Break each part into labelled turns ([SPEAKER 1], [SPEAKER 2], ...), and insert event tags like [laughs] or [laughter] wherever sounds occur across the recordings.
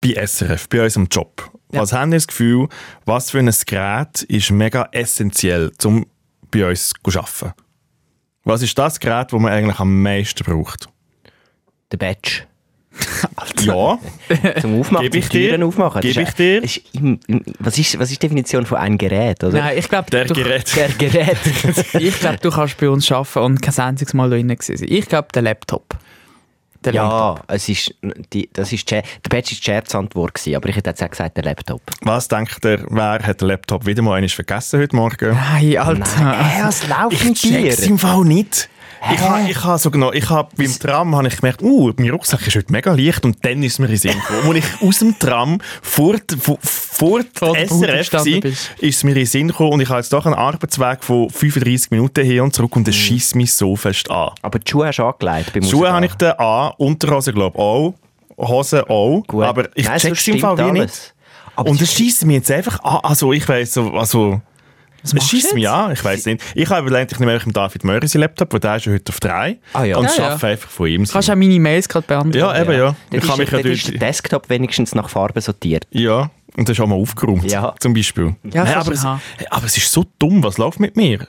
[SPEAKER 1] bei SRF, bei unserem Job.
[SPEAKER 2] Ja.
[SPEAKER 1] Was haben wir das Gefühl, was für ein Gerät ist mega essentiell, um bei uns zu arbeiten? Was ist das Gerät, das man eigentlich am meisten braucht?
[SPEAKER 3] Der Badge.
[SPEAKER 1] Ja,
[SPEAKER 3] Zum Aufmachen,
[SPEAKER 1] Geb ich
[SPEAKER 3] zum Türen
[SPEAKER 1] dir?
[SPEAKER 3] aufmachen. Das
[SPEAKER 1] Geb
[SPEAKER 3] ist
[SPEAKER 1] ich dir?
[SPEAKER 3] ein- Ist im, im, was, ist, was ist die Definition von ein Gerät? Oder?
[SPEAKER 2] Nein, ich glaube,
[SPEAKER 1] der [laughs]
[SPEAKER 2] du, [laughs]
[SPEAKER 1] Gerät.
[SPEAKER 3] Der Gerät.
[SPEAKER 2] ich glaub, du kannst bei uns arbeiten und kein einziges Mal da drin gewesen sein. Ich glaube, der Laptop. Der Laptop.
[SPEAKER 3] [laughs] ja, es ist, die, das ist, die Scher- der Badge ist die Scherzantwort gewesen, aber ich hätte jetzt auch gesagt, der Laptop.
[SPEAKER 1] Was denkt ihr, wer hat den Laptop wieder mal einmal vergessen heute Morgen?
[SPEAKER 2] Nein, Alter.
[SPEAKER 1] Ah,
[SPEAKER 3] Hä, was läuft mit
[SPEAKER 1] check's
[SPEAKER 3] dir?
[SPEAKER 1] im Fall nicht. Ich
[SPEAKER 3] Hä?
[SPEAKER 1] habe ich ha so genau, ich hab, beim Tram habe ich gemerkt, uh, mein Rucksack ist heute mega leicht und dann ist mir in den Sinn gekommen. Als ich aus dem Tram vor, die- vor, vor,
[SPEAKER 2] Vor der
[SPEAKER 1] die
[SPEAKER 2] Bude
[SPEAKER 1] SRF war,
[SPEAKER 2] gestanden bist.
[SPEAKER 1] ist es mir in den Sinn gekommen und ich habe jetzt doch einen Arbeitsweg von 35 Minuten hin und zurück
[SPEAKER 3] Mhm.
[SPEAKER 1] und das schießt mich so fest an.
[SPEAKER 3] Aber die Schuhe hast du angelegt. Beim
[SPEAKER 1] Schuhe
[SPEAKER 3] Rausgehen.
[SPEAKER 1] habe ich dann an, Unterhose glaube ich auch, Hose auch,
[SPEAKER 3] Gut.
[SPEAKER 1] aber ich
[SPEAKER 3] Nein,
[SPEAKER 1] check's
[SPEAKER 3] sonst
[SPEAKER 1] im Fall
[SPEAKER 3] stimmt
[SPEAKER 1] wie nicht.
[SPEAKER 3] alles. Aber
[SPEAKER 1] und
[SPEAKER 3] sie-
[SPEAKER 1] es schießt mich jetzt einfach an. Also ich weiss, so- also... Es
[SPEAKER 2] machst du
[SPEAKER 1] schießt mich an, ich weiß nicht. Ich habe überlegt, ich nehme einfach David Möhrer seinen Laptop, weil der ist ja heute auf drei.
[SPEAKER 3] Ah ja.
[SPEAKER 1] Und
[SPEAKER 2] Ja, ja.
[SPEAKER 1] schaffe einfach von ihm.
[SPEAKER 2] Du kannst auch meine Mails gerade beantworten.
[SPEAKER 1] ja, eben, ja.
[SPEAKER 3] Dann
[SPEAKER 1] Ich
[SPEAKER 3] ist,
[SPEAKER 1] kann mich ja
[SPEAKER 3] dann ist
[SPEAKER 1] durch...
[SPEAKER 3] der Desktop wenigstens nach Farbe sortiert.
[SPEAKER 1] Ja, und das ist auch mal aufgeräumt,
[SPEAKER 3] Ja.
[SPEAKER 1] zum Beispiel.
[SPEAKER 2] Ja,
[SPEAKER 1] Hey,
[SPEAKER 2] kannst
[SPEAKER 1] aber,
[SPEAKER 2] du
[SPEAKER 1] es,
[SPEAKER 2] haben.
[SPEAKER 1] hey, aber es ist so dumm, was läuft mit mir?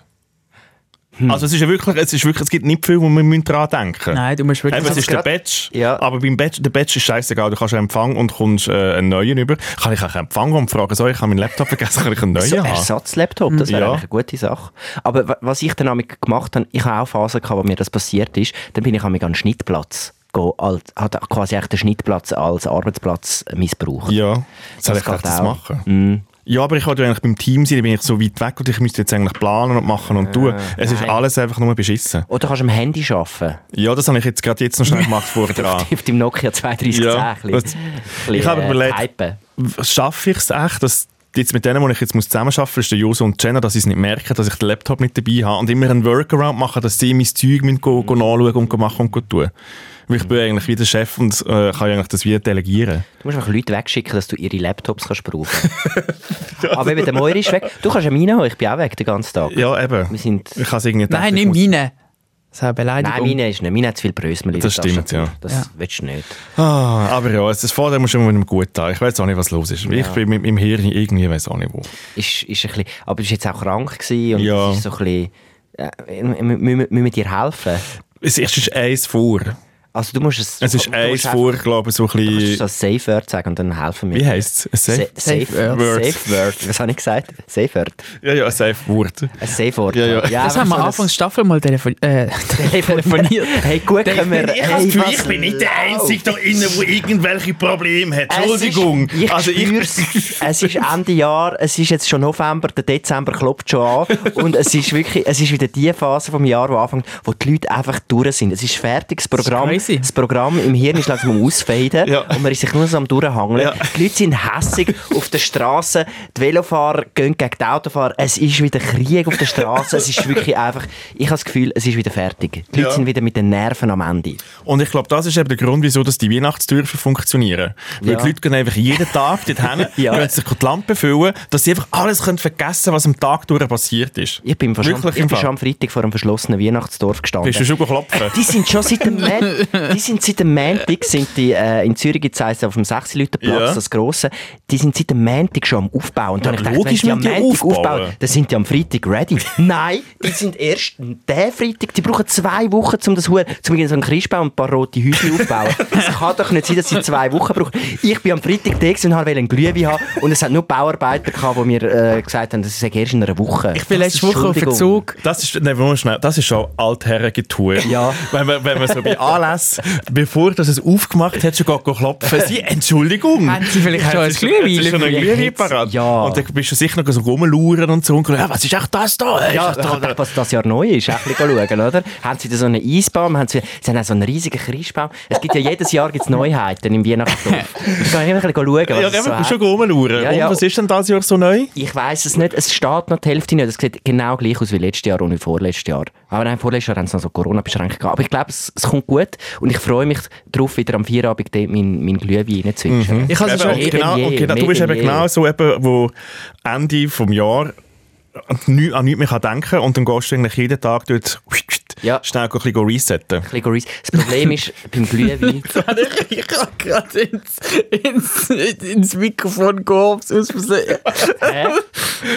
[SPEAKER 1] Also es ist ja wirklich, es ist wirklich, es gibt nicht viel, wo wir müssen dran denken
[SPEAKER 2] Nein, du musst wirklich...
[SPEAKER 1] Eben, es ist der
[SPEAKER 3] grad-
[SPEAKER 1] Badge,
[SPEAKER 3] Ja.
[SPEAKER 1] aber beim Badge, der Badge ist scheißegal, du kannst einen Empfang und kommst äh, einen neuen über. Kann ich auch einen Empfang und fragen, so, ich habe meinen Laptop vergessen, kann ich einen neuen
[SPEAKER 3] So
[SPEAKER 1] haben?
[SPEAKER 3] Ersatzlaptop, das wäre
[SPEAKER 1] Ja.
[SPEAKER 3] eigentlich eine gute Sache. Aber wa- was ich dann einmal gemacht habe, ich habe auch Phasen gehabt, wo mir das passiert ist, dann bin ich einmal an den Schnittplatz gegangen, als, hat quasi echt den Schnittplatz als Arbeitsplatz äh, missbraucht.
[SPEAKER 1] Ja, soll ich
[SPEAKER 3] geht
[SPEAKER 1] echt das
[SPEAKER 3] auch. Mhm.
[SPEAKER 1] machen? Ja, aber ich wollte ja eigentlich beim Team sein, da bin ich so weit weg und ich müsste jetzt eigentlich planen und machen und tun. Es ist
[SPEAKER 3] Äh, nein.
[SPEAKER 1] alles einfach nur beschissen.
[SPEAKER 3] Oder kannst du am Handy arbeiten,
[SPEAKER 1] Ja, das habe ich jetzt gerade jetzt noch
[SPEAKER 3] [laughs]
[SPEAKER 1] schnell gemacht vorher dran.
[SPEAKER 3] auf deinem Nokia 3210.
[SPEAKER 1] Ja.
[SPEAKER 3] ein bisschen- ein
[SPEAKER 1] Ich habe
[SPEAKER 3] bisschen, äh,
[SPEAKER 1] überlegt-
[SPEAKER 3] typen.
[SPEAKER 1] Schaffe ich es echt, dass jetzt mit denen, die ich jetzt muss zusammenarbeiten muss, ist der Joso und Jenna, dass sie es nicht merken, dass ich den Laptop nicht dabei habe und immer einen Workaround machen, dass sie mein Zeug müssen go, go nachschauen und go machen und go tun. Weil ich bin eigentlich wie der Chef und äh, kann ja eigentlich das wie delegieren.
[SPEAKER 3] Du musst einfach Leute wegschicken, dass du ihre Laptops
[SPEAKER 1] [laughs]
[SPEAKER 3] kannst brauchen Aber eben, der Moir ist weg. Du kannst ja meinen haben, ich bin auch weg den ganzen Tag.
[SPEAKER 1] Ja, eben.
[SPEAKER 3] Wir sind-
[SPEAKER 1] ich kann es irgendwie
[SPEAKER 2] Nein,
[SPEAKER 1] denken, ich
[SPEAKER 2] nimm
[SPEAKER 1] muss-
[SPEAKER 2] meine. Das ist eine Beleidigung.
[SPEAKER 3] Nein, meine ist nicht. Meine hat zu viel Brösmel in
[SPEAKER 1] Das
[SPEAKER 3] der Tasche.
[SPEAKER 1] stimmt, ja.
[SPEAKER 3] Das
[SPEAKER 2] Ja.
[SPEAKER 3] willst du nicht.
[SPEAKER 1] Ah, aber ja, es ist vorher muss schon mit einem gut an. Ich weiß auch nicht, was los ist. Ich bin mit meinem Hirn irgendwie weiß auch nicht wo.
[SPEAKER 3] ist, ist ein bisschen, aber du warst jetzt auch krank gewesen und
[SPEAKER 1] Ja.
[SPEAKER 3] es ist so ein bisschen, äh, m- m- müssen wir- müssen wir dir helfen?
[SPEAKER 1] Es ist, es ist eins vor.
[SPEAKER 3] Also du musst es...
[SPEAKER 1] Es ist
[SPEAKER 3] du musst
[SPEAKER 1] eins
[SPEAKER 3] einfach-
[SPEAKER 1] vor, glaube ich, so ein
[SPEAKER 3] Du musst so
[SPEAKER 1] bisschen.
[SPEAKER 3] ein Safe Word sagen und dann helfen wir.
[SPEAKER 1] Wie heisst es? Ein Safe?
[SPEAKER 3] Safe,
[SPEAKER 2] Safe
[SPEAKER 3] safe
[SPEAKER 1] Word.
[SPEAKER 3] Word. Safe Word. Was habe ich gesagt? Safe Word.
[SPEAKER 1] Ja, ja, ein Safe Wort.
[SPEAKER 3] Ein Safe Word.
[SPEAKER 1] Ja, ja.
[SPEAKER 2] Das haben wir Anfangs Staffel mal telefon äh, [laughs]
[SPEAKER 3] telefoniert.
[SPEAKER 2] telefoniert.
[SPEAKER 3] Hey, gut können wir... hey, was läuft?
[SPEAKER 1] da innen, der irgendwelche Probleme hat.
[SPEAKER 3] Es ist- ich also es ist Ende Jahr, es ist jetzt schon November, der Dezember klopft schon an und es ist wirklich, es ist wieder die Phase vom Jahr, wo anfängt, wo die Leute einfach durch sind. Es ist fertig, das Programm,
[SPEAKER 2] Das ist
[SPEAKER 3] das,
[SPEAKER 2] crazy.
[SPEAKER 3] Programm im Hirn ist langsam am ausfaden
[SPEAKER 1] Ja.
[SPEAKER 3] und man ist sich nur so am durchhangeln.
[SPEAKER 1] Ja.
[SPEAKER 3] Die Leute sind hässig auf der Straße, die Velofahrer gehen gegen die Autofahrer, es ist wieder Krieg auf der Straße, es ist wirklich einfach, ich habe das Gefühl, es ist wieder fertig. Die Leute
[SPEAKER 1] Ja.
[SPEAKER 3] sind wieder mit den Nerven am Ende.
[SPEAKER 1] Und ich glaube, das ist eben der Grund, wieso dass die Weihnachtstürfe funktionieren. Weil
[SPEAKER 3] Ja.
[SPEAKER 1] die Leute gehen einfach jeden Tag
[SPEAKER 3] [laughs]
[SPEAKER 1] dorthin,
[SPEAKER 3] Ja.
[SPEAKER 1] können sich die Lampe füllen, dass sie einfach alles können vergessen was am Tag durch passiert ist.
[SPEAKER 3] Ich bin, fast am,
[SPEAKER 1] Wirklich
[SPEAKER 3] ich
[SPEAKER 1] im
[SPEAKER 3] bin schon
[SPEAKER 1] Fall.
[SPEAKER 3] am Freitag vor einem verschlossenen Weihnachtsdorf gestanden.
[SPEAKER 1] Bist du schon geklopft?
[SPEAKER 3] Die sind schon seit dem Man
[SPEAKER 1] [laughs]
[SPEAKER 3] die sind seit dem Montag, sind die, äh, in Zürich gibt es auf dem 6 Leute Platz,
[SPEAKER 1] Ja.
[SPEAKER 3] das grosse, die sind seit dem Montag schon am Aufbauen. Und dann
[SPEAKER 1] Ja,
[SPEAKER 3] habe ich gedacht, wenn
[SPEAKER 1] logisch
[SPEAKER 3] die am
[SPEAKER 1] müssen die
[SPEAKER 3] Montag aufbauen,
[SPEAKER 1] aufbauen.
[SPEAKER 3] dann sind die am
[SPEAKER 1] [laughs]
[SPEAKER 3] Freitag ready. Nein, die sind erst der Freitag, die brauchen zwei Wochen, um das Huhn, zum Beispiel so einen Christbaum und ein paar rote Häuschen
[SPEAKER 1] [laughs]
[SPEAKER 3] aufbauen. Das kann doch nicht sein, dass sie zwei Wochen brauchen. Ich bin am Freitag da gewesen und wollte einen Glühwein haben und es hat nur Bauarbeiter gehabt, die mir äh, gesagt haben, das ist erst in einer Woche.
[SPEAKER 2] Ich bin letzte Woche auf
[SPEAKER 3] Entschuldigung.
[SPEAKER 2] Verzug.
[SPEAKER 1] Das ist, nein, nur schnell, das ist schon Altherrengetue.
[SPEAKER 3] Ja.
[SPEAKER 1] [laughs] Wenn man, wenn man so bei Anlässen, bevor das es aufgemacht hat, schon gerade klopfen. Sie, Entschuldigung.
[SPEAKER 2] Haben Sie vielleicht
[SPEAKER 1] Haben
[SPEAKER 2] schon ein
[SPEAKER 1] Sie
[SPEAKER 2] Glühwein?
[SPEAKER 1] Haben Sie schon ein
[SPEAKER 3] Vielleicht
[SPEAKER 1] Glühwein
[SPEAKER 3] jetzt-
[SPEAKER 1] parat?
[SPEAKER 3] ja.
[SPEAKER 1] Und dann bist du sicher noch so rumlauern und so. Und ja, was ist echt das da?
[SPEAKER 3] Ja,
[SPEAKER 1] Ist das da?
[SPEAKER 3] doch, was das Jahr neu ist, auch ein bisschen schauen, oder? Haben sie da so einen Eisbaum, haben sie, sie haben auch so einen riesigen Christbaum. Es gibt ja jedes Jahr gibt's Neuheiten im Weihnachtsdorf. Ich kann immer ein bisschen schauen, was
[SPEAKER 1] Ja,
[SPEAKER 3] es so
[SPEAKER 1] eben,
[SPEAKER 3] hat.
[SPEAKER 1] bist schon rumlauern.
[SPEAKER 3] Ja, ja.
[SPEAKER 1] Und was ist denn das Jahr so neu?
[SPEAKER 3] Ich weiß es nicht, es steht noch die Hälfte nicht. Es sieht genau gleich aus wie letztes Jahr und wie vorletztes Jahr. Aber nein, vorletztes Jahr haben sie noch so Corona-Beschränkungen gehabt. Aber ich glaube, es, es kommt gut und ich freue mich darauf, wieder am Feierabend dort meinen mein Glühwein reinzwitschern.
[SPEAKER 2] Ich habe es
[SPEAKER 1] Eben,
[SPEAKER 2] schon...
[SPEAKER 1] und genau,
[SPEAKER 3] Mehr denn
[SPEAKER 1] und
[SPEAKER 3] je,
[SPEAKER 1] genau, du
[SPEAKER 3] mehr
[SPEAKER 1] bist
[SPEAKER 3] denn
[SPEAKER 1] eben
[SPEAKER 3] je.
[SPEAKER 1] genau so, eben, wo Ende vom Jahr an nichts an nichts mehr kann denken kann und dann gehst du eigentlich jeden Tag dort
[SPEAKER 3] Ja.
[SPEAKER 1] schnell ein bisschen resetten.
[SPEAKER 3] Ein bisschen Goris. Das Problem ist,
[SPEAKER 1] [laughs]
[SPEAKER 3] beim Glühwein,
[SPEAKER 2] Ich kann gerade ins, ins, ins Mikrofon gehen, aus Versehen.
[SPEAKER 3] hä?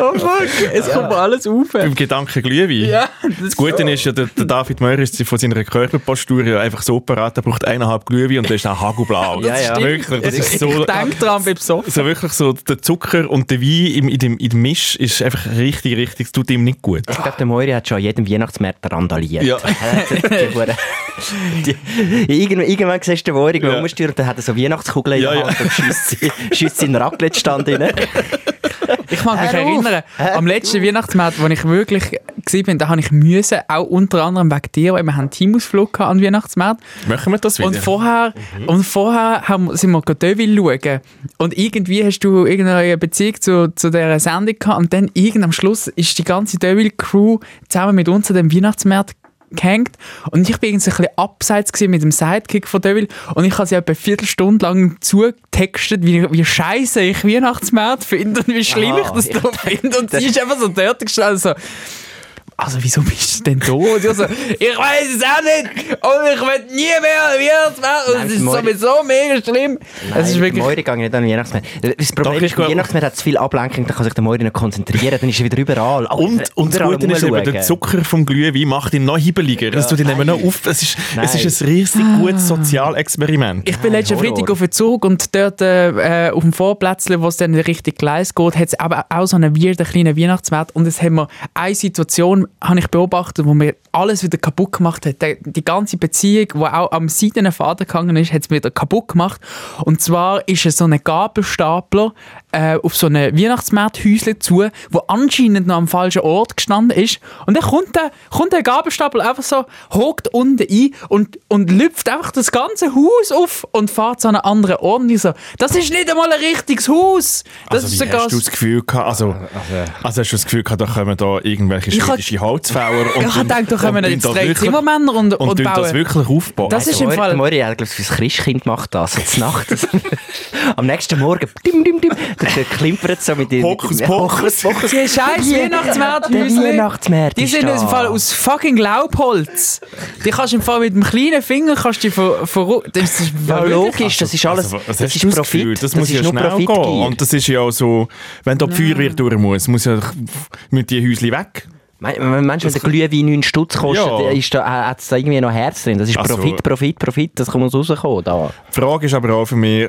[SPEAKER 2] Oh fuck, es kommt alles auf.
[SPEAKER 1] Beim Gedanken Glühwein. Das Gute ist ja, der, der David Möhr ist von seiner Körperpostur ja einfach so parat, er braucht eineinhalb Glühwein und dann ist er hagelblau.
[SPEAKER 3] Ja, ja.
[SPEAKER 1] Wirklich, das ist
[SPEAKER 2] Ich
[SPEAKER 1] so...
[SPEAKER 2] denke dran beim Sofa.
[SPEAKER 1] So wirklich so, der Zucker und der Wein im, in, dem, in dem Misch ist einfach richtig, richtig, es tut ihm nicht gut.
[SPEAKER 3] Ich glaube, der Moiri hat schon an jedem Weihnachtsmarkt randaliert.
[SPEAKER 1] Ja.
[SPEAKER 3] [laughs] Die Hure- die, irgendwann, irgendwann siehst du den Moiri
[SPEAKER 1] Ja.
[SPEAKER 3] ja. umstürmen und dann hat er so Weihnachtskugeln in
[SPEAKER 1] Ja,
[SPEAKER 3] der
[SPEAKER 1] ja.
[SPEAKER 3] Hand und
[SPEAKER 1] [laughs]
[SPEAKER 3] schiesst sie- schiesst sie in den Raclette-Stand rein.
[SPEAKER 2] Ich mag mich
[SPEAKER 3] Hör auf!
[SPEAKER 2] erinnern, am letzten Weihnachtsmarkt, wo ich wirklich war, da habe ich müssen, auch unter anderem wegen dir, weil wir haben einen Teamausflug gehabt an den Weihnachtsmarkt.
[SPEAKER 1] Machen wir das wieder?
[SPEAKER 2] Und [laughs] vorher, und vorher haben, sind wir Godeville schauen. Und irgendwie hast du irgendeine Beziehung zu, zu dieser Sendung gehabt. Und dann irgend am Schluss ist die ganze Deville-Crew zusammen mit uns an dem Weihnachtsmarkt gehängt. Und ich war irgendwie so ein bisschen abseits gewesen mit dem Sidekick von Deville. Und ich habe sie etwa eine Viertelstunde lang zugetextet, wie, wie scheiße ich Weihnachtsmarkt finde und wie schlimm
[SPEAKER 3] Aha,
[SPEAKER 2] ich das da finde. Und sie ist einfach so dort gestanden. So, also wieso bist du denn [laughs] da? Und ich so, ich weiß es auch nicht und ich will nie mehr Weihnachtsmarkt und
[SPEAKER 3] Nein,
[SPEAKER 2] es ist
[SPEAKER 3] Mori-
[SPEAKER 2] sowieso mega schlimm.
[SPEAKER 3] Nein,
[SPEAKER 2] es ist wirklich...
[SPEAKER 3] Moiri geht nicht an den Weihnachtsmarkt. Das
[SPEAKER 1] Doch,
[SPEAKER 3] Problem
[SPEAKER 1] ich
[SPEAKER 3] ist, beim
[SPEAKER 1] glaub-
[SPEAKER 3] Weihnachtsmarkt hat es viel Ablenkung, dann kann sich der Moiri nicht konzentrieren, dann ist er wieder überall. Ah,
[SPEAKER 1] Und, und das
[SPEAKER 3] überall
[SPEAKER 1] Gute
[SPEAKER 3] am
[SPEAKER 1] ist eben, der
[SPEAKER 3] Rumschauen.
[SPEAKER 1] Zucker vom Glühwein macht ihn noch hibbeliger. Das tut ihn eben noch auf. Es ist,
[SPEAKER 3] Nein.
[SPEAKER 1] es ist ein riesig gutes Sozialexperiment.
[SPEAKER 2] Ich bin letzten
[SPEAKER 3] Horror.
[SPEAKER 2] Freitag auf den Zug und dort äh, äh, auf dem Vorplätzchen, wo es dann richtig Gleis geht, hat es aber auch so einen weirden kleinen Weihnachtsmarkt. Und es haben wir eine Situation, habe ich beobachtet, wo mir alles wieder kaputt gemacht hat. Die, die ganze Beziehung, die auch am Seidenfaden gegangen ist, hat es mir wieder kaputt gemacht. Und zwar ist es so ein Gabelstapler äh, auf so einem Weihnachtsmarkthäuschen zu, wo anscheinend noch am falschen Ort gestanden ist. Und dann kommt der, kommt der Gabelstapler einfach so, hockt unten ein und, und lüpft einfach das ganze Haus auf und fährt zu einem anderen Ort. Und ich so, das ist nicht einmal ein richtiges Haus. Das
[SPEAKER 1] Also,
[SPEAKER 2] ist
[SPEAKER 1] wie
[SPEAKER 2] sogar
[SPEAKER 1] hast du das Gefühl gehabt, also, also hast du das Gefühl gehabt, da kommen da irgendwelche
[SPEAKER 2] Ich hab-
[SPEAKER 1] schwedische Holzfäller und
[SPEAKER 2] [laughs] ich hab gedacht, da
[SPEAKER 1] und-
[SPEAKER 2] kommen
[SPEAKER 1] und
[SPEAKER 2] jetzt
[SPEAKER 1] tun da
[SPEAKER 2] drei
[SPEAKER 1] wirklich-
[SPEAKER 2] Zimmermänner und, und,
[SPEAKER 1] und tun das
[SPEAKER 2] bauen.
[SPEAKER 1] wirklich aufbauen.
[SPEAKER 2] Das ist im
[SPEAKER 3] Mori-
[SPEAKER 2] Fall...
[SPEAKER 3] Mori hat, glaube ich, fürs Christkind gemacht das. Und Nacht. [laughs] Am nächsten Morgen, dim, dim, dim, der, der klimpert so mit dem.
[SPEAKER 1] Hokus
[SPEAKER 3] mit dem-
[SPEAKER 1] Pokus.
[SPEAKER 2] Die scheiß
[SPEAKER 3] Der
[SPEAKER 2] Weihnachtsmärthäuschen.
[SPEAKER 3] Der Weihnachtsmarkt
[SPEAKER 2] [laughs] Die
[SPEAKER 3] ist
[SPEAKER 2] sind
[SPEAKER 3] da.
[SPEAKER 2] im Fall aus fucking Laubholz. Die kannst du im Fall mit dem kleinen Finger kannst du die ver, ver, das ist
[SPEAKER 3] Ja,
[SPEAKER 2] wirklich-
[SPEAKER 3] logisch, das ist alles.
[SPEAKER 1] Also, was
[SPEAKER 3] das
[SPEAKER 1] hast
[SPEAKER 3] ist
[SPEAKER 1] du das
[SPEAKER 3] Profit.
[SPEAKER 1] Gefühl? Das, muss
[SPEAKER 3] ist
[SPEAKER 1] ja
[SPEAKER 3] nur
[SPEAKER 1] schnell gehen.
[SPEAKER 3] Profitgier.
[SPEAKER 1] Und das ist ja auch so, wenn da die Feuerwehr durch muss, muss ja mit die Häuschen weg.
[SPEAKER 3] Me- me- Meinst du, wenn der Glühwein 9 Stutz kostet,
[SPEAKER 1] Ja.
[SPEAKER 3] ist da, hat es da irgendwie noch Herz drin? Das ist
[SPEAKER 1] Ach so.
[SPEAKER 3] Profit, Profit, Profit. Das muss rauskommen. Da.
[SPEAKER 1] Die Frage ist aber auch für mich,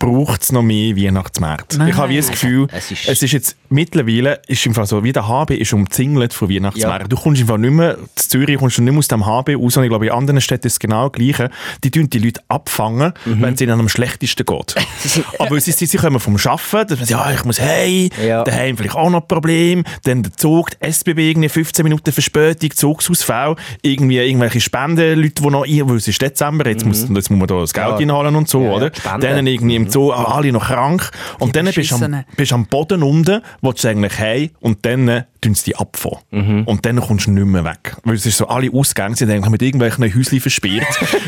[SPEAKER 1] braucht es noch mehr Weihnachtsmärkte?
[SPEAKER 2] Nein.
[SPEAKER 1] Ich habe wie das Gefühl,
[SPEAKER 3] Es
[SPEAKER 1] es
[SPEAKER 3] ist-
[SPEAKER 1] ist, jetzt mittlerweile, ist im Fall so, wie der HB ist umzingelt von Weihnachtsmärkten.
[SPEAKER 3] Ja.
[SPEAKER 1] Du kommst im Fall nicht mehr, in Zürich kommst du nicht mehr aus dem HB raus und ich glaube, in anderen Städten ist es genau das Gleiche. Die tun die Leute abfangen,
[SPEAKER 3] Mhm.
[SPEAKER 1] wenn es ihnen am schlechtesten geht.
[SPEAKER 3] [laughs]
[SPEAKER 1] aber sie, sie, sie kommen vom Arbeiten, dann sagen sie, ja, ich muss hey,
[SPEAKER 3] Ja.
[SPEAKER 1] daheim vielleicht auch noch Problem, dann der Zug, die SBB, irgendwie 15 Minuten Verspätung, Zugsausfall, irgendwie irgendwelche Spenden, Leute, die noch, ein- weil es ist Dezember, jetzt, muss, jetzt muss man da das Geld
[SPEAKER 3] Mhm. Ja.
[SPEAKER 1] reinholen und so,
[SPEAKER 3] ja,
[SPEAKER 1] oder?
[SPEAKER 3] die Spenden. Mhm.
[SPEAKER 1] dann irgendwie im Zoo, ah, alle noch krank. Und dann bist du am,
[SPEAKER 2] Beschissenen.
[SPEAKER 1] bist am Boden unten, willst du eigentlich heim und dann äh, tun sie dich abfahren.
[SPEAKER 3] Mhm.
[SPEAKER 1] Und dann kommst du nicht mehr weg. Weil es ist so, alle Ausgänge sind eigentlich mit irgendwelchen Häuschen
[SPEAKER 3] [laughs]
[SPEAKER 1] versperrt.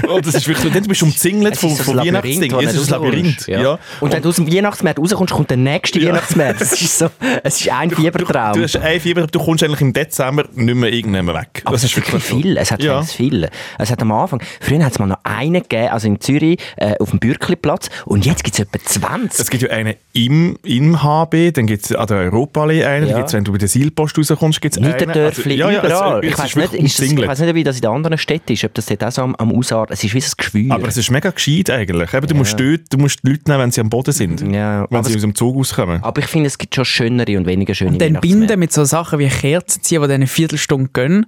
[SPEAKER 1] und das ist wirklich so, dann bist du umzingelt
[SPEAKER 3] Es ist
[SPEAKER 1] von,
[SPEAKER 3] so ein
[SPEAKER 1] von
[SPEAKER 3] Labyrinth, wo
[SPEAKER 1] Weihnachtsdingen.
[SPEAKER 3] nicht
[SPEAKER 1] Es ist ein
[SPEAKER 3] rauskommst.
[SPEAKER 1] Labyrinth. Ja.
[SPEAKER 3] Und wenn du aus dem Weihnachtsmarkt rauskommst, kommt der nächste Weihnachtsmarkt. Das ist so, es ist ein Fiebertraum.
[SPEAKER 1] Du hast ein Fieber, du kommst eigentlich im Dezember nicht mehr irgendwann weg.
[SPEAKER 3] Aber
[SPEAKER 1] das ist wirklich so.
[SPEAKER 3] viel. Es hat
[SPEAKER 1] Ja.
[SPEAKER 3] ganz viel. Es hat am Anfang, früher hat es mal noch einen gegeben, also in Zürich, äh, auf dem Bürkliplatz. Und jetzt gibt es etwa 20.
[SPEAKER 1] Es gibt ja einen im, im HB, dann gibt es an der Europaallee einen,
[SPEAKER 3] Ja.
[SPEAKER 1] dann gibt's, wenn du bei der Seilpost rauskommst, gibt es einen.
[SPEAKER 3] Niederdörfli,
[SPEAKER 1] Also, ja, ja, es-
[SPEAKER 3] überall.
[SPEAKER 1] es
[SPEAKER 3] ich,
[SPEAKER 1] ist
[SPEAKER 3] weiss nicht,
[SPEAKER 1] wirklich
[SPEAKER 3] ist das, ich
[SPEAKER 1] umzingelt.
[SPEAKER 3] weiss nicht, wie das in den anderen Städten ist, ob das dort auch so am, am Ausart, es ist wie so ein Geschwür.
[SPEAKER 1] Aber es ist mega gescheit eigentlich. Eben, du, musst dort, du musst die Leute nehmen, wenn sie am Boden sind.
[SPEAKER 3] Ja,
[SPEAKER 1] wenn
[SPEAKER 3] aber
[SPEAKER 1] sie aus dem Zug rauskommen.
[SPEAKER 3] aber ich finde, es gibt schon schönere und weniger schöne
[SPEAKER 2] Und dann
[SPEAKER 3] Weihnachtsmärkte.
[SPEAKER 2] binden mit so Sachen wie Kerzen ziehen, die dann eine Viertelstunde gehen.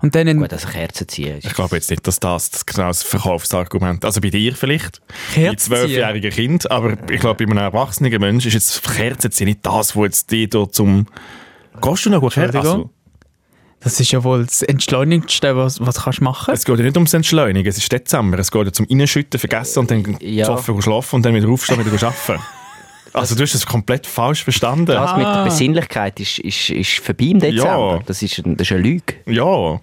[SPEAKER 2] Und dann
[SPEAKER 3] Gut,
[SPEAKER 2] eine
[SPEAKER 3] also Kerzen ziehen.
[SPEAKER 1] Ich glaube jetzt nicht, dass das, das genau das Verkaufsargument Also bei dir vielleicht, bei
[SPEAKER 2] Kerzen ziehen.
[SPEAKER 1] zwölfjährigen Kind, aber ich glaube, bei einem erwachsenen Mensch ist jetzt Kerzen ziehen nicht das, wo jetzt die da zum... Gehst du noch gut Kerzen? Also,
[SPEAKER 2] Entschuldigung? Das ist ja wohl das Entschleunigste, was, was kannst du machen
[SPEAKER 1] es geht ja nicht ums Entschleunigen, es ist Dezember. Es geht ja zum Reinschütten, Vergessen und dann
[SPEAKER 3] Ja.
[SPEAKER 1] zoffen und schlafen und dann wieder aufstehen und wieder [laughs] arbeiten. Also du hast es komplett falsch verstanden.
[SPEAKER 3] Das mit
[SPEAKER 2] Ah.
[SPEAKER 3] der Besinnlichkeit ist,
[SPEAKER 1] [laughs]
[SPEAKER 3] ist, ist vorbei im Dezember. Das, ist, ein- das ist eine Lüge.
[SPEAKER 1] Ja.
[SPEAKER 2] [laughs]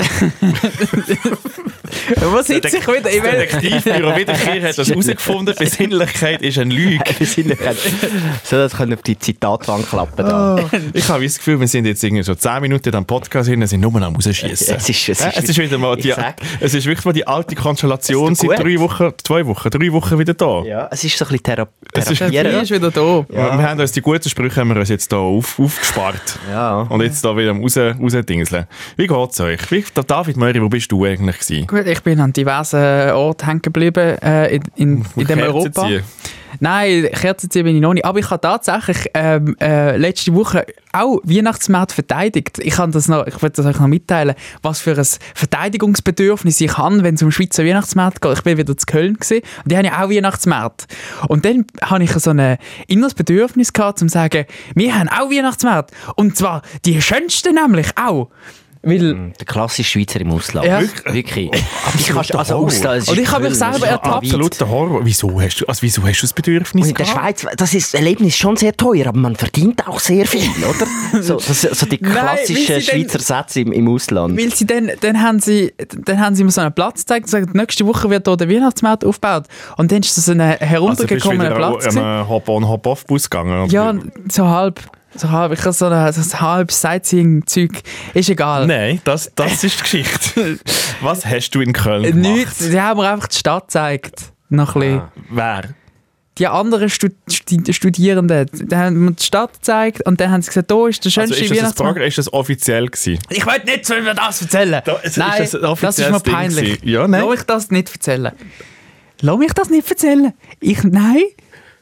[SPEAKER 2] Wo sitze ich wieder? Ich
[SPEAKER 1] Das
[SPEAKER 2] will,
[SPEAKER 1] Detektivbüro Wiederkehr hat das herausgefunden. Besinnlichkeit ist eine Lüge.
[SPEAKER 3] Besinnlichkeit. So, das können auf die Zitatwand klappen.
[SPEAKER 2] Ah.
[SPEAKER 3] Da.
[SPEAKER 1] Ich habe das Gefühl, wir sind jetzt irgendwie schon 10 Minuten am Podcast hin und sind nur am Rausschießen.
[SPEAKER 3] Es ist- es ist-
[SPEAKER 1] es ist wieder mal die,
[SPEAKER 3] Ich sag-
[SPEAKER 1] es ist wirklich mal die alte Konstellation
[SPEAKER 3] Es tut
[SPEAKER 1] seit
[SPEAKER 3] gut.
[SPEAKER 1] drei Wochen, zwei Wochen, drei Wochen wieder da.
[SPEAKER 3] Ja, es ist so ein bisschen Thera
[SPEAKER 1] Es ist-
[SPEAKER 2] der
[SPEAKER 3] Therapieren.
[SPEAKER 2] ist wieder da.
[SPEAKER 1] Wir, wir haben uns die guten Sprüche haben wir uns jetzt hier auf, aufgespart.
[SPEAKER 3] Ja.
[SPEAKER 1] Und jetzt da wieder am raus, rausdingseln. Wie geht's euch? Wie, David Möri, wo bist du eigentlich gewesen?
[SPEAKER 2] Gut, ich bin an diversen Orten hängen geblieben äh, in, in, in dem
[SPEAKER 1] Kerzen
[SPEAKER 2] Europa.
[SPEAKER 1] ziehen.
[SPEAKER 2] Nein, Kerzenziehen bin ich noch nicht. Aber ich habe tatsächlich ähm, äh, letzte Woche auch Weihnachtsmarkt verteidigt. Ich, kann das noch, ich will das euch noch mitteilen, was für ein Verteidigungsbedürfnis ich habe, wenn es um Schweizer Weihnachtsmarkt geht. Ich war wieder zu Köln gewesen, und die haben ja auch Weihnachtsmarkt. Und dann habe ich so ein inneres Bedürfnis gehabt, um zu sagen, wir haben auch Weihnachtsmarkt. Und zwar die schönsten nämlich auch. Weil
[SPEAKER 3] Der klassische Schweizer im Ausland.
[SPEAKER 2] Ja.
[SPEAKER 3] Wirklich. Ich kann
[SPEAKER 1] Absoluter
[SPEAKER 3] also
[SPEAKER 1] Horror.
[SPEAKER 3] Ausland. es ist
[SPEAKER 2] Und ich habe mich
[SPEAKER 3] Köln, es ist
[SPEAKER 2] selber ertappt. Oh,
[SPEAKER 3] weit.
[SPEAKER 1] Absoluter Horror. Wieso hast du, also wieso hast du das Bedürfnis
[SPEAKER 3] Und in der
[SPEAKER 1] gehabt?
[SPEAKER 3] Schweiz, das ist, Erlebnis schon sehr teuer, aber man verdient auch sehr [laughs] viel, oder? So, das, so die
[SPEAKER 2] Nein, weil
[SPEAKER 3] klassischen
[SPEAKER 2] sie dann-
[SPEAKER 3] Schweizer Sätze im, im Ausland.
[SPEAKER 2] Weil sie dann, dann haben sie, dann haben sie mir so einen Platz gezeigt und gesagt, nächste Woche wird hier der Weihnachtsmarkt aufgebaut. Und dann ist das so ein
[SPEAKER 1] Also bist du
[SPEAKER 2] heruntergekommener
[SPEAKER 1] wieder
[SPEAKER 2] Platz.
[SPEAKER 1] am
[SPEAKER 2] gewesen.
[SPEAKER 1] äh, Hop-on, Hop-off-Bus gegangen? oder?
[SPEAKER 2] Ja, so halb. So halb. Ich habe so ein so ein halbes Sightseeing-Zeug. Ist egal.
[SPEAKER 1] Nein, das, das ist die [laughs] Geschichte. Was hast du in Köln
[SPEAKER 2] Äh,
[SPEAKER 1] gemacht?
[SPEAKER 2] Nichts. Sie haben mir einfach die Stadt gezeigt. Noch ein bisschen.
[SPEAKER 1] Ah. Wer? Also
[SPEAKER 2] Die anderen Stud Stud Studierenden, die haben mir die Stadt gezeigt und dann haben sie gesagt, hier ist Äh, der
[SPEAKER 1] Also
[SPEAKER 2] schönste
[SPEAKER 1] ist, das ein
[SPEAKER 2] Weihnachtsmarkt.
[SPEAKER 1] Programm, ist das offiziell gewesen?
[SPEAKER 2] Ich will nicht über das erzählen.
[SPEAKER 1] Da- es- ist
[SPEAKER 2] nein,
[SPEAKER 1] das ein
[SPEAKER 2] das, ist mir
[SPEAKER 1] offizielles Ding
[SPEAKER 2] peinlich.
[SPEAKER 1] gewesen? Ja, nein.
[SPEAKER 2] Lass mich das nicht erzählen. Lass mich das nicht erzählen. Ich, nein.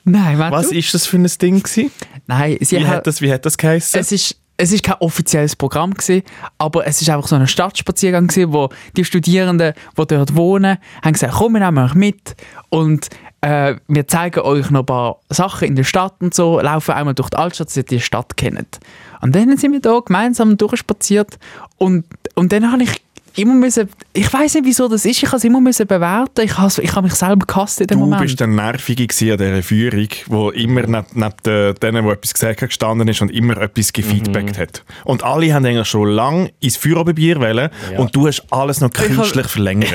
[SPEAKER 2] Nein, warte.
[SPEAKER 1] Was
[SPEAKER 2] du?
[SPEAKER 1] ist das für ein Ding gewesen?
[SPEAKER 2] Nein, sie
[SPEAKER 1] Wie
[SPEAKER 2] hat-
[SPEAKER 1] hat das, wie hat das geheissen?
[SPEAKER 2] es ist es ist kein offizielles Programm gewesen, aber es ist einfach so ein Stadtspaziergang gewesen, wo die Studierenden, die dort wohnen, haben gesagt, komm, wir nehmen euch mit und äh, wir zeigen euch noch ein paar Sachen in der Stadt und so, laufen einmal durch die Altstadt, dass ihr die Stadt kennt. Und dann sind wir da gemeinsam durchspaziert und, und dann habe ich immer müssen, ich weiß nicht wieso das ist, ich habe es immer müssen bewerten, ich habe ich habe mich selber gehasst in dem
[SPEAKER 1] Du
[SPEAKER 2] Moment.
[SPEAKER 1] bist der Nervige gewesen an dieser Führung, wo immer neben, neben den- denen, die etwas gesagt haben, gestanden ist und immer etwas gefeedbackt hat. Und alle haben eigentlich schon lange ins Führerbier wollen und du hast alles noch künstlich verlängert.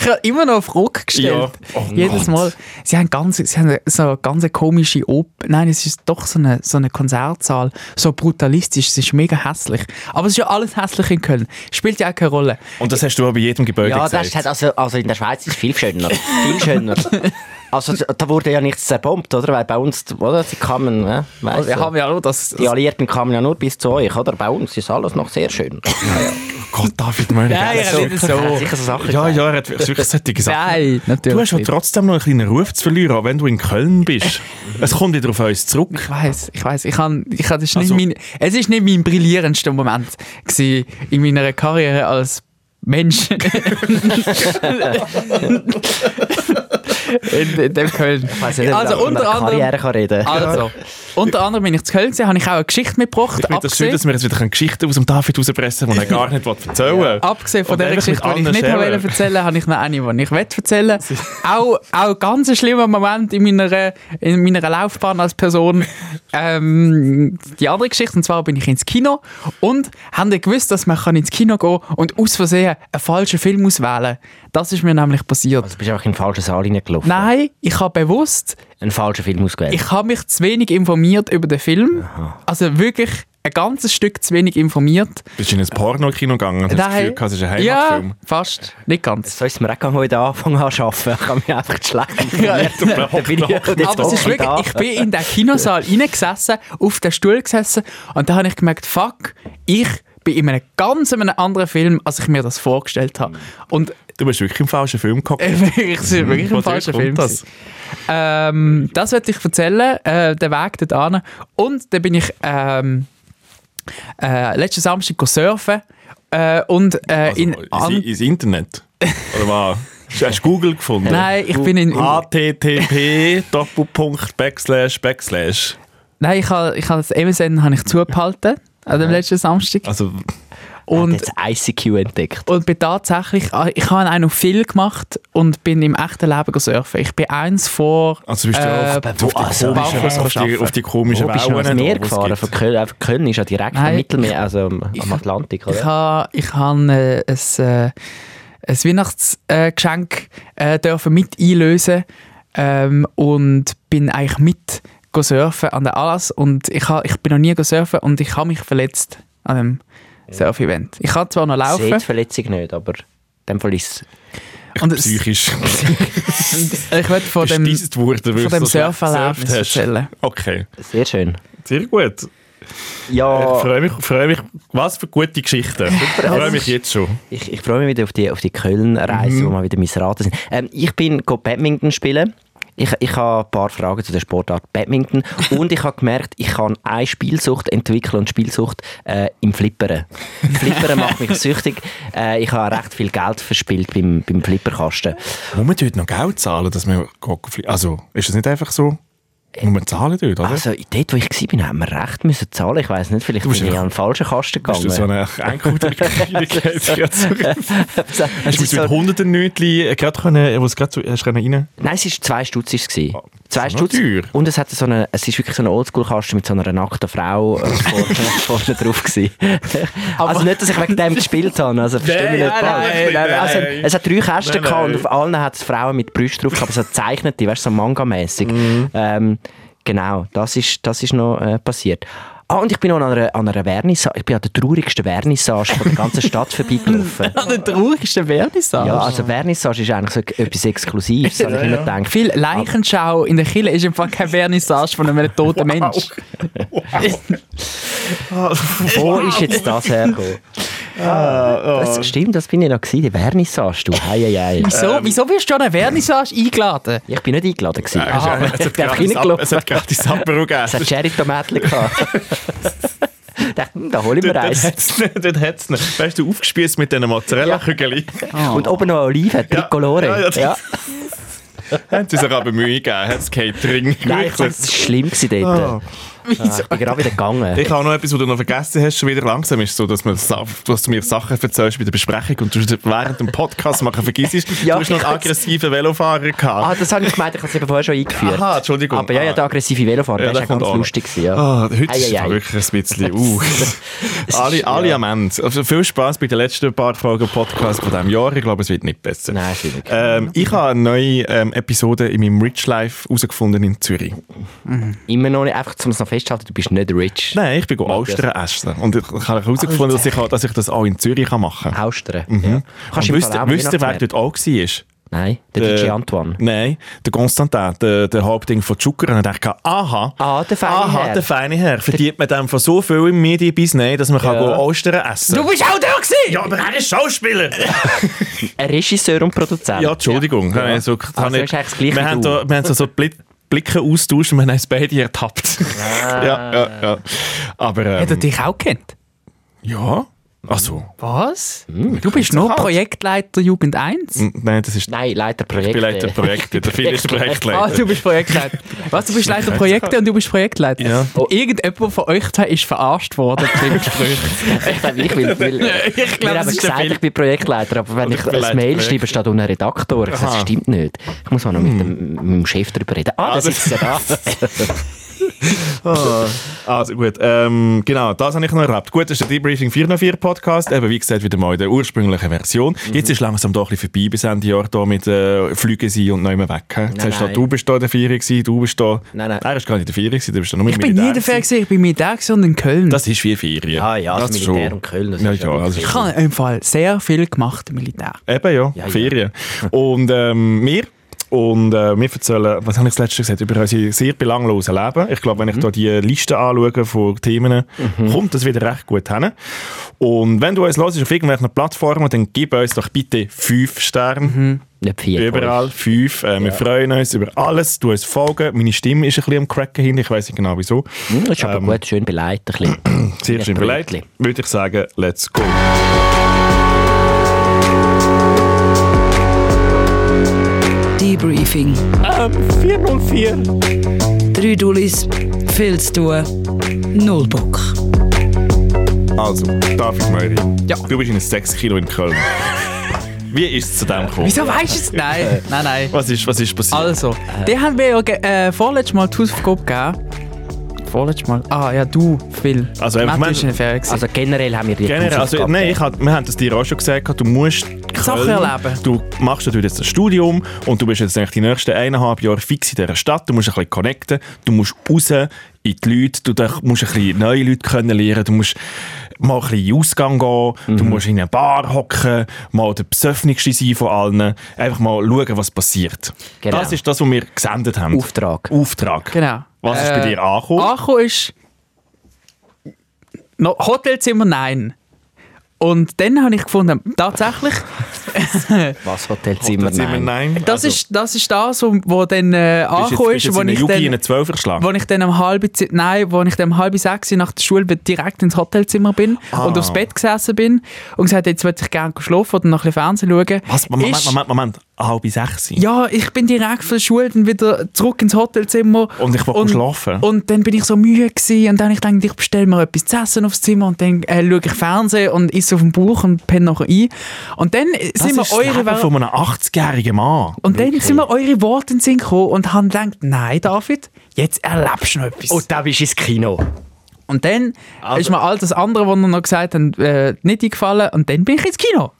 [SPEAKER 2] Ich habe immer noch eine Frage gestellt.
[SPEAKER 1] Ja. Oh
[SPEAKER 2] Jedes
[SPEAKER 1] Gott.
[SPEAKER 2] Mal. Sie haben, ganz, sie haben so eine ganz komische Oper. Nein, es ist doch so eine, so eine Konzertsaal. So brutalistisch. Es ist mega hässlich. Aber es ist ja alles hässlich in Köln. Spielt ja auch keine Rolle.
[SPEAKER 1] Und das hast du auch bei jedem Gebäude
[SPEAKER 3] Ja,
[SPEAKER 1] gesagt.
[SPEAKER 3] das ist halt also, also in der Schweiz ist es viel schöner. viel [laughs] schöner. Also da wurde ja nichts zerbombt, oder? Weil bei uns, oder? Die kamen, ne? Weiss
[SPEAKER 2] Also, wir
[SPEAKER 3] ja.
[SPEAKER 2] haben ja auch das.
[SPEAKER 3] Die Alliierten kamen ja nur bis zu euch, oder? Bei uns ist alles noch sehr schön.
[SPEAKER 1] Oh Gott, David, meine
[SPEAKER 2] Nein,
[SPEAKER 1] Güte.
[SPEAKER 2] er redet
[SPEAKER 3] Er hat
[SPEAKER 2] so.
[SPEAKER 3] [laughs] sicher so Sachen
[SPEAKER 1] Ja,
[SPEAKER 3] gesagt.
[SPEAKER 1] ja, er hat wirklich wirklich solche Sachen.
[SPEAKER 2] Nein, natürlich.
[SPEAKER 1] Du hast ja
[SPEAKER 2] nicht.
[SPEAKER 1] trotzdem noch einen kleinen Ruf zu verlieren, auch wenn du in Köln
[SPEAKER 2] [laughs]
[SPEAKER 1] bist. Es kommt wieder auf uns zurück.
[SPEAKER 2] Ich weiß, ich weiß, ich kann, ich kann, das ist
[SPEAKER 1] Also-
[SPEAKER 2] nicht mein, es ist nicht mein brillierendster Moment gewesen in meiner Karriere als Mensch. [laughs] in, in dem Köln.
[SPEAKER 3] Ich weiss ja nicht, ob
[SPEAKER 2] Also
[SPEAKER 3] man
[SPEAKER 2] unter
[SPEAKER 3] über
[SPEAKER 2] anderem-
[SPEAKER 3] Karriere kann reden.
[SPEAKER 2] Also, unter anderem bin ich zu Köln gewesen, habe ich auch eine Geschichte mitgebracht.
[SPEAKER 1] Ich finde das schön,
[SPEAKER 2] abgesehen-
[SPEAKER 1] dass wir jetzt wieder eine Geschichte aus dem David rauspressen können, die er gar nicht erzählen will.
[SPEAKER 2] Abgesehen von
[SPEAKER 1] Und
[SPEAKER 2] dieser
[SPEAKER 1] ehrlich, mit
[SPEAKER 2] Geschichte, die ich
[SPEAKER 1] allen
[SPEAKER 2] nicht
[SPEAKER 1] Schellen.
[SPEAKER 2] wollte erzählen habe ich noch eine, die ich möchte erzählen Auch, auch ganz ein schlimmer Moment in meiner, in meiner Laufbahn als Person. Ähm, die andere Geschichte, und zwar bin ich ins Kino und habe gewusst, dass man kann ins Kino gehen kann und aus Versehen einen falschen Film auswählen Das ist mir nämlich passiert.
[SPEAKER 1] Also,
[SPEAKER 3] Du bist einfach in den falschen Saal reingelaufen.
[SPEAKER 2] Nein, ich habe bewusst
[SPEAKER 3] Einen falschen Film ausgewählt.
[SPEAKER 2] ich habe mich zu wenig informiert über den Film. Also wirklich ein ganzes Stück zu wenig informiert.
[SPEAKER 1] Bist du in ein Porno-Kino gegangen und hast das
[SPEAKER 2] Nein.
[SPEAKER 1] Gefühl gehabt, es ist ein Heimatfilm?
[SPEAKER 2] Ja, fast. Nicht ganz.
[SPEAKER 3] So ist es mir auch gegangen, als ich da angefangen habe zu arbeiten. Ich habe mich einfach schlecht informiert. Dann bin ich- jetzt
[SPEAKER 2] Aber es
[SPEAKER 3] hocke
[SPEAKER 2] ist
[SPEAKER 3] ich
[SPEAKER 2] wirklich,
[SPEAKER 3] da.
[SPEAKER 2] ich bin in
[SPEAKER 1] [laughs]
[SPEAKER 2] den Kinosaal reingesessen, auf den Stuhl gesessen und da habe ich gemerkt, fuck, ich bin in einem ganz einem anderen Film, als ich mir das vorgestellt habe. Und
[SPEAKER 1] Du bist wirklich im falschen Film
[SPEAKER 2] [laughs]
[SPEAKER 1] gehabt.
[SPEAKER 2] äh, wirklich, es war wirklich ein
[SPEAKER 1] Von dort
[SPEAKER 2] falscher
[SPEAKER 1] kommt
[SPEAKER 2] Film.
[SPEAKER 1] das.
[SPEAKER 2] gewesen. Ähm, das wollte ich erzählen, äh, den Weg dorthin. Und dann bin ich ähm, äh, letzten Samstag go surfen äh, und äh,
[SPEAKER 1] Also,
[SPEAKER 2] in...
[SPEAKER 1] ins,
[SPEAKER 2] an-
[SPEAKER 1] ins Internet. Oder was? Hast du Google gefunden?
[SPEAKER 2] Nein, ich bin in... in
[SPEAKER 1] http [laughs] doppelpunkt backslash backslash
[SPEAKER 2] nein, ich habe ich habe das MSN habe ich zugehalten an dem letzten Samstag.
[SPEAKER 1] also
[SPEAKER 2] Und
[SPEAKER 3] jetzt ICQ entdeckt.
[SPEAKER 2] Und bin tatsächlich, ah, ich habe einen auf viel gemacht und bin im echten Leben surfen. Ich bin eins vor.
[SPEAKER 1] also bist du
[SPEAKER 2] Äh,
[SPEAKER 1] auf, auf, die
[SPEAKER 3] also,
[SPEAKER 1] komischen, auf, die, auf die komischen
[SPEAKER 3] Wo bist du
[SPEAKER 1] Wellen
[SPEAKER 3] ans Meer
[SPEAKER 1] da, wo es
[SPEAKER 3] gefahren?
[SPEAKER 1] gibt.
[SPEAKER 3] Von Köln, einfach Köln ist ja direkt
[SPEAKER 2] Nein.
[SPEAKER 3] am Mittelmeer, also am, am Atlantik,
[SPEAKER 2] Ich
[SPEAKER 3] oder?
[SPEAKER 2] habe, ich habe äh, ein, äh, ein Weihnachtsgeschenk äh, dürfen mit einlösen ähm, und bin eigentlich mit go surfen an der Anlass und ich, ha, ich bin noch nie go surfen und ich habe mich verletzt an dem Surf-Event. Ich kann zwar noch laufen
[SPEAKER 3] Mhm. Seht die Verletzung nicht, aber in dem Fall ist
[SPEAKER 2] und es,
[SPEAKER 1] Psychisch
[SPEAKER 2] [laughs]
[SPEAKER 1] [laughs]
[SPEAKER 2] ich möchte von dem,
[SPEAKER 1] gestisst worden, weil
[SPEAKER 2] von
[SPEAKER 1] du
[SPEAKER 2] dem
[SPEAKER 1] so schlecht
[SPEAKER 2] Surferlebnis
[SPEAKER 1] gesurft hast.
[SPEAKER 2] erzählen.
[SPEAKER 1] Okay,
[SPEAKER 3] es sehr schön.
[SPEAKER 1] sehr gut. Ich
[SPEAKER 3] Ja,
[SPEAKER 1] freue mich, freue mich. Was für gute Geschichten.
[SPEAKER 2] [laughs]
[SPEAKER 1] Ich freue mich jetzt schon.
[SPEAKER 3] ich, ich freue mich wieder auf die, auf die Köln-Reise,
[SPEAKER 1] Mhm.
[SPEAKER 3] wo wir wieder missraten sind. Ähm, ich bin go Badminton spielen. Ich, ich habe ein paar Fragen zu der Sportart
[SPEAKER 1] [laughs]
[SPEAKER 3] Badminton und ich habe gemerkt, ich kann eine Spielsucht entwickeln und Spielsucht äh, im Flippern. Flippern
[SPEAKER 1] [laughs]
[SPEAKER 3] macht mich süchtig. Äh, ich habe recht viel Geld verspielt beim, beim Flipperkasten.
[SPEAKER 1] Muss man dort noch Geld zahlen, dass man fliegt? Also, ist das nicht einfach so? Muss man zahlen dort, oder?
[SPEAKER 3] Also dort, wo ich war, haben wir recht müssen zahlen. Ich weiß nicht, vielleicht
[SPEAKER 1] Du
[SPEAKER 3] bin
[SPEAKER 1] bist
[SPEAKER 3] ich
[SPEAKER 1] einfach-
[SPEAKER 3] an den falschen Kasten
[SPEAKER 1] Hast du so
[SPEAKER 3] gegangen.
[SPEAKER 1] eine
[SPEAKER 3] [laughs] Also,
[SPEAKER 1] Einkaufskriegung?
[SPEAKER 3] Es
[SPEAKER 1] Hast du
[SPEAKER 3] ist
[SPEAKER 1] mit
[SPEAKER 3] so-
[SPEAKER 1] so hunderten Nötchen gerade können, äh, wo es gerade zu, hast können rein?
[SPEAKER 3] Nein, es war zwei Stutz. Ist es
[SPEAKER 1] Ah,
[SPEAKER 3] zwei
[SPEAKER 1] ist noch
[SPEAKER 3] Stutz.
[SPEAKER 1] teuer.
[SPEAKER 3] Und es, hatte so eine, es ist wirklich so ein Oldschool-Kasten mit so einer nackten Frau äh, vorne, [laughs] vorne drauf. Gewesen. also nicht, dass ich wegen dem gespielt habe. Also verstehe mich
[SPEAKER 1] Nein,
[SPEAKER 3] nicht
[SPEAKER 1] nein,
[SPEAKER 3] falsch.
[SPEAKER 1] nein, nein.
[SPEAKER 3] Also, es hat drei Kästen
[SPEAKER 1] Nein,
[SPEAKER 3] gehabt und
[SPEAKER 1] nein.
[SPEAKER 3] auf allen hat es Frauen mit Brüsten drauf gehabt. aber So gezeichnete, weißt du, so manga-mässig.
[SPEAKER 1] Mhm.
[SPEAKER 3] Ähm, genau, das ist, das ist noch äh, passiert. Ah, und ich bin noch an einer, an einer Vernissage, ich bin an der traurigsten Vernissage von der ganzen
[SPEAKER 1] [laughs]
[SPEAKER 3] Stadt vorbeigelaufen.
[SPEAKER 2] An [laughs] der traurigsten Vernissage.
[SPEAKER 3] Ja, also Vernissage ist eigentlich so etwas Exklusives, habe ich immer gedacht.
[SPEAKER 2] Viel Leichenschau in der Kille ist im Fall kein Vernissage von einem
[SPEAKER 3] [laughs]
[SPEAKER 2] toten Mensch.
[SPEAKER 3] Wo ist jetzt das hergekommen?
[SPEAKER 1] Ah, oh.
[SPEAKER 3] Das stimmt, das bin ich noch gewesen, die Vernissage, du. Hei, hei, hei.
[SPEAKER 2] Wieso, wieso wirst du an eine Vernissage eingeladen?
[SPEAKER 3] Ich bin nicht eingeladen gewesen.
[SPEAKER 1] Äh,
[SPEAKER 3] Also,
[SPEAKER 1] es hat
[SPEAKER 3] bin
[SPEAKER 1] gerade
[SPEAKER 3] reingelaufen.
[SPEAKER 1] das Ab- es hat gerade die Sapper
[SPEAKER 3] Es hat
[SPEAKER 1] gegeben.
[SPEAKER 3] Cherry Tomatli gehabt. Ich dachte, hm, da hole ich
[SPEAKER 1] [laughs]
[SPEAKER 3] mir
[SPEAKER 1] Dort
[SPEAKER 3] eins.
[SPEAKER 1] hat es nicht, dort hat's nicht. Weißt du, aufgespießt mit diesen Mozzarella-Kügeln.
[SPEAKER 3] Und oben noch Oliven, Tricolore.
[SPEAKER 1] Ah. Ja,
[SPEAKER 3] Ja,
[SPEAKER 1] ja, das- [laughs] Haben sie sich aber Mühe gegeben, hat es Catering
[SPEAKER 3] Nein, ich sag,
[SPEAKER 1] gewechselt.
[SPEAKER 3] das war schlimm gewesen dort. Ah, ich bin gerade wieder gegangen.
[SPEAKER 1] Ich habe noch etwas, was du noch vergessen hast, schon wieder langsam ist so, dass, man, Sa- dass du mir Sachen erzählst bei der Besprechung und du während dem Podcast machen
[SPEAKER 3] [laughs]
[SPEAKER 1] vergisst.
[SPEAKER 3] Ja,
[SPEAKER 1] du hast noch
[SPEAKER 3] ich
[SPEAKER 1] einen
[SPEAKER 3] hab's-
[SPEAKER 1] aggressiven Velofahrer gehabt.
[SPEAKER 3] Ah, das habe ich gemeint, ich habe es eben vorher schon eingeführt.
[SPEAKER 1] Aha, Entschuldigung. Ah.
[SPEAKER 3] Aber ja, ja, der aggressive Velofahrer,
[SPEAKER 1] Ja,
[SPEAKER 3] der
[SPEAKER 1] der
[SPEAKER 3] ist ja
[SPEAKER 1] kommt
[SPEAKER 3] ganz
[SPEAKER 1] auch noch.
[SPEAKER 3] lustig gewesen. Ja.
[SPEAKER 1] Ah, heute ist es
[SPEAKER 3] Ei, ei, ei.
[SPEAKER 1] wirklich ein
[SPEAKER 3] [laughs]
[SPEAKER 1] bisschen. Uh. alle alle am Ende. Also viel Spaß bei den letzten paar Folgen Podcast von diesem Jahr. Ich glaube, es wird nicht besser.
[SPEAKER 3] Nein, es wird nicht.
[SPEAKER 1] Ähm, ich habe eine neue ähm, Episode in meinem Rich Life herausgefunden in Zürich.
[SPEAKER 3] Immer noch nicht, einfach um es noch festzuhalten, du bist nicht rich.
[SPEAKER 1] Nein, ich bin go
[SPEAKER 3] Matthias.
[SPEAKER 1] Austern essen. Und ich habe herausgefunden, dass ich, auch- dass ich das auch in Zürich kann machen kann.
[SPEAKER 3] Austern. Ja. Kannst
[SPEAKER 1] Mhm. Und
[SPEAKER 3] du im
[SPEAKER 1] wisst,
[SPEAKER 3] Fall auch
[SPEAKER 1] wisst ihr, wer
[SPEAKER 3] Weihnachtsmärkte-
[SPEAKER 1] dort auch war?
[SPEAKER 3] Nein, der
[SPEAKER 1] Äh,
[SPEAKER 3] DJ Antoine.
[SPEAKER 1] Nein, der Constantin, der, der Hauptding von Zucker. Und ich dachte, aha,
[SPEAKER 3] Ah, der feine
[SPEAKER 1] aha,
[SPEAKER 3] Herr.
[SPEAKER 1] der feine Herr. Verdient man dem von so viel im Medienbusiness, dass man kann go Austern essen kann.
[SPEAKER 2] bist auch da gewesen!
[SPEAKER 1] Ja, aber er ist Schauspieler!
[SPEAKER 3] [laughs] Ein Regisseur und Produzent.
[SPEAKER 1] Ja, Entschuldigung. Ja. Also,
[SPEAKER 3] Also ist eigentlich das Gleiche
[SPEAKER 1] wir, haben
[SPEAKER 3] du.
[SPEAKER 1] da, wir haben so, so Bli- Blicke austauscht und wir haben uns beide ertappt. [laughs]
[SPEAKER 3] Ah.
[SPEAKER 1] ja, ja, ja. Aber
[SPEAKER 2] Hat er
[SPEAKER 1] ähm,
[SPEAKER 2] dich auch kennt?
[SPEAKER 1] ja, also,
[SPEAKER 2] Was? Du bist nur Projektleiter Jugend 1?
[SPEAKER 1] n- Hm. nein, das ist
[SPEAKER 3] Nein, Leiter Projekte.
[SPEAKER 1] Projekte. Projekte. Der Phil ist der
[SPEAKER 2] Ah,
[SPEAKER 1] Projektleiter.
[SPEAKER 2] du bist Projektleiter. Was, du bist Leiter Projekte und du bist Projektleiter?
[SPEAKER 1] Ja.
[SPEAKER 2] Oh. Irgendjemand von euch zwei ist verarscht worden.
[SPEAKER 1] [laughs]
[SPEAKER 2] beim Gespräch.
[SPEAKER 3] Ich will, [laughs] ich will, will
[SPEAKER 2] ich
[SPEAKER 3] wir
[SPEAKER 2] glaube,
[SPEAKER 3] haben
[SPEAKER 2] das ist der
[SPEAKER 3] gesagt,
[SPEAKER 1] Bill.
[SPEAKER 3] ich bin Projektleiter, aber wenn
[SPEAKER 1] Oder
[SPEAKER 3] ich
[SPEAKER 1] ich bin Leiter
[SPEAKER 3] ein Mail
[SPEAKER 1] Projekt.
[SPEAKER 3] schreibe, steht unten Redaktor. Ich sage, das
[SPEAKER 1] Aha. Hm.
[SPEAKER 3] stimmt nicht. Ich muss mal noch mit dem, mit dem Chef darüber reden. Ah, das
[SPEAKER 1] Also-
[SPEAKER 3] ist ja da.
[SPEAKER 1] [laughs] Also gut, ähm, genau, das habe ich noch erlebt. Gut, das ist der Debriefing 404 Podcast, eben wie gesagt wieder mal in der ursprünglichen Version.
[SPEAKER 3] Mhm.
[SPEAKER 1] Jetzt ist langsam doch ein bisschen vorbei bis Ende Jahr hier mit äh, Flügen sein und nicht mehr weg. hä? Jetzt
[SPEAKER 3] Nein,
[SPEAKER 1] hast du,
[SPEAKER 3] nein.
[SPEAKER 1] du bist da in der Ferien gewesen, du bist da...
[SPEAKER 3] Nein, nein.
[SPEAKER 1] Er ist gar nicht in der Ferien gewesen, du bist da nur mit
[SPEAKER 2] Ich bin nie in der Ferien, gewesen, ich bin mit da und in Köln.
[SPEAKER 1] Das ist wie Ferien.
[SPEAKER 3] Ah ja, das
[SPEAKER 1] ist
[SPEAKER 3] Militär und Köln, das
[SPEAKER 1] ja,
[SPEAKER 3] ist
[SPEAKER 1] ja,
[SPEAKER 3] ja
[SPEAKER 1] also
[SPEAKER 2] ich habe im Fall sehr viel gemacht im Militär.
[SPEAKER 1] Eben ja,
[SPEAKER 3] Ja, ja.
[SPEAKER 1] Ferien. Und ähm, wir und äh, wir erzählen, was habe ich das letzte gesagt, über unser sehr belangloses Leben. Ich glaube, wenn ich da die Liste anschaue von Themen, kommt das wieder recht gut hin. Und wenn du uns hörst auf irgendwelchen Plattformen, dann gib uns doch bitte fünf Sterne.
[SPEAKER 3] [laughs] Nicht viel.
[SPEAKER 1] Überall fünf. Äh, wir freuen uns über alles. Du uns folgen. Meine Stimme ist ein bisschen am Cracken hin. Ich weiß nicht genau wieso.
[SPEAKER 3] Hm, Das ist aber gut, schön beleidigt. Ein
[SPEAKER 1] [clears throat]
[SPEAKER 3] bisschen.
[SPEAKER 1] Sehr
[SPEAKER 3] Ja,
[SPEAKER 1] schön beleidigt.
[SPEAKER 3] Brötchen.
[SPEAKER 1] Würde ich sagen, let's go.
[SPEAKER 4] Debriefing.
[SPEAKER 2] Ähm,
[SPEAKER 1] 404.
[SPEAKER 4] Drei Dullis, viel zu tun, null Bock.
[SPEAKER 1] Also, David Möri,
[SPEAKER 2] Ja.
[SPEAKER 1] du bist in 6 Kilo in
[SPEAKER 2] [laughs]
[SPEAKER 1] Köln. Wie ist es zu dem gekommen?
[SPEAKER 2] Wieso weißt du es? Nein, nein, nein.
[SPEAKER 1] Was ist, was ist passiert?
[SPEAKER 2] Also, die haben wir ja ge- äh, vorletztes Mal die Hausaufgabe gegeben. Vorletztes Mal? Ah, ja, du, Phil.
[SPEAKER 1] Also, einfach
[SPEAKER 2] Matt
[SPEAKER 1] mal-
[SPEAKER 2] ist in der Ferien. gewesen.
[SPEAKER 3] Also generell haben wir die
[SPEAKER 1] Generell, also,
[SPEAKER 3] Hausaufgabe
[SPEAKER 1] nein, ich
[SPEAKER 3] gegeben.
[SPEAKER 1] hab, wir haben das dir auch schon gesagt, du musst
[SPEAKER 2] Sachen
[SPEAKER 1] Köln.
[SPEAKER 2] erleben.
[SPEAKER 1] Du machst natürlich jetzt ein Studium und du bist jetzt eigentlich die nächsten eineinhalb Jahre fix in dieser Stadt. Du musst ein bisschen connecten, du musst raus in die Leute, du darf- musst ein bisschen neue Leute kennenlernen, du musst mal ein bisschen in den Ausgang gehen,
[SPEAKER 2] Mhm.
[SPEAKER 1] du musst in eine Bar hocken, mal der Besöffnigste sein von allen, einfach mal schauen, was passiert.
[SPEAKER 3] Genau.
[SPEAKER 1] Das ist das, was wir gesendet haben.
[SPEAKER 3] Auftrag.
[SPEAKER 1] Oh, Auftrag.
[SPEAKER 2] Genau.
[SPEAKER 1] Was ist bei
[SPEAKER 2] Äh,
[SPEAKER 1] dir angekommen?
[SPEAKER 2] Acho ist. No, Hotelzimmer nein. Und dann habe ich gefunden, tatsächlich,
[SPEAKER 3] Was Hotelzimmer? Nein.
[SPEAKER 1] nein.
[SPEAKER 2] das, ist, das ist das, wo, wo dann äh, angekommen
[SPEAKER 1] jetzt,
[SPEAKER 2] ist,
[SPEAKER 1] Also- bist jetzt
[SPEAKER 2] wo
[SPEAKER 1] in einen
[SPEAKER 2] ich
[SPEAKER 1] Yugi in
[SPEAKER 2] dann,
[SPEAKER 1] einen Zwölfer geschlagen.
[SPEAKER 2] wo ich dann um halb, zi- nein, wo ich dann um halb sechs nach der Schule be- direkt ins Hotelzimmer bin
[SPEAKER 1] Ah.
[SPEAKER 2] und aufs Bett gesessen bin und gesagt, jetzt würde ich gerne schlafen oder noch ein bisschen Fernsehen schauen.
[SPEAKER 1] Was? Moment,
[SPEAKER 2] Ist-
[SPEAKER 1] Moment, Moment. Halb sechs?
[SPEAKER 2] Ja, ich bin direkt von der Schule dann wieder zurück ins Hotelzimmer.
[SPEAKER 1] Und ich wollte schlafen.
[SPEAKER 2] Und dann bin ich so müde gewesen und dann habe ich gedacht, ich bestelle mir etwas zu essen aufs Zimmer und dann äh, schaue ich Fernsehen und esse auf dem Bauch und penne nachher ein. Und dann äh,
[SPEAKER 1] das
[SPEAKER 2] sind wir
[SPEAKER 1] ist das
[SPEAKER 2] eure
[SPEAKER 1] Leben
[SPEAKER 2] Wel-
[SPEAKER 1] von einem 80-jährigen Mann.
[SPEAKER 2] und dann sind mir eure Worte in den Sinn gekommen und haben gedacht, nein David, jetzt erlebst du noch etwas.
[SPEAKER 3] Und da bist du ins Kino.
[SPEAKER 2] Und dann
[SPEAKER 1] Also-
[SPEAKER 2] ist mir all das andere, was ihr noch gesagt habt, äh, nicht eingefallen und dann bin ich ins Kino.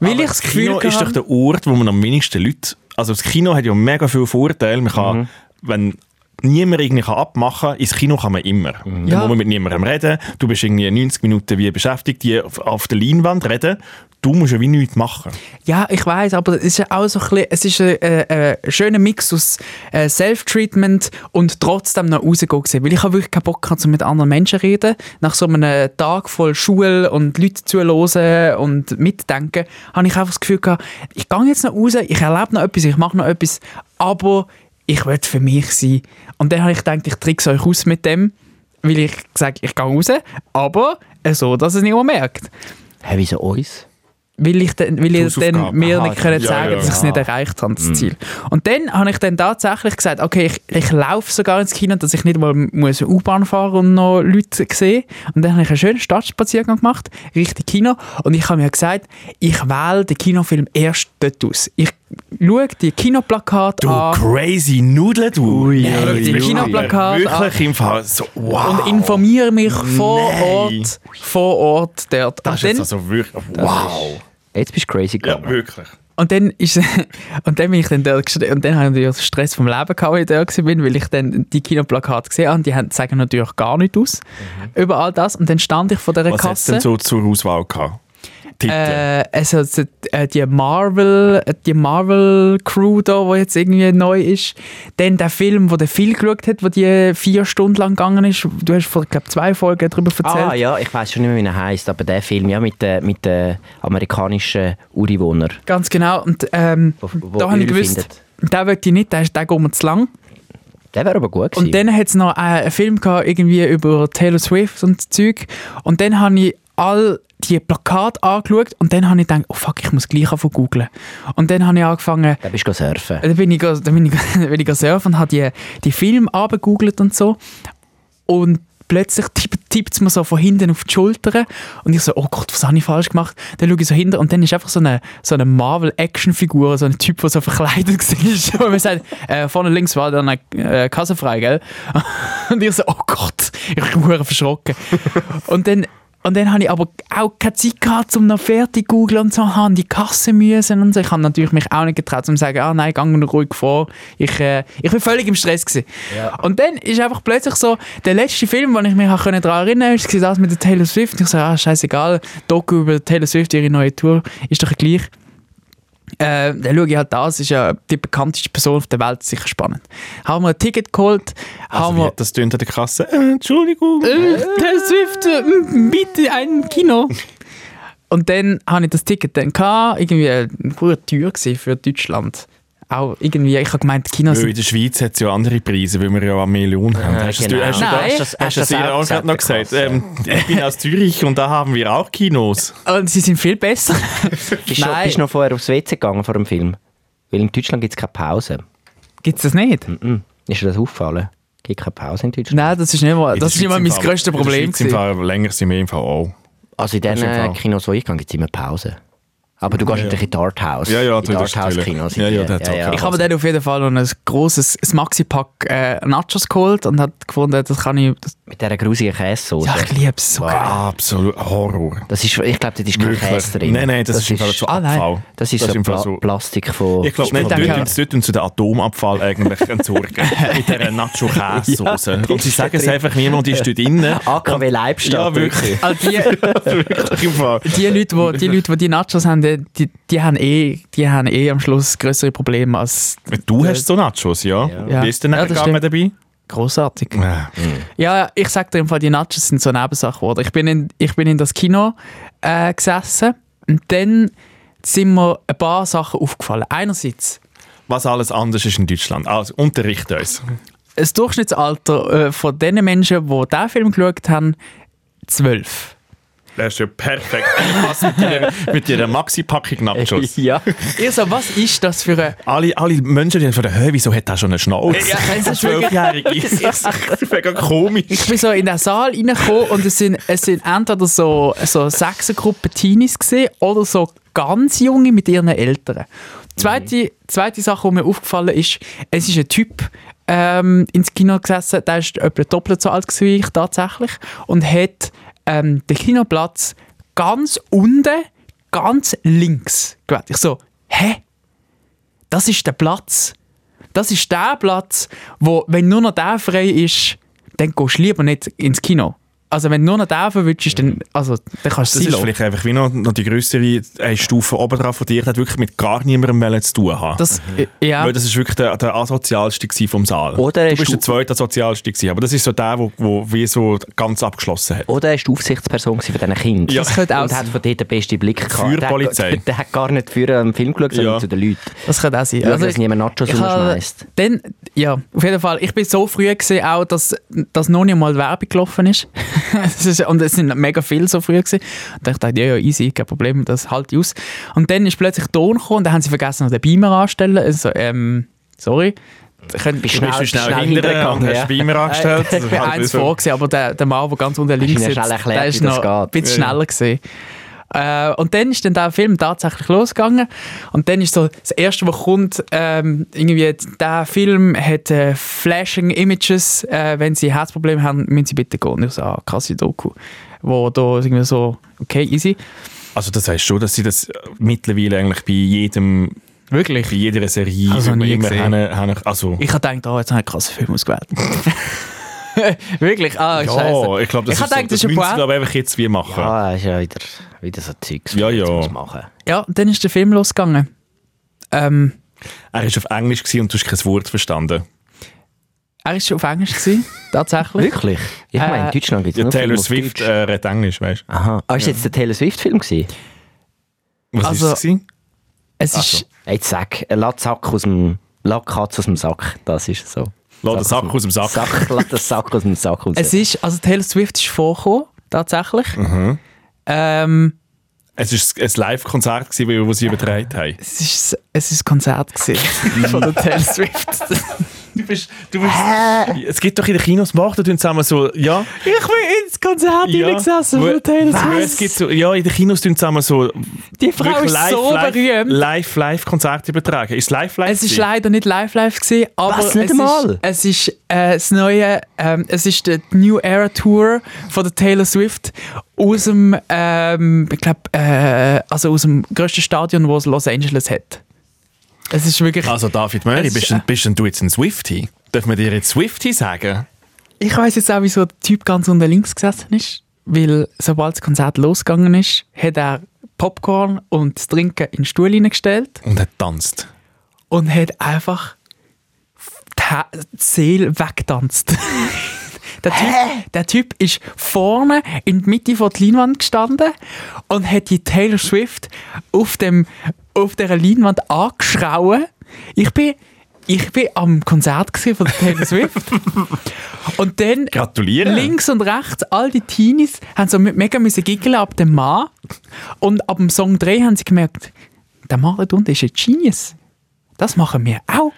[SPEAKER 2] Weil ich das
[SPEAKER 1] das Kino
[SPEAKER 2] Gefühl
[SPEAKER 1] ist doch
[SPEAKER 2] hatte,
[SPEAKER 1] der Ort, wo man am wenigsten Leute... Also das Kino hat ja mega viele Vorteile. Man kann,
[SPEAKER 2] Mhm.
[SPEAKER 1] wenn niemand irgendwie kann abmachen kann, ins Kino kann man immer. Da
[SPEAKER 2] Mhm. Ja.
[SPEAKER 1] muss man mit niemandem reden. Du bist irgendwie 90 Minuten wie beschäftigt, die auf, auf der Leinwand reden. Du musst ja wie nichts machen.
[SPEAKER 2] Ja, ich weiß, aber es ist ja auch so ein bisschen, es ist ein, äh, ein schöner Mix aus äh, Self-Treatment und trotzdem noch rausgehen gewesen. Weil ich habe wirklich keinen Bock gehabt, um mit anderen Menschen zu reden. Nach so einem Tag voll Schule und Leute zuhören und mitdenken, habe ich einfach das Gefühl gehabt, ich gehe jetzt noch raus, ich erlebe noch etwas, ich mache noch etwas, aber ich will für mich sein. Und dann habe ich gedacht, ich trickse euch aus mit dem, weil ich sage, ich gehe raus, aber so, dass es niemand merkt
[SPEAKER 3] Hä, wieso uns?
[SPEAKER 2] weil ich, dann, weil ich
[SPEAKER 1] Hausaufgaben.
[SPEAKER 2] dann mir
[SPEAKER 3] Aha,
[SPEAKER 2] nicht können
[SPEAKER 1] ja, genau. Mhm.
[SPEAKER 2] sagen
[SPEAKER 1] ja.
[SPEAKER 2] dass ich es
[SPEAKER 3] Ja.
[SPEAKER 2] nicht erreicht habe, das Ziel. Und dann habe ich dann tatsächlich gesagt, okay, ich, ich laufe sogar ins Kino, dass ich nicht mal muss U-Bahn fahren und noch Leute sehe. Und dann habe ich einen schönen Stadtspaziergang gemacht, Richtung Kino. Und ich habe mir gesagt, ich wähle den Kinofilm erst dort aus. Ich schaue die Kinoplakate
[SPEAKER 1] Du
[SPEAKER 2] an.
[SPEAKER 1] crazy Nudel, du. Ui,
[SPEAKER 2] Ah. ui, ui. Kinoplakat
[SPEAKER 1] Wirklich im Fall so, wow.
[SPEAKER 2] Und informiere mich vor
[SPEAKER 1] Nein.
[SPEAKER 2] Ort, vor Ort dort.
[SPEAKER 1] das
[SPEAKER 2] Und
[SPEAKER 1] ist jetzt
[SPEAKER 2] dann,
[SPEAKER 1] also wirklich, wow.
[SPEAKER 3] Jetzt bist du crazy
[SPEAKER 1] Ja,
[SPEAKER 3] gegangen.
[SPEAKER 1] wirklich.
[SPEAKER 2] Und dann, ist, [laughs] und dann bin ich dann dort geste- und dann habe ich natürlich Stress vom Leben gehabt, als ich dort gewesen bin, weil ich dann die Kinoplakate gesehen habe und die haben- sagen natürlich gar nichts aus
[SPEAKER 3] Mhm.
[SPEAKER 2] über all das. Und dann stand ich vor dieser
[SPEAKER 1] Was hast du
[SPEAKER 2] Kasse.
[SPEAKER 1] denn so zur Auswahl gehabt? Titel.
[SPEAKER 2] äh, also die, äh, die Marvel, äh, die Marvel Crew da, wo jetzt irgendwie neu ist. Dann der Film, wo der viel geschaut hat, wo die vier Stunden lang gegangen ist. Du hast vor glaube zwei Folgen darüber erzählt.
[SPEAKER 3] Ah ja, ich weiß schon nicht mehr, wie er heißt, aber der Film ja mit den mit den amerikanischen Ureinwohnern.
[SPEAKER 2] Ganz genau. Und ähm,
[SPEAKER 3] Wo- wo
[SPEAKER 2] da habe ich
[SPEAKER 3] Öl
[SPEAKER 2] gewusst,
[SPEAKER 3] findet.
[SPEAKER 2] den will ich nicht, der, ist- der geht mir zu lang.
[SPEAKER 3] Der wäre aber gut gewesen.
[SPEAKER 2] Und dann hat es noch äh, einen Film gehabt, irgendwie über Taylor Swift und Zeug. Und dann habe ich all die Plakate angeschaut und dann habe ich gedacht, oh fuck, ich muss gleich anfangen zu googlen. Und dann habe ich angefangen,
[SPEAKER 3] dann bist du surfen.
[SPEAKER 2] dann Äh, bin ich, go- dann bin ich, [laughs] dann bin ich go surfen und habe die, die Filme angegoogelt und so. Und plötzlich tipp, tippt es mir so von hinten auf die Schulter. Und ich so, oh Gott, was habe ich falsch gemacht? Dann schaue ich so hinter und dann ist einfach so eine, so eine Marvel-Action-Figur, so ein Typ, der so [laughs] verkleidet [laughs] war. Und man sagt, äh, vorne links war dann eine äh, Kasse frei, gell? [laughs] Und ich so, oh Gott, ich bin hure verschrocken. und dann und dann habe ich aber auch keine Zeit gehabt, um noch fertig zu googeln und so, habe an die Kasse müssen und so. Ich habe natürlich mich auch nicht getraut, um zu sagen, ah nein, geh nur ruhig vor. Ich, äh, ich bin völlig im Stress gewesen. Und dann ist einfach plötzlich so, der letzte Film, den ich mich daran erinnern konnte, ist gewesen, das mit der Taylor Swift. Und ich so, ah scheißegal, Doku über Taylor Swift, ihre neue Tour, ist doch gleich. Äh, dann schaue ich halt das, ist ja die bekannteste Person auf der Welt, sicher spannend. Haben wir ein Ticket geholt,
[SPEAKER 1] Also
[SPEAKER 2] haben
[SPEAKER 1] wie
[SPEAKER 2] wir...
[SPEAKER 1] hat das tönt an der Kasse? Äh, Entschuldigung.
[SPEAKER 2] Äh, Taylor Swift, äh, mm, bitte ein Kino. Und dann habe ich das Ticket dann gehabt, irgendwie eine gute Tür gewesen für Deutschland. Auch irgendwie, ich habe gemeint, die Kinos
[SPEAKER 1] Weil in der Schweiz hat es ja andere Preise, weil wir ja eine Million haben.
[SPEAKER 3] Äh,
[SPEAKER 1] hast du-
[SPEAKER 3] genau.
[SPEAKER 1] hast du
[SPEAKER 2] Nein.
[SPEAKER 1] das-
[SPEAKER 3] das,
[SPEAKER 1] hast du das
[SPEAKER 3] das
[SPEAKER 1] ihr
[SPEAKER 3] auch
[SPEAKER 1] auch gerade noch gesagt?
[SPEAKER 3] der Kasse?
[SPEAKER 1] Ähm, ich bin aus Zürich und da haben wir auch Kinos.
[SPEAKER 2] und ah, sie sind viel besser. [laughs]
[SPEAKER 3] Bist du bist du noch vorher aufs WC gegangen vor dem Film? Weil in Deutschland gibt es keine Pause.
[SPEAKER 2] Gibt es das nicht?
[SPEAKER 3] Mhm. Ist dir das aufgefallen? Gibt keine Pause in Deutschland?
[SPEAKER 2] Nein, das ist nicht mal, das ist
[SPEAKER 1] In der
[SPEAKER 2] immer mein
[SPEAKER 1] Schweiz im Fall-
[SPEAKER 2] grösstes
[SPEAKER 1] In
[SPEAKER 2] Problem.
[SPEAKER 1] der Schweiz im
[SPEAKER 2] gewesen.
[SPEAKER 1] Fall länger sind wir im Fall auch.
[SPEAKER 3] Also in
[SPEAKER 1] Das ist im
[SPEAKER 3] den
[SPEAKER 1] Fall-
[SPEAKER 3] Kinos, wo ich gehe, gibt es immer Pause. Aber du gehst natürlich in die Arthouse.
[SPEAKER 1] Ja, ja,
[SPEAKER 3] in die
[SPEAKER 1] das ist
[SPEAKER 3] Arthouse
[SPEAKER 1] natürlich.
[SPEAKER 3] Kinos.
[SPEAKER 1] Ja, ja, das hat's auch
[SPEAKER 2] Ich habe dann auf jeden Fall noch ein grosses ein Maxi-Pack äh, Nachos geholt und habe gefunden, das kann ich... Das,
[SPEAKER 3] Mit dieser grusigen Käsesoße.
[SPEAKER 2] ja, ich liebe es so
[SPEAKER 3] Wow.
[SPEAKER 2] geil.
[SPEAKER 1] Absolut Horror.
[SPEAKER 3] Das ist, ich glaube, das ist kein Käse drin.
[SPEAKER 1] Nein, nein, das, ist im Fall so
[SPEAKER 2] Ah, nein.
[SPEAKER 1] Abfall.
[SPEAKER 3] Das ist so
[SPEAKER 1] im Fall
[SPEAKER 3] Pla Plastik von...
[SPEAKER 1] Ich glaube nicht,
[SPEAKER 2] Ich denke
[SPEAKER 1] dort tun sie den Atomabfall eigentlich [laughs]
[SPEAKER 2] [laughs]
[SPEAKER 1] entsorgen. mit dieser Nacho-Käsesoße. und sie sagen es einfach niemand, die steht innen.
[SPEAKER 3] AKW Leibstadt.
[SPEAKER 1] ah, Ja, wirklich.
[SPEAKER 2] Also
[SPEAKER 1] [laughs]
[SPEAKER 2] die,
[SPEAKER 1] wirklich im Fall.
[SPEAKER 2] die Leute, wo, die Leute, wo die Nachos haben, die, die, die haben eh, die haben eh am Schluss größere Probleme als
[SPEAKER 1] Du hast so Nachos, ja?
[SPEAKER 2] Ja.
[SPEAKER 1] Wie ist denn
[SPEAKER 2] Ja,
[SPEAKER 1] ja,
[SPEAKER 2] das
[SPEAKER 1] gar nicht dabei?
[SPEAKER 2] großartig.
[SPEAKER 1] Äh,
[SPEAKER 2] Ja, ich sag dir im Fall, die Nachos sind so eine Nebensache geworden. Ich bin in, ich bin in das Kino äh, gesessen und dann sind mir ein paar Sachen aufgefallen. Einerseits,
[SPEAKER 1] Was alles anders ist in Deutschland. Also, unterricht uns.
[SPEAKER 2] das Durchschnittsalter äh, von den Menschen, die diesen Film geschaut haben, 12.
[SPEAKER 1] Das ist ja perfekt. Passt mit ihrer, mit ihrer Maxi-Packung [laughs] Nachos.
[SPEAKER 3] Ja.
[SPEAKER 2] Ich so, was ist das für ein...
[SPEAKER 1] Alle, alle Menschen, die fragen, hey, wieso hat er schon einen Schnauz?
[SPEAKER 2] Ja, es ist wirklich- [laughs]
[SPEAKER 1] Zwölfjährige. Das ist mega komisch.
[SPEAKER 2] Ich bin so in den Saal reingekommen und es sind, es sind entweder so, so Sechsergruppen Teenies gewesen oder so ganz junge mit ihren Eltern. Zweite, zweite Sache, die mir aufgefallen ist, es ist ein Typ ähm, ins Kino gesessen, der ist etwa doppelt so alt gewesen wie ich tatsächlich und hat ähm, den Kinoplatz ganz unten, ganz links gewählt. Ich so, hä? Das ist der Platz. Das ist der Platz, wo, wenn nur noch der frei ist, dann gehst du lieber nicht ins Kino. Also wenn du nur noch den verwünschst, dann, also, dann kannst du
[SPEAKER 1] Das
[SPEAKER 2] es
[SPEAKER 1] ist
[SPEAKER 2] lassen.
[SPEAKER 1] vielleicht einfach wie noch, noch die größere Stufe oben drauf von dir. Das hat wirklich mit gar niemandem wollen zu tun haben.
[SPEAKER 2] Das, äh, ja,
[SPEAKER 1] Mhm. Weil das ist wirklich der, der asozialste gewesen vom Saal.
[SPEAKER 3] Oder
[SPEAKER 1] du
[SPEAKER 3] hast
[SPEAKER 1] bist
[SPEAKER 3] du-
[SPEAKER 1] der zweite asozialste gewesen, aber das ist so der, wo, wo wie so ganz abgeschlossen hat.
[SPEAKER 3] Oder er war die Aufsichtsperson gewesen von diesen Kindern.
[SPEAKER 1] Ja.
[SPEAKER 2] Das könnte auch
[SPEAKER 3] Und
[SPEAKER 2] sein.
[SPEAKER 3] hat von dort den besten Blick gehabt.
[SPEAKER 1] Für
[SPEAKER 3] der,
[SPEAKER 1] Polizei.
[SPEAKER 3] Der, [laughs] der hat gar nicht für einen Film geschaut, sondern
[SPEAKER 1] Ja.
[SPEAKER 3] zu den Leuten.
[SPEAKER 2] das kann auch sein. Also,
[SPEAKER 3] Schau, dass niemand Nachos
[SPEAKER 2] ich habe-
[SPEAKER 3] rumschmeißt.
[SPEAKER 2] Dann, ja, auf jeden Fall. Ich bin so früh gewesen, auch, dass, dass noch nicht mal Werbung gelaufen ist. [laughs] Es ist- und es sind mega viele so früh gewesen. Und ich dachte, ja, ja, easy, kein Problem, das halte ich aus. Und dann ist plötzlich Ton gekommen und dann haben sie vergessen, noch den Beamer anzustellen. Also, ähm, sorry. Könnt-
[SPEAKER 3] Bist
[SPEAKER 1] Du bist so schnell,
[SPEAKER 3] Schnell
[SPEAKER 1] hinterher und
[SPEAKER 3] hinterher
[SPEAKER 1] hast
[SPEAKER 2] Äh,
[SPEAKER 1] Beamer angestellt.
[SPEAKER 2] [laughs]
[SPEAKER 1] Also,
[SPEAKER 2] Ich bin eins vor, gewesen, aber der, der Mann, der ganz unten
[SPEAKER 3] Hast
[SPEAKER 2] links
[SPEAKER 3] du
[SPEAKER 2] sitzt,
[SPEAKER 3] ihnen schnell erklärt,
[SPEAKER 2] der ist
[SPEAKER 3] wie das
[SPEAKER 2] noch ein
[SPEAKER 3] geht?
[SPEAKER 2] bisschen schneller. Gewesen. Äh, und dann ist dann der Film tatsächlich losgegangen und dann ist so das erste, was kommt, ähm, irgendwie, der Film hat äh, flashing images, äh, wenn sie Herzprobleme haben, müssen sie bitte gehen. Und ich so, ah, krasse Doku. Wo da irgendwie so, okay, easy.
[SPEAKER 1] Also das heißt schon, dass sie das mittlerweile eigentlich bei jedem,
[SPEAKER 2] Wirklich?
[SPEAKER 1] bei jeder Serie
[SPEAKER 2] Also
[SPEAKER 1] immer-
[SPEAKER 2] nie
[SPEAKER 1] immer
[SPEAKER 2] gesehen.
[SPEAKER 1] hin- hin- also
[SPEAKER 2] Ich habe gedacht, oh, jetzt habe ich einen krassen Film ausgewählt. [laughs] Wirklich? Ah,
[SPEAKER 1] ja,
[SPEAKER 2] scheiße.
[SPEAKER 1] ich glaube, das,
[SPEAKER 2] Ich
[SPEAKER 1] ist
[SPEAKER 2] hab
[SPEAKER 1] so,
[SPEAKER 2] gedacht, das
[SPEAKER 1] das
[SPEAKER 2] ist ein
[SPEAKER 1] müssen
[SPEAKER 2] Poet.
[SPEAKER 1] sie aber einfach jetzt wie machen.
[SPEAKER 3] Ja, Ah, ist ja wieder, wieder so Zeugs.
[SPEAKER 1] Ja,
[SPEAKER 3] das
[SPEAKER 1] ja.
[SPEAKER 3] muss man machen.
[SPEAKER 2] Ja, und dann ist der Film losgegangen. Ähm,
[SPEAKER 1] Er ist auf Englisch gewesen und du hast kein Wort verstanden.
[SPEAKER 2] Er war schon auf Englisch, [laughs] gewesen, tatsächlich.
[SPEAKER 3] Wirklich? Ich
[SPEAKER 2] Äh,
[SPEAKER 3] meine, in Deutschland gibt es
[SPEAKER 1] Ja,
[SPEAKER 3] nur
[SPEAKER 1] Taylor
[SPEAKER 3] Filme auf
[SPEAKER 1] Swift
[SPEAKER 3] Deutsch.
[SPEAKER 1] äh, redet Englisch, weißt du?
[SPEAKER 3] Aha. Ah, ist jetzt der Taylor Swift-Film gewesen?
[SPEAKER 1] Was
[SPEAKER 2] Also-
[SPEAKER 1] ist es gewesen?
[SPEAKER 2] Es ist,
[SPEAKER 3] Jetzt sag, äh, lass Sack aus dem, lass Katz aus dem Sack. Das ist so.
[SPEAKER 1] Lass den Sack aus dem Sack.
[SPEAKER 3] Sack lass den Sack aus dem Sack raus.
[SPEAKER 2] es ist, also Taylor Swift ist vorgekommen, tatsächlich. Ähm,
[SPEAKER 1] Es ist ein Live-Konzert, gewesen, das sie übertragen haben.
[SPEAKER 2] es ist, es ist ein Konzert gewesen [laughs] von der Taylor Swift.
[SPEAKER 1] Du bist, du bist, es gibt doch in den Kinos, macht und zusammen so, ja,
[SPEAKER 2] ich bin ins Konzert
[SPEAKER 1] ja.
[SPEAKER 2] reingesessen
[SPEAKER 1] Wo-
[SPEAKER 2] von Taylor
[SPEAKER 1] wo
[SPEAKER 2] Swift.
[SPEAKER 1] Es gibt so, ja, in den Kinos tun zusammen so
[SPEAKER 2] Die Frau
[SPEAKER 1] wirklich
[SPEAKER 2] ist so
[SPEAKER 1] live, live,
[SPEAKER 2] berühmt.
[SPEAKER 1] live, live Konzerte übertragen. Ist live, live?
[SPEAKER 2] Es ist
[SPEAKER 1] gewesen?
[SPEAKER 2] leider nicht live live gewesen, aber
[SPEAKER 3] Was, nicht
[SPEAKER 2] es,
[SPEAKER 3] einmal?
[SPEAKER 2] ist, es ist äh, das neue, ähm, es ist die New Era Tour von der Taylor Swift aus dem, ähm, ich glaube, äh, also aus dem größten Stadion, wo es Los Angeles hat. Es ist wirklich,
[SPEAKER 1] Also David Murray,
[SPEAKER 2] Es ist- äh,
[SPEAKER 1] bist, denn- bist denn du jetzt ein Swiftie? Darf man dir jetzt Swiftie sagen?
[SPEAKER 2] ich weiß jetzt auch, wieso der Typ ganz unten links gesessen ist, weil sobald das Konzert losgegangen ist, hat er Popcorn und das Trinken in den Stuhl hineingestellt
[SPEAKER 1] Und er tanzt.
[SPEAKER 2] und hat einfach die Ha- die Seele weggetanzt. [laughs] der, typ, der Typ ist vorne in die Mitte von der Leinwand gestanden und hat die Taylor Swift auf, dem, auf dieser Leinwand angeschrauen. Ich bin, ich bin am Konzert gewesen von der Taylor Swift und dann
[SPEAKER 1] Gratulieren.
[SPEAKER 2] links und rechts, all die Teenies haben so mit- mega müssen giggeln ab dem Mann und ab dem Song 3 haben sie gemerkt, der Mann da unten ist ein Genius. Das machen wir auch.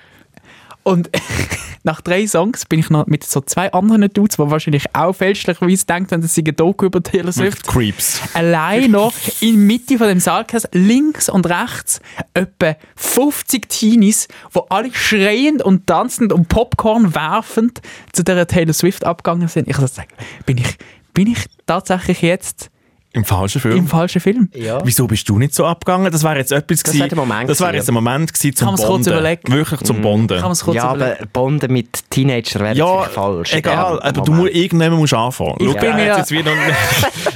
[SPEAKER 2] Und [laughs] nach drei Songs bin ich noch mit so zwei anderen Dudes, die wahrscheinlich auch fälschlicherweise denkt, wenn das sei ein Doku über Taylor
[SPEAKER 1] Mit
[SPEAKER 2] Swift.
[SPEAKER 1] Creeps.
[SPEAKER 2] allein noch in Mitte von dem Saalkreis, links und rechts, etwa 50 Teenies, wo alle schreiend und tanzend und Popcorn werfend zu der Taylor Swift abgegangen sind. Ich sage, bin ich, bin ich tatsächlich jetzt
[SPEAKER 1] Im falschen Film.
[SPEAKER 2] im falschen Film?
[SPEAKER 3] Ja.
[SPEAKER 1] Wieso bist du nicht so abgegangen? Das wäre jetzt etwas
[SPEAKER 3] Das
[SPEAKER 1] gewesen.
[SPEAKER 3] wäre der Moment
[SPEAKER 1] Das wäre
[SPEAKER 3] gewesen,
[SPEAKER 1] jetzt ein Moment gewesen zum
[SPEAKER 2] Kann man's kurz
[SPEAKER 1] Bonden.
[SPEAKER 2] überlegen?
[SPEAKER 1] Wirklich zum Bonden.
[SPEAKER 2] Kann man es kurz
[SPEAKER 3] ja, aber
[SPEAKER 2] überlegen?
[SPEAKER 3] Bonden mit Teenager wäre
[SPEAKER 1] ja,
[SPEAKER 3] ja, falsch.
[SPEAKER 1] egal,
[SPEAKER 3] Ja,
[SPEAKER 1] aber du musst,
[SPEAKER 3] Moment.
[SPEAKER 1] irgendjemand musst anfangen.
[SPEAKER 2] Ich
[SPEAKER 1] Schau,
[SPEAKER 2] bin
[SPEAKER 1] er
[SPEAKER 2] ja-
[SPEAKER 1] hat jetzt
[SPEAKER 2] [laughs]
[SPEAKER 1] wieder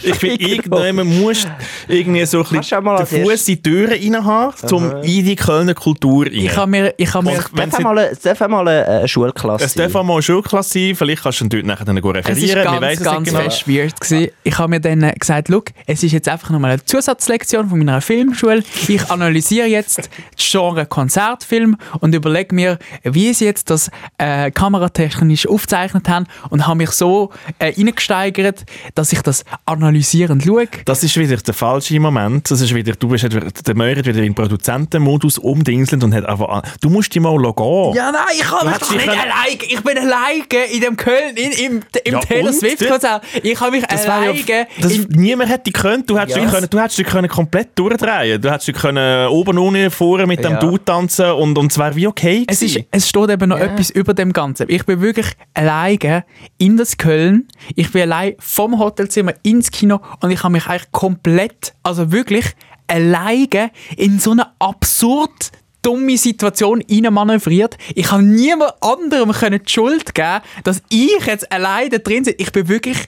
[SPEAKER 1] ich bin irgendjemand musst irgendwie so ein
[SPEAKER 3] Kannst du auch
[SPEAKER 1] bisschen
[SPEAKER 3] mal
[SPEAKER 1] den
[SPEAKER 3] als
[SPEAKER 1] Fuß in die Türe rein haben, um in die Kölner Kultur rein.
[SPEAKER 2] Ich habe mir, ich habe mir,
[SPEAKER 1] Und wenn sie,
[SPEAKER 3] Darf einmal eine- darf einmal eine eine äh, Schulklasse
[SPEAKER 1] es darf
[SPEAKER 3] sein?
[SPEAKER 1] auch mal eine Schulklasse sein, vielleicht kannst du ihn dort nachher dann gut referieren.
[SPEAKER 2] es ist
[SPEAKER 1] wir
[SPEAKER 2] ganz,
[SPEAKER 1] weiss
[SPEAKER 2] ganz
[SPEAKER 1] es nicht genau.
[SPEAKER 2] fest weird gewesen. Ich habe mir dann äh, gesagt, «Look, es ist jetzt einfach nochmal eine Zusatzlektion von meiner Filmschule. Ich analysiere jetzt das Genre Konzertfilm und überlege mir, wie sie jetzt das äh, kameratechnisch aufgezeichnet haben und habe mich so äh, reingesteigert, dass ich das analysierend schaue.
[SPEAKER 1] Das ist wieder der falsche Moment. Das ist wieder, du bist wieder, der Möhrer hat wieder im Produzentenmodus umdingselt und hat einfach, du musst dich mal gehen.
[SPEAKER 2] Ja, nein, ich habe mich
[SPEAKER 1] hast
[SPEAKER 2] doch
[SPEAKER 1] dich
[SPEAKER 2] nicht
[SPEAKER 1] können-
[SPEAKER 2] alleine. Ich bin alleine in dem Köln, in, im, im
[SPEAKER 1] Ja,
[SPEAKER 2] Taylor
[SPEAKER 1] und?
[SPEAKER 2] Swift-Konzert. Ich habe mich
[SPEAKER 1] Das wär
[SPEAKER 2] alleine
[SPEAKER 1] ja, das,
[SPEAKER 2] in
[SPEAKER 1] niemand hätte dich können. Du hättest
[SPEAKER 3] Ja.
[SPEAKER 1] dich können, du hättest dich können komplett durchdrehen. Du hättest dich können oben ohne vorne mit dem
[SPEAKER 3] Ja.
[SPEAKER 1] Du tanzen und und es wäre wie okay.
[SPEAKER 2] Es, ist,
[SPEAKER 1] gewesen.
[SPEAKER 2] es steht eben noch etwas über dem Ganzen. Ich bin wirklich alleine in das Köln. Ich bin allein vom Hotelzimmer ins Kino und ich habe mich eigentlich komplett, also wirklich alleine in so eine absurd dumme Situation manövriert. Ich habe niemand anderem können die Schuld geben, dass ich jetzt alleine da drin bin. Ich bin wirklich,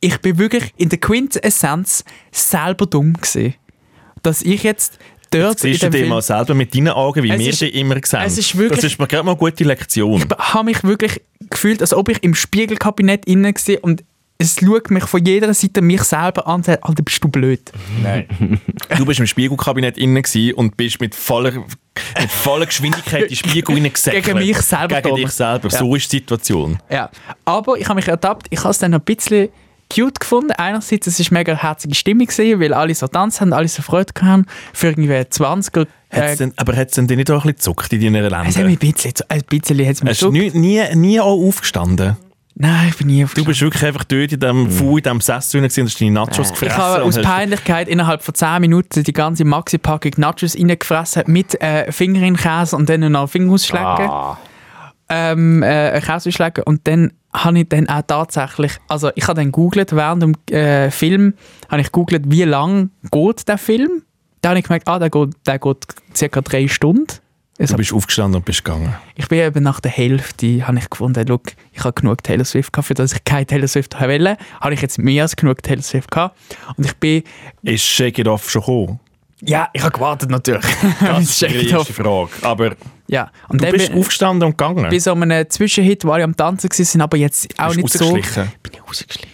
[SPEAKER 2] ich bin wirklich in der Quintessenz selber dumm gewesen. Dass ich jetzt dort
[SPEAKER 1] Siehst du
[SPEAKER 2] in dem
[SPEAKER 1] dir
[SPEAKER 2] Film-
[SPEAKER 1] mal selber mit deinen Augen, wie
[SPEAKER 2] Es
[SPEAKER 1] wir
[SPEAKER 2] ist-
[SPEAKER 1] dich immer sehen.
[SPEAKER 2] es ist wirklich-
[SPEAKER 1] das ist mir gerade mal eine gute Lektion.
[SPEAKER 2] habe mich wirklich gefühlt, als ob ich im Spiegelkabinett innen war und es schaut mich von jeder Seite mich selber an und sagt, Alter, bist du blöd.
[SPEAKER 1] Du bist im Spiegelkabinett innen gewesen und bist mit voller, mit voller Geschwindigkeit in den Spiegel reingesäckelt.
[SPEAKER 2] Gegen mich selber,
[SPEAKER 1] Gegen dich
[SPEAKER 2] Thomas.
[SPEAKER 1] selber. So ist die Situation.
[SPEAKER 2] Ja. Aber ich habe mich ertappt, ich habe es dann noch ein bisschen cute gefunden. Einerseits, es war mega herzige Stimmung, gewesen, weil alle so tanzt haben, alle so Freude gehabt haben. Für irgendwie 20 er
[SPEAKER 1] Hat's denn, aber hat es denn dich nicht auch ein bisschen gezuckt in deiner
[SPEAKER 2] Äh, es hat mich
[SPEAKER 1] Lende?
[SPEAKER 2] ein bisschen, zu- ein bisschen hat's mich
[SPEAKER 1] Hast du
[SPEAKER 2] schon...
[SPEAKER 1] nie, nie, nie auch aufgestanden?
[SPEAKER 2] Nein, ich bin nie auf
[SPEAKER 1] Du bist wirklich einfach dort in diesem Fuh, in diesem Sessel gewesen und hast deine Nachos gefressen.
[SPEAKER 2] Ich habe
[SPEAKER 1] und
[SPEAKER 2] aus
[SPEAKER 1] hast-
[SPEAKER 2] Peinlichkeit innerhalb von 10 Minuten die ganze Maxi-Packung Nachos reingefressen mit äh, Finger in Käse und dann noch Finger ausschlecken.
[SPEAKER 1] Ah.
[SPEAKER 2] Ähm, äh, Käse ausschlecken. Und dann habe ich dann auch tatsächlich, also ich habe dann googelt, während dem äh, Film, habe ich googelt, wie lang geht der Film. Da habe ich gemerkt, ah, der geht, der geht circa drei Stunden.
[SPEAKER 1] Du bist aufgestanden und bist gegangen.
[SPEAKER 2] Ich bin eben nach der Hälfte, habe ich gefunden, look, ich habe genug Taylor Swift gehabt, für das ich keine Taylor Swift haben wollte, habe ich jetzt mehr als genug Taylor Swift gehabt. Und ich bin
[SPEAKER 1] Ist Shake It Off schon
[SPEAKER 2] [laughs]
[SPEAKER 1] gekommen?
[SPEAKER 2] ja, ich habe
[SPEAKER 1] [laughs]
[SPEAKER 2] gewartet natürlich.
[SPEAKER 1] Das ist die
[SPEAKER 2] Check it
[SPEAKER 1] erste
[SPEAKER 2] off.
[SPEAKER 1] Frage. Aber
[SPEAKER 2] Ja, und
[SPEAKER 1] du
[SPEAKER 2] dann
[SPEAKER 1] bist
[SPEAKER 2] bin
[SPEAKER 1] aufgestanden und gegangen.
[SPEAKER 2] bei so einem Zwischenhit, wo alle am Tanzen waren, aber jetzt auch
[SPEAKER 1] Bist
[SPEAKER 2] nicht so.
[SPEAKER 1] rausgeschlichen.
[SPEAKER 2] Bin ich rausgeschlichen.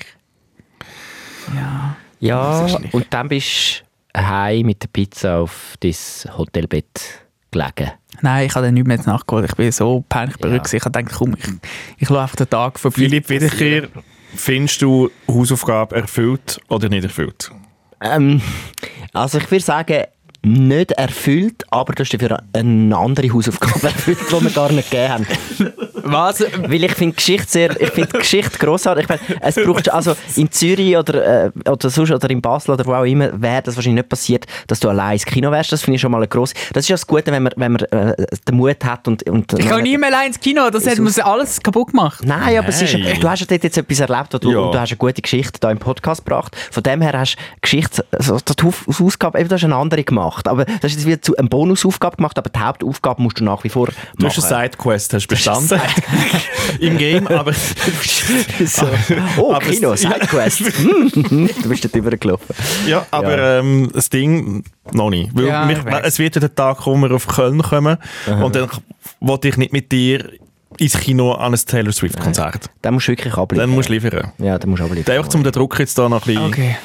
[SPEAKER 3] Ja, und dann bist du heim mit der Pizza auf dein Hotelbett gelegen.
[SPEAKER 2] Nein, ich habe dann nicht mehr nachgeholt. Ich bin so peinlich berührt. gewesen. Ich habe gedacht, komm, ich, ich laufe einfach den Tag vorbei.
[SPEAKER 1] Philipp Wiederkehr, findest du Hausaufgabe erfüllt oder nicht erfüllt?
[SPEAKER 3] Ähm, also ich würde sagen, nicht erfüllt, aber du hast dafür eine andere Hausaufgabe erfüllt, die wir gar nicht gegeben haben.
[SPEAKER 2] Was?
[SPEAKER 3] Weil ich finde die Geschichte sehr, ich finde die Geschichte grossartig. Ich meine, es braucht schon, also in Zürich oder, äh, oder sonst, oder in Basel oder wo auch immer, wäre das wahrscheinlich nicht passiert, dass du allein ins Kino wärst. Das finde ich schon mal eine grosse, das ist ja das Gute, wenn man, wenn man äh, den Mut hat und, und
[SPEAKER 2] Ich kann nie mehr allein ins Kino. Das hat mir alles kaputt gemacht.
[SPEAKER 3] Nein, aber es ist,
[SPEAKER 1] Nein.
[SPEAKER 3] du hast ja dort jetzt etwas erlebt und du,
[SPEAKER 1] Ja.
[SPEAKER 3] und du hast eine gute Geschichte da im Podcast gebracht. Von dem her hast du Geschichte, also die Hau- die Ausgabe, eben, du hast eine andere gemacht. Aber du hast jetzt wieder zu- eine Bonusaufgabe gemacht, aber die Hauptaufgabe musst du nach wie vor machen.
[SPEAKER 1] Du hast eine Sidequest hast bestanden. [laughs] Im Game, [laughs] aber
[SPEAKER 3] [laughs]
[SPEAKER 1] [laughs]
[SPEAKER 3] so. Oh,
[SPEAKER 1] aber es- [laughs]
[SPEAKER 3] Kino, Sidequest. Hm, du bist dort übergelaufen.
[SPEAKER 1] Ja, aber Ähm, das Ding noch nicht. Weil
[SPEAKER 2] Ja,
[SPEAKER 1] mich,
[SPEAKER 2] ich weiss.
[SPEAKER 1] es wird ja der Tag kommen, wir auf Köln kommen und dann wollte ich nicht mit dir ins Kino an ein Taylor Swift Konzert.
[SPEAKER 3] Dann musst du wirklich abliefern.
[SPEAKER 1] Dann musst du liefern.
[SPEAKER 3] ja, dann musst du abliefern.
[SPEAKER 1] Einfach zum den Druck jetzt da noch ein bisschen.
[SPEAKER 2] Okay.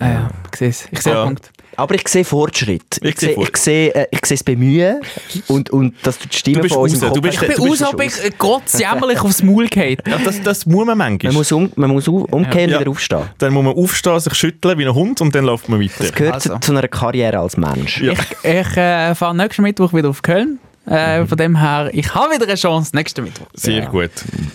[SPEAKER 2] Ah, ja, ich sehe es. Ich sehe
[SPEAKER 1] Ja.
[SPEAKER 2] den Punkt.
[SPEAKER 3] Aber ich sehe Fortschritt.
[SPEAKER 1] Ich
[SPEAKER 3] Ich,
[SPEAKER 1] sehe
[SPEAKER 3] sehe,
[SPEAKER 1] Fortschritt.
[SPEAKER 3] ich, sehe, äh, ich sehe das Bemühen und, und dass du die Stimme
[SPEAKER 1] Du bist
[SPEAKER 3] von uns im
[SPEAKER 1] raus,
[SPEAKER 3] Kopf
[SPEAKER 1] du bist-
[SPEAKER 3] hast.
[SPEAKER 2] Ich bin
[SPEAKER 1] bist
[SPEAKER 2] aus,
[SPEAKER 1] schon
[SPEAKER 2] ob ich Gott jämmerlich aufs Maul
[SPEAKER 1] [laughs]
[SPEAKER 2] geht.
[SPEAKER 1] Ja, das, das muss man manchmal.
[SPEAKER 3] Man muss, um, man muss um, umkehren
[SPEAKER 1] Ja.
[SPEAKER 3] und wieder aufstehen.
[SPEAKER 1] dann muss man aufstehen, sich schütteln wie ein Hund und dann läuft man weiter.
[SPEAKER 3] Das gehört
[SPEAKER 2] Also.
[SPEAKER 3] zu, zu einer Karriere als Mensch.
[SPEAKER 1] Ja.
[SPEAKER 2] Ich, ich äh, fahre nächsten Mittwoch wieder auf Köln. Äh,
[SPEAKER 1] Mhm.
[SPEAKER 2] Von dem her, ich habe wieder eine Chance nächsten Mittwoch.
[SPEAKER 1] Sehr gut.
[SPEAKER 3] Mhm.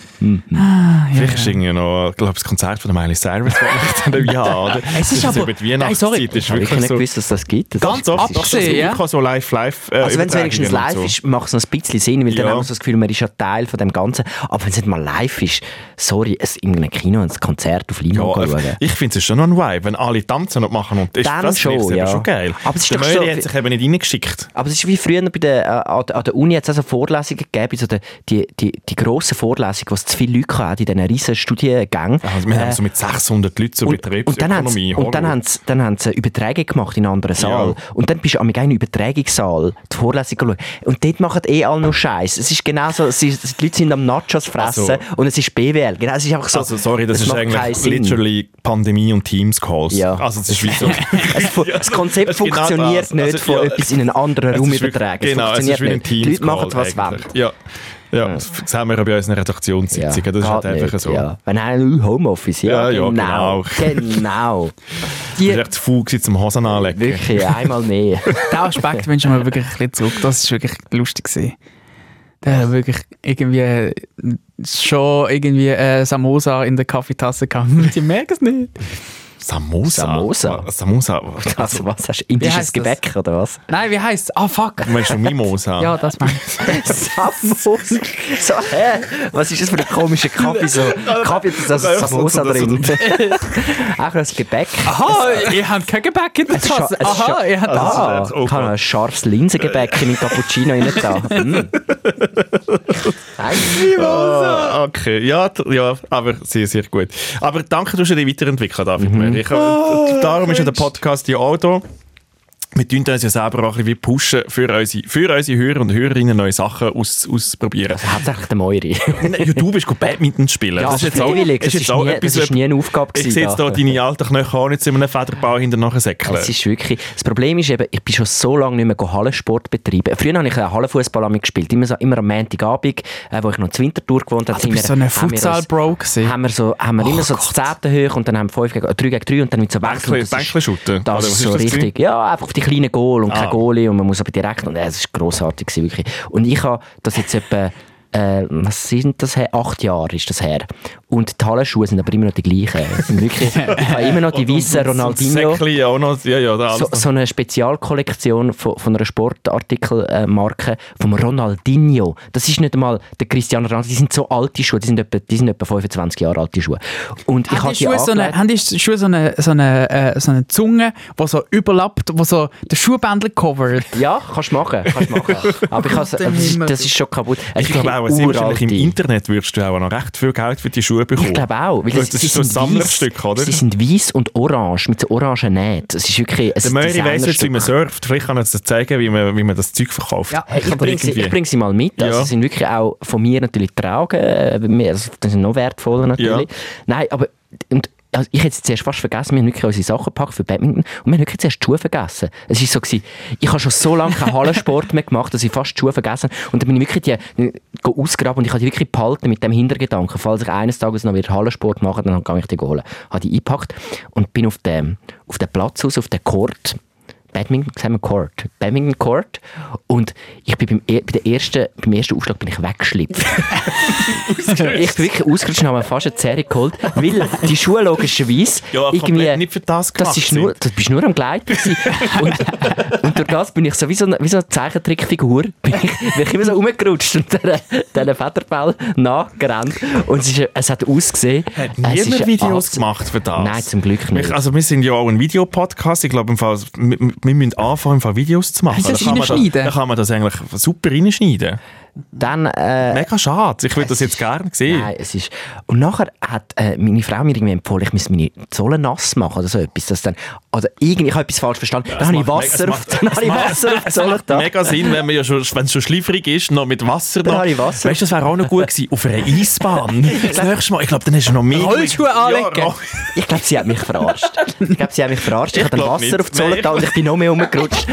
[SPEAKER 2] Ah,
[SPEAKER 1] Vielleicht ist irgendwie noch, ich glaube, das Konzert von der Miley Cyrus [laughs] vor einem Jahr, oder?
[SPEAKER 2] Es ist
[SPEAKER 1] Das
[SPEAKER 2] aber-
[SPEAKER 1] über die
[SPEAKER 2] Nein,
[SPEAKER 1] Weihnachtszeit
[SPEAKER 2] sorry.
[SPEAKER 1] ist
[SPEAKER 3] Ich
[SPEAKER 1] wirklich
[SPEAKER 3] habe nicht
[SPEAKER 1] so...
[SPEAKER 3] gewusst, dass das gibt. Das
[SPEAKER 1] Ganz
[SPEAKER 3] ist-
[SPEAKER 1] oft, doch, das
[SPEAKER 2] gesehen,
[SPEAKER 1] ist
[SPEAKER 2] ja.
[SPEAKER 1] wirklich so live, live äh,
[SPEAKER 3] Also wenn es wenigstens live
[SPEAKER 1] Übertragungen und so.
[SPEAKER 3] ist, macht es noch ein bisschen Sinn, weil
[SPEAKER 1] Ja.
[SPEAKER 3] dann haben wir so das Gefühl, man ist ja Teil von dem Ganzen. Aber wenn es nicht mal live ist, sorry, es in einem Kino ein Konzert auf Leinwand
[SPEAKER 1] Ja, also,
[SPEAKER 3] schauen.
[SPEAKER 1] ich finde es schon noch ein Vibe, wenn alle tanzen und machen. Und das,
[SPEAKER 3] Dann
[SPEAKER 1] das
[SPEAKER 3] schon,
[SPEAKER 1] finde ich
[SPEAKER 3] ja.
[SPEAKER 1] schon geil.
[SPEAKER 3] Aber es ist
[SPEAKER 1] der
[SPEAKER 3] doch
[SPEAKER 1] Möri
[SPEAKER 3] so-
[SPEAKER 1] hat sich eben nicht reingeschickt.
[SPEAKER 3] Aber es ist wie früher bei der, äh, an der- an der Uni hat es auch so Vorlesungen gegeben, so die, die, die, die grossen Vorlesungen, wo es zu viele Leute hatten in diesen riesen Studiengängen.
[SPEAKER 1] Also wir haben so mit 600 Leuten so
[SPEAKER 3] Äh, und, und dann haben
[SPEAKER 1] Betriebsökonomie.
[SPEAKER 3] sie, und dann
[SPEAKER 1] Horror.
[SPEAKER 3] haben sie, dann haben sie Überträge gemacht in einen anderen Saal.
[SPEAKER 1] Ja.
[SPEAKER 3] Und dann bist du am in einem Übertragungssaal, die Vorlesung schauen. Und dort machen eh alle nur Scheiß. Es ist genau so, es ist, die Leute sind am Nachos fressen
[SPEAKER 1] Also-
[SPEAKER 3] und es ist BWL. Genau, es ist einfach so.
[SPEAKER 1] also sorry, das,
[SPEAKER 3] es
[SPEAKER 1] ist
[SPEAKER 3] macht keinen
[SPEAKER 1] eigentlich
[SPEAKER 3] Sinn.
[SPEAKER 1] literally Pandemie und Teams Calls.
[SPEAKER 3] Ja.
[SPEAKER 1] Also es
[SPEAKER 3] [laughs]
[SPEAKER 1] ist wie so...
[SPEAKER 3] Es,
[SPEAKER 1] [laughs]
[SPEAKER 3] fu- das Konzept
[SPEAKER 1] Es ist genau
[SPEAKER 3] funktioniert
[SPEAKER 1] das.
[SPEAKER 3] nicht,
[SPEAKER 1] Also,
[SPEAKER 3] von
[SPEAKER 1] ja,
[SPEAKER 3] etwas in einen anderen
[SPEAKER 1] Es
[SPEAKER 3] Raum
[SPEAKER 1] ist wirklich-
[SPEAKER 3] übertragen.
[SPEAKER 1] Genau,
[SPEAKER 3] es
[SPEAKER 1] es ist wie
[SPEAKER 3] funktioniert
[SPEAKER 1] ein
[SPEAKER 3] nicht. Die
[SPEAKER 1] Teams
[SPEAKER 3] Leute machen, was sie wollen.
[SPEAKER 1] eigentlich. Ja. Ja, das sehen wir ja bei unseren Redaktionssitzungen. das ist halt
[SPEAKER 3] geht
[SPEAKER 1] einfach
[SPEAKER 3] nicht,
[SPEAKER 1] so.
[SPEAKER 3] Ja. Wenn einer Homeoffice,
[SPEAKER 1] Ja,
[SPEAKER 3] ja,
[SPEAKER 1] ja,
[SPEAKER 3] genau. Genau.
[SPEAKER 1] [laughs] Das war echt zu faul, gewesen, zum Hosen anlegen.
[SPEAKER 3] Wirklich,
[SPEAKER 1] [laughs]
[SPEAKER 3] einmal mehr.
[SPEAKER 2] Den Aspekt wünsche ich mir wirklich ein bisschen zurück. Das war wirklich lustig. gewesen. Der hat wirklich irgendwie äh, schon irgendwie äh, Samosa in der Kaffeetasse gehabt. [laughs] Die merken es nicht.
[SPEAKER 1] Samosa.
[SPEAKER 3] Samosa.
[SPEAKER 1] Samosa.
[SPEAKER 3] [laughs] Also, was hast du? Indisches
[SPEAKER 2] heisst das?
[SPEAKER 3] Gebäck oder
[SPEAKER 2] [laughs]
[SPEAKER 3] was?
[SPEAKER 2] Nein, wie heisst es? Ah, fuck.
[SPEAKER 1] Meinst du Mimosa?
[SPEAKER 2] Ja, das meine ich.
[SPEAKER 3] Samosa. So, hä? Was ist das für ein komischer Kaffee? So, Kaffee, das ist also
[SPEAKER 1] Einfach so,
[SPEAKER 3] Samosa
[SPEAKER 1] so, so,
[SPEAKER 3] drin. [laughs] Auch das Gebäck.
[SPEAKER 2] Aha, ihr habt kein Gebäck in der
[SPEAKER 3] Es ist schon-
[SPEAKER 2] Tasse.
[SPEAKER 3] es ist schon-
[SPEAKER 2] Aha, ihr habt das.
[SPEAKER 1] Also,
[SPEAKER 3] Ah,
[SPEAKER 1] das ist auch
[SPEAKER 3] ich habe
[SPEAKER 1] gut.
[SPEAKER 3] ein scharfes Linsengebäck in den Cappuccino rein da.
[SPEAKER 1] [laughs]
[SPEAKER 3] Mm. Nein. Also.
[SPEAKER 1] Ah, okay, ja, t- ja, aber sehr, sehr gut. Aber danke, du hast dich weiterentwickelt, David.
[SPEAKER 3] Mhm.
[SPEAKER 1] Möhr. Ich, äh,
[SPEAKER 3] Ah,
[SPEAKER 1] d- darum ist ja der Podcast ja auch da. Wir tun uns ja selber auch ein bisschen wie pushen, für unsere, für unsere Hörer und Hörerinnen neue Sachen aus,
[SPEAKER 3] [laughs]
[SPEAKER 1] ausprobieren.
[SPEAKER 3] Hauptsächlich der Moiri.
[SPEAKER 1] ja, du bist gut Badminton spielen.
[SPEAKER 3] Ja, freiwillig. Das ist nie- das ist nie eine Aufgabe
[SPEAKER 1] Ich
[SPEAKER 3] gewesen,
[SPEAKER 1] sehe jetzt
[SPEAKER 3] da.
[SPEAKER 1] hier deine alten Knöchel auch nicht zu einem Federball hinter nachher säckeln.
[SPEAKER 3] Es ist wirklich, das Problem ist eben, ich bin schon so lange nicht mehr go Hallensport betreiben. Früher habe ich äh, Hallenfußball am gespielt, immer, so, immer am Montagabend, äh, wo ich noch in Winterthur gewohnt habe.
[SPEAKER 2] Du bist so ein Futsal-Bro gewesen.
[SPEAKER 3] haben wir, so, haben wir immer so das Zehnte hoch und dann haben wir 5 gegen, 3 gegen 3 und dann mit so Wechsel. und das ist-
[SPEAKER 1] Bänkle shooten.
[SPEAKER 3] Das
[SPEAKER 1] Oder
[SPEAKER 3] ist
[SPEAKER 1] was
[SPEAKER 3] so
[SPEAKER 1] ist das
[SPEAKER 3] richtig.
[SPEAKER 1] gewesen?
[SPEAKER 3] Ja, einfach auf die kleinen Goal und
[SPEAKER 1] Ah.
[SPEAKER 3] kein Goalie und man muss aber direkt. Und äh, es war grossartig, gewesen, wirklich. Und ich habe das jetzt etwa, äh, was sind das her? Acht Jahre ist das her. Und die Hallenschuhe sind aber immer noch die gleichen. Es sind wirklich, ich habe immer noch die weißen Ronaldinho.
[SPEAKER 1] Säckchen ja auch noch. Ja, ja, da alles
[SPEAKER 3] So, so eine Spezialkollektion von, von einer Sportartikelmarke vom Ronaldinho. Das ist nicht einmal der Cristiano Ronaldo. Die sind so alte Schuhe. Die sind etwa, die sind etwa 25 Jahre alte Schuhe. Und ich
[SPEAKER 2] Haben
[SPEAKER 3] habe
[SPEAKER 2] die
[SPEAKER 3] die
[SPEAKER 2] Schuhe so eine,
[SPEAKER 3] angelegt.
[SPEAKER 2] haben die Schuhe so eine, so eine, äh, so eine Zunge, die so überlappt, die so den Schuhbändel covert?
[SPEAKER 3] Ja, kannst du machen, kannst du
[SPEAKER 2] [laughs]
[SPEAKER 3] machen. Aber ich has,
[SPEAKER 2] Gott
[SPEAKER 3] aber
[SPEAKER 2] im
[SPEAKER 3] das, ist,
[SPEAKER 2] Himmel.
[SPEAKER 3] das ist schon kaputt. Es
[SPEAKER 1] Ich
[SPEAKER 3] ist
[SPEAKER 1] glaube auch,
[SPEAKER 3] wirklich
[SPEAKER 1] sehr wahrscheinlich
[SPEAKER 3] uralte.
[SPEAKER 1] im Internet würdest du auch noch recht viel Geld für die Schuhe bekommen.
[SPEAKER 3] Ich glaube auch. Weil
[SPEAKER 1] Weil
[SPEAKER 3] es-
[SPEAKER 1] das
[SPEAKER 3] sie
[SPEAKER 1] ist so ein
[SPEAKER 3] sind weiss-
[SPEAKER 1] Sammlerstück, oder?
[SPEAKER 3] Sie sind weiß und orange, mit so orangen Nähten. Es ist wirklich ein
[SPEAKER 1] Der Möri weiss jetzt, wie man
[SPEAKER 3] Designerstück.
[SPEAKER 1] surft. Vielleicht kann er uns das zeigen, wie man, wie man das Zeug verkauft.
[SPEAKER 2] Ja.
[SPEAKER 3] Hey, ich bringe sie, ich
[SPEAKER 1] Irgendwie.
[SPEAKER 3] bring sie mal mit. Also,
[SPEAKER 1] Ja.
[SPEAKER 3] Sie sind wirklich auch von mir natürlich getragen. Äh, mir- Also, das sind noch wertvoller natürlich.
[SPEAKER 1] Ja.
[SPEAKER 3] Nein, aber und, also ich hätte es zuerst fast vergessen, wir haben wirklich unsere Sachen gepackt für Badminton und wir haben wirklich zuerst die Schuhe vergessen. Es war so, gewesen, ich habe schon so lange keinen Hallensport mehr gemacht, dass ich fast die Schuhe vergessen habe. Und dann bin ich wirklich die, die go ausgraben und ich habe die wirklich behalten mit dem Hintergedanken. Falls ich eines Tages noch wieder Hallensport mache, dann kann ich die holen. Habe die eingepackt und bin auf dem, auf dem Platz aus, auf dem Court. Badminton zusammen Court. Badminton Court. Und ich bin beim, e- bei der ersten, beim ersten Aufschlag bin ich weggeschlüpft. ich bin wirklich ausgerutscht und habe mir fast eine Zerre geholt, weil die Schuhe logischerweise
[SPEAKER 1] Ja, komplett
[SPEAKER 3] irgendwie...
[SPEAKER 1] nicht für das
[SPEAKER 3] das ist
[SPEAKER 1] gemacht
[SPEAKER 3] nur,
[SPEAKER 1] sind.
[SPEAKER 3] Du bist nur am
[SPEAKER 1] [laughs]
[SPEAKER 3] Gleiten gewesen. und, und durch das bin ich so wie so eine, wie so eine Zeichentrickfigur, [laughs] bin ich, bin ich immer so rumgerutscht und diesen- diesen Federball nachgerannt. Und es, ist, es hat ausgesehen... Hat
[SPEAKER 1] Niemand Videos gemacht für das.
[SPEAKER 3] Nein, zum Glück nicht.
[SPEAKER 1] Wir- Also wir sind ja auch ein Videopodcast. Ich glaube, im Fall, wir, wir müssen anfangen, im Fall Videos zu machen.
[SPEAKER 2] Kannst du das
[SPEAKER 1] kann man
[SPEAKER 2] reinschneiden?
[SPEAKER 1] da kann man das eigentlich super reinschneiden.
[SPEAKER 3] Dann... Äh,
[SPEAKER 1] Mega schade. Ich würde das jetzt gerne sehen.
[SPEAKER 3] Nein, es ist... Und nachher hat äh, meine Frau mir irgendwie empfohlen, ich müsse meine Sohlen nass machen oder so etwas. Dass dann, oder irgendwie, ich habe etwas falsch verstanden. dann habe ich
[SPEAKER 1] macht
[SPEAKER 3] Wasser
[SPEAKER 1] mega-
[SPEAKER 3] auf,
[SPEAKER 1] es macht-
[SPEAKER 3] dann habe ich Wasser auf die Sohlen da.
[SPEAKER 1] Mega Sinn, wenn man ja schon, wenn es schon schliffrig ist, noch mit Wasser
[SPEAKER 3] Dann
[SPEAKER 1] noch.
[SPEAKER 3] habe ich Wasser.
[SPEAKER 1] Weißt du, das wäre auch noch gut gewesen auf einer
[SPEAKER 3] [laughs]
[SPEAKER 1] Eisbahn. das nächste Mal, ich glaube, dann hast du noch mehr.
[SPEAKER 2] Rollschuhe anlegen.
[SPEAKER 1] Ja, roll-
[SPEAKER 3] Ich glaube, sie hat mich verarscht. Ich glaube, sie hat mich verarscht. Ich,
[SPEAKER 1] Ich
[SPEAKER 3] habe dann
[SPEAKER 1] glaub
[SPEAKER 3] Wasser
[SPEAKER 1] nicht.
[SPEAKER 3] auf die Sohlen
[SPEAKER 1] Nein.
[SPEAKER 3] da und ich bin noch mehr rumgerutscht.